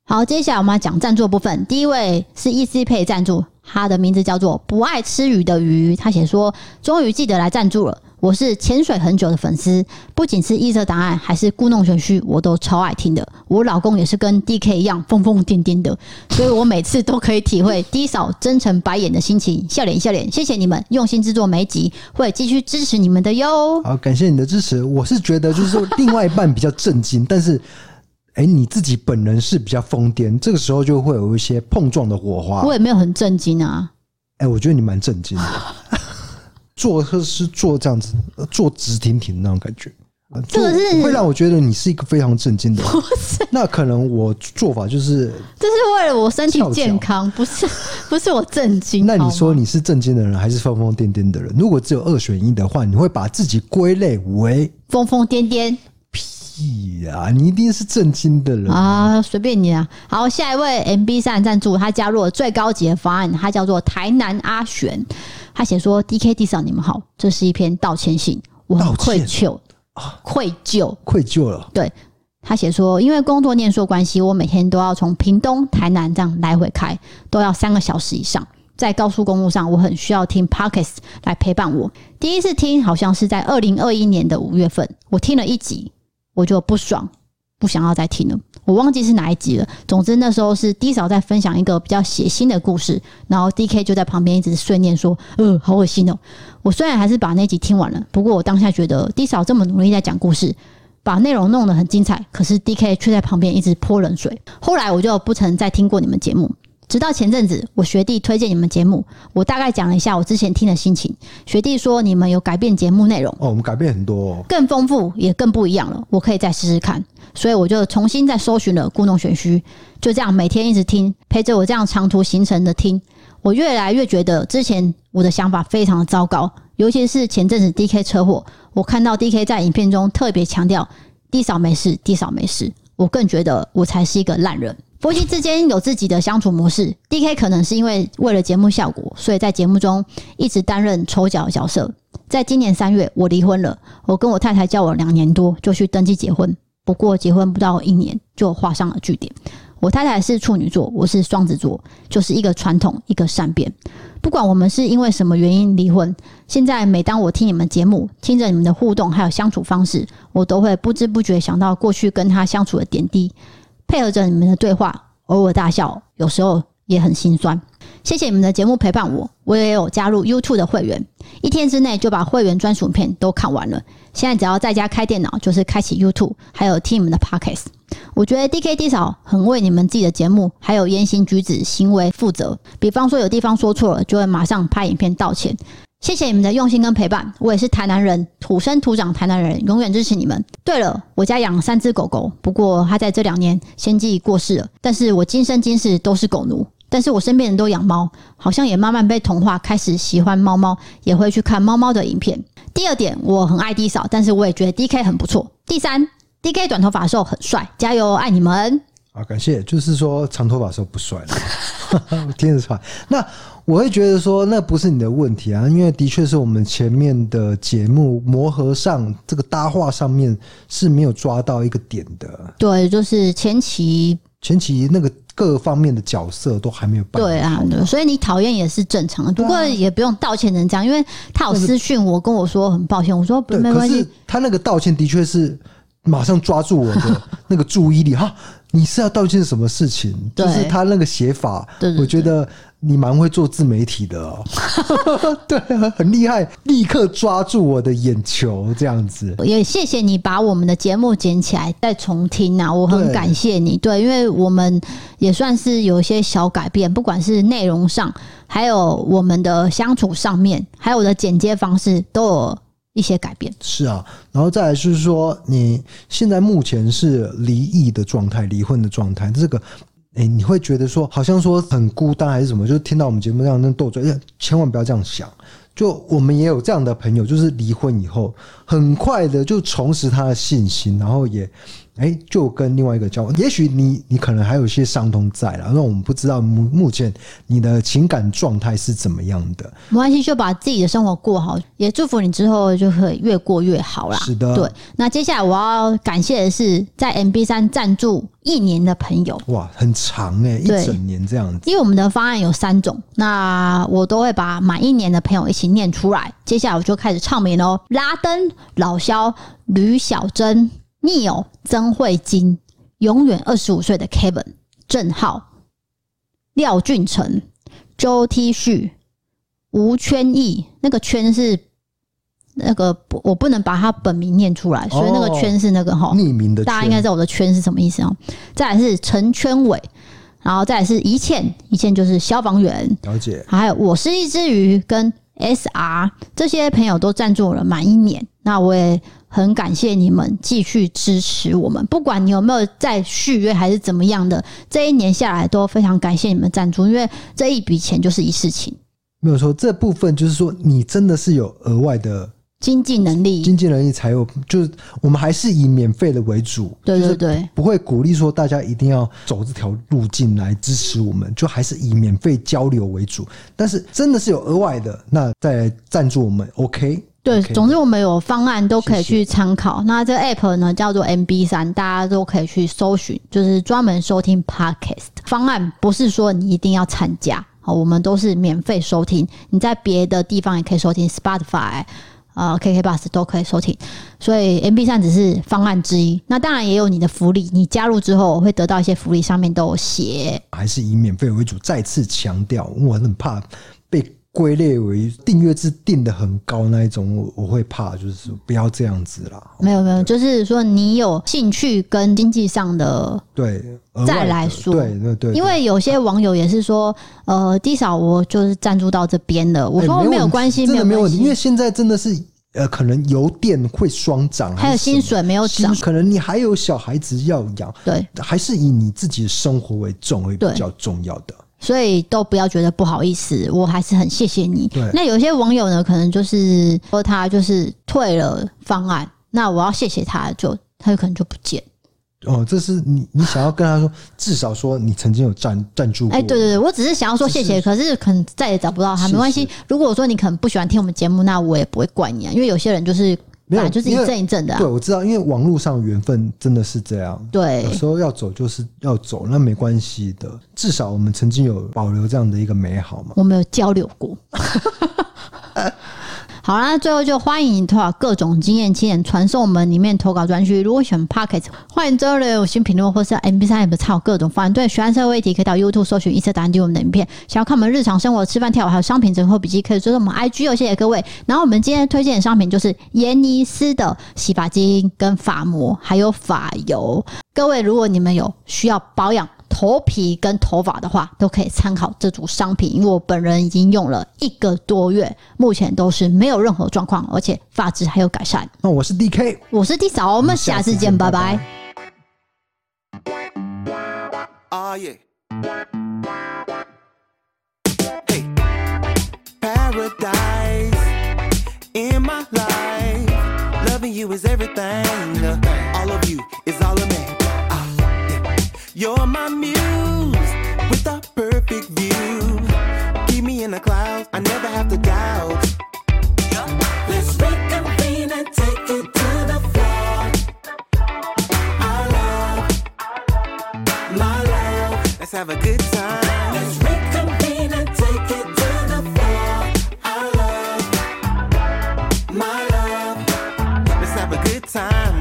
[SPEAKER 2] 好，接下来我们要讲赞助的部分。第一位是 EC 配赞助，他的名字叫做不爱吃鱼的鱼，他写说终于记得来赞助了。我是潜水很久的粉丝，不仅是异色档案，还是故弄玄虚，我都超爱听的。我老公也是跟 DK 一样疯疯癫癫的，所以我每次都可以体会低扫真诚白眼的心情，笑脸笑脸，谢谢你们用心制作每一集，会继续支持你们的哟。
[SPEAKER 3] 好，感谢你的支持。我是觉得就是说另外一半比较震惊，但是哎、诶你自己本人是比较疯癫，这个时候就会有一些碰撞的火花。
[SPEAKER 2] 我也没有很震惊啊，
[SPEAKER 3] 哎、我觉得你蛮震惊的，
[SPEAKER 2] [LAUGHS]
[SPEAKER 3] 坐车是坐这样子，呃坐直挺挺的那种感觉。呃
[SPEAKER 2] 这个
[SPEAKER 3] 坐
[SPEAKER 2] 是
[SPEAKER 3] 会让我觉得你是一个非常震惊的人。那可能我做法就是，
[SPEAKER 2] 这是为了我身体
[SPEAKER 3] 翘脚
[SPEAKER 2] 健康， [LAUGHS] 不是不是我震惊。
[SPEAKER 3] 那
[SPEAKER 2] 好
[SPEAKER 3] 你
[SPEAKER 2] 吗
[SPEAKER 3] 说你是震惊的人还是疯疯癫癫的人？如果只有二选一的话，你会把自己归类为
[SPEAKER 2] 疯疯癫癫
[SPEAKER 3] 屁呀、你一定是震惊的人。
[SPEAKER 2] 啊，随便你啊。好，下一位 MB 三赞助，他加入了最高级的方案，他叫做台南阿璇。他写说：“DK 地上你们好，这是一篇道歉信，我很
[SPEAKER 3] 道
[SPEAKER 2] 愧
[SPEAKER 3] 歉啊
[SPEAKER 2] 疚，愧疚。
[SPEAKER 3] 愧疚了，
[SPEAKER 2] 对他写说，因为工作念书的关系，我每天都要从屏东、台南这样来回开，都要三个小时以上。在高速公路上，我很需要听 Pockets 来陪伴我。第一次听好像是在二零二一年的五月份，我听了一集，我就不爽，不想要再听了。我忘记是哪一集了。总之那时候是 D 嫂在分享一个比较血腥的故事，然后 DK 就在旁边一直碎念说：“呃，好恶心哦。”我虽然还是把那集听完了，不过我当下觉得 D 嫂这么努力在讲故事，把内容弄得很精彩，可是 D K 却在旁边一直泼冷水。后来我就不曾再听过你们节目，直到前阵子我学弟推荐你们节目，我大概讲了一下我之前听的心情。学弟说你们有改变节目内容，
[SPEAKER 3] 哦，我们改变很多、哦。
[SPEAKER 2] 更丰富也更不一样了，我可以再试试看。所以我就重新再搜寻了故弄玄虚，就这样每天一直听，陪着我这样长途行程的听，我越来越觉得之前我的想法非常的糟糕，尤其是前阵子 D K 车祸，我看到 D K 在影片中特别强调低嫂没事，低嫂没事，我更觉得我才是一个烂人。夫妻之间有自己的相处模式，D K 可能是因为为了节目效果，所以在节目中一直担任丑角的角色。在今年三月，我离婚了，我跟我太太交往两年多，就去登记结婚。不过结婚不到一年，就画上了句点。我太太是处女座，我是双子座，就是一个传统，一个善变。不管我们是因为什么原因离婚，现在每当我听你们节目，听着你们的互动还有相处方式，我都会不知不觉想到过去跟他相处的点滴，配合着你们的对话，偶尔大笑，有时候也很心酸。谢谢你们的节目陪伴我，我也有加入 YouTube 的会员，一天之内就把会员专属片都看完了。现在只要在家开电脑，就是开启 YouTube，还有听你们的 Podcast。我觉得 DKD 嫂很为你们自己的节目还有言行举止、行为负责。比方说有地方说错了，就会马上拍影片道歉。谢谢你们的用心跟陪伴，我也是台南人，土生土长台南人，永远支持你们。对了，我家养三只狗狗，不过它在这两年先季过世了，但是我今生今世都是狗奴。但是我身边人都养猫，好像也慢慢被同化，开始喜欢猫猫，也会去看猫猫的影片。第二点，我很爱 D 嫂，但是我也觉得 D K 很不错。第三，D K 短头发的时候很帅，加油，爱你们！
[SPEAKER 3] 啊，感谢，就是说长头发的时候不帅了，我 [LAUGHS] 听得出来。那我会觉得说，那不是你的问题啊，因为的确是我们前面的节目磨合上，这个搭话上面是没有抓到一个点的。
[SPEAKER 2] 对，就是前期
[SPEAKER 3] 前期那个各方面的角色都还没有办
[SPEAKER 2] 对
[SPEAKER 3] 法
[SPEAKER 2] 啊，
[SPEAKER 3] 好。
[SPEAKER 2] 对，所以你讨厌也是正常的，不
[SPEAKER 3] 对啊
[SPEAKER 2] 过也不用道歉成这样，因为他有私讯我跟我说很抱歉，我说不
[SPEAKER 3] 对，
[SPEAKER 2] 没
[SPEAKER 3] 可
[SPEAKER 2] 关
[SPEAKER 3] 是
[SPEAKER 2] 系，
[SPEAKER 3] 他那个道歉的确是马上抓住我
[SPEAKER 2] [LAUGHS]
[SPEAKER 3] 的那个注意力哈，你是要道歉什么事情？
[SPEAKER 2] 对
[SPEAKER 3] 就是他那个写法，
[SPEAKER 2] 对对对
[SPEAKER 3] 我觉得你蛮会做自媒体的
[SPEAKER 2] [LAUGHS]
[SPEAKER 3] 哦，对啊，很厉害，立刻抓住我的眼球这样子。
[SPEAKER 2] 也谢谢你把我们的节目捡起来再重听啊，我很
[SPEAKER 3] 对
[SPEAKER 2] 感谢你，对，因为我们也算是有一些小改变，不管是内容上，还有我们的相处上面，还有我的剪接方式都有一些改变。
[SPEAKER 3] 是啊，然后再来就是说，你现在目前是离异的状态，离婚的状态，这个。哎、你会觉得说好像说很孤单还是什么？就听到我们节目这样那斗嘴，哎千万不要这样想。就我们也有这样的朋友，就是离婚以后，很快的就重拾他的信心，然后也哎、就跟另外一个交往。也许你你可能还有一些伤痛在啦，那我们不知道目目前你的情感状态是怎么样的。
[SPEAKER 2] 没关系，就把自己的生活过好，也祝福你之后就可以越过越好啦。
[SPEAKER 3] 是的
[SPEAKER 2] 对。那接下来我要感谢的是在 MB 三赞助一年的朋友，
[SPEAKER 3] 哇，很长哎、一
[SPEAKER 2] 对
[SPEAKER 3] 整年这样子。
[SPEAKER 2] 因为我们的方案有三种，那我都会把满一年的朋友一起念出来。接下来我就开始唱名喽：拉登、老肖、吕小珍、Neil、曾慧晶、永远二十五岁的 Kevin、郑浩、廖俊成、周 T 旭、吴圈义，那个圈是。那个不我不能把他本名念出来，所以那个
[SPEAKER 3] 哦
[SPEAKER 2] 圈是那个哈、
[SPEAKER 3] 匿名的圈，
[SPEAKER 2] 大家应该知道我的圈是什么意思哦。再来是陈圈伟，然后再来是一倩，一倩就是消防员，
[SPEAKER 3] 了解。
[SPEAKER 2] 还有我是一只鱼跟 SR 这些朋友都赞助了满一年，那我也很感谢你们继续支持我们，不管你有没有再续约还是怎么样的，这一年下来都非常感谢你们赞助，因为这一笔钱就是一事情，
[SPEAKER 3] 没有说这部分就是说，你真的是有额外的
[SPEAKER 2] 经济能力，
[SPEAKER 3] 经济能力才有，就是我们还是以免费的为主，
[SPEAKER 2] 对对
[SPEAKER 3] 就是
[SPEAKER 2] 对。
[SPEAKER 3] 不会鼓励说大家一定要走这条路径来支持我们，就还是以免费交流为主。但是真的是有额外的，那再来赞助我们，OK？
[SPEAKER 2] 对
[SPEAKER 3] OK
[SPEAKER 2] 总之我们有方案都可以
[SPEAKER 3] 谢
[SPEAKER 2] 去
[SPEAKER 3] 谢
[SPEAKER 2] 参考。那这个 app 呢叫做 MB 三，大家都可以去搜寻，就是专门收听 podcast 方案，不是说你一定要参加，好，我们都是免费收听。你在别的地方也可以收听 Spotify。呃，KK Bus 都可以收听，所以 MB 三只是方案之一。那当然也有你的福利，你加入之后会得到一些福利，上面都有写。
[SPEAKER 3] 还是以免费为主。再次强调，我很怕被归类为订阅制定的很高那一种，我我会怕，就是不要这样子啦。
[SPEAKER 2] 没有没有，就是说你有兴趣跟经济上的
[SPEAKER 3] 对，额外
[SPEAKER 2] 再
[SPEAKER 3] 的
[SPEAKER 2] 来说
[SPEAKER 3] 对对对，
[SPEAKER 2] 因为有些网友也是说，呃，低少我就是赞助到这边了，我
[SPEAKER 3] 哎
[SPEAKER 2] 说没
[SPEAKER 3] 问
[SPEAKER 2] 有
[SPEAKER 3] 题
[SPEAKER 2] 关系，
[SPEAKER 3] 真的
[SPEAKER 2] 没
[SPEAKER 3] 没
[SPEAKER 2] 有
[SPEAKER 3] 问
[SPEAKER 2] 关
[SPEAKER 3] 题，因为
[SPEAKER 2] 系，
[SPEAKER 3] 现在真的是呃，可能油电会双涨，
[SPEAKER 2] 还有
[SPEAKER 3] 是什
[SPEAKER 2] 薪
[SPEAKER 3] 么
[SPEAKER 2] 水没有涨
[SPEAKER 3] 薪，可能你还有小孩子要养，
[SPEAKER 2] 对，
[SPEAKER 3] 还是以你自己的生活为重会比
[SPEAKER 2] 对
[SPEAKER 3] 较重要的。
[SPEAKER 2] 所以都不要觉得不好意思，我还是很谢谢你
[SPEAKER 3] 对。
[SPEAKER 2] 那有些网友呢，可能就是说他就是退了方案，那我要谢谢他，就他有可能就不见。
[SPEAKER 3] 哦，这是你你想要跟他说，至少说你曾经有赞赞助过，
[SPEAKER 2] 哎、对对对，我只是想要说谢谢，
[SPEAKER 3] 是
[SPEAKER 2] 可是可能再也找不到他，
[SPEAKER 3] 是
[SPEAKER 2] 没关系
[SPEAKER 3] 是。
[SPEAKER 2] 如果说你可能不喜欢听我们节目，那我也不会怪你啊，因为有些人就是
[SPEAKER 3] 没有
[SPEAKER 2] 本来就是一
[SPEAKER 3] 因为
[SPEAKER 2] 阵一阵的、啊
[SPEAKER 3] 对，，我知道，因为网络上缘分真的是这样。
[SPEAKER 2] 对
[SPEAKER 3] 有，时候要走就是要走，那没关系的，至少我们曾经有保留这样的一个美好嘛。
[SPEAKER 2] 我们有交流过。 [LAUGHS] 好啦，最后就欢迎你投稿各种经验，请你传送我们里面投稿专区。如果喜欢 Pocket，欢迎周留有新评论或是 MP 三 App 抄各种方案。对，喜欢社会议题可以到 YouTube 搜寻“一色答案”记录我们的影片。想要看我们日常生活、吃饭、跳舞还有商品整合笔记，可以追踪我们 IG 哦。谢谢各位。然后我们今天推荐的商品就是颜尼斯的洗发精、跟发膜还有发油。各位，如果你们有需要保养头皮跟头发的话，都可以参考这组商品，因为我本人已经用了一个多月，目前都是没有任何状况，而且发质还有改善。
[SPEAKER 3] 那我是 D K，
[SPEAKER 2] 我是地嫂，我们下次见，拜拜。
[SPEAKER 4] Ah, yeah. Hey, paradise in my life. Loving you is everything. All of you is all of me. Ah, yeah. You're my muse with a perfect view. Keep me in the clouds. I never have to doubt. Let's reconvene and take it to the floor. I love my life. have a good time.
[SPEAKER 5] Let's reconvene and take it to the floor. Our love,
[SPEAKER 4] my love. Let's have a good time.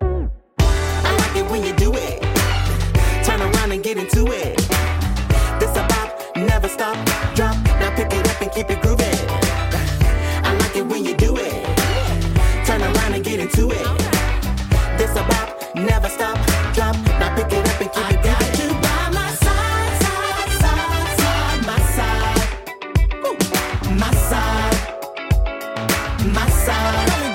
[SPEAKER 4] I like it when you do it. Turn around and get into it. This a bop, never stop, drop. Now pick it up and keep it grooving. I like it when you do it. Turn around and get into it. This a bop, never stop, drop. Now pick it up and keep it
[SPEAKER 5] got
[SPEAKER 4] grooving.
[SPEAKER 5] you by my side, side, side, side, my side, Ooh, my side, my side.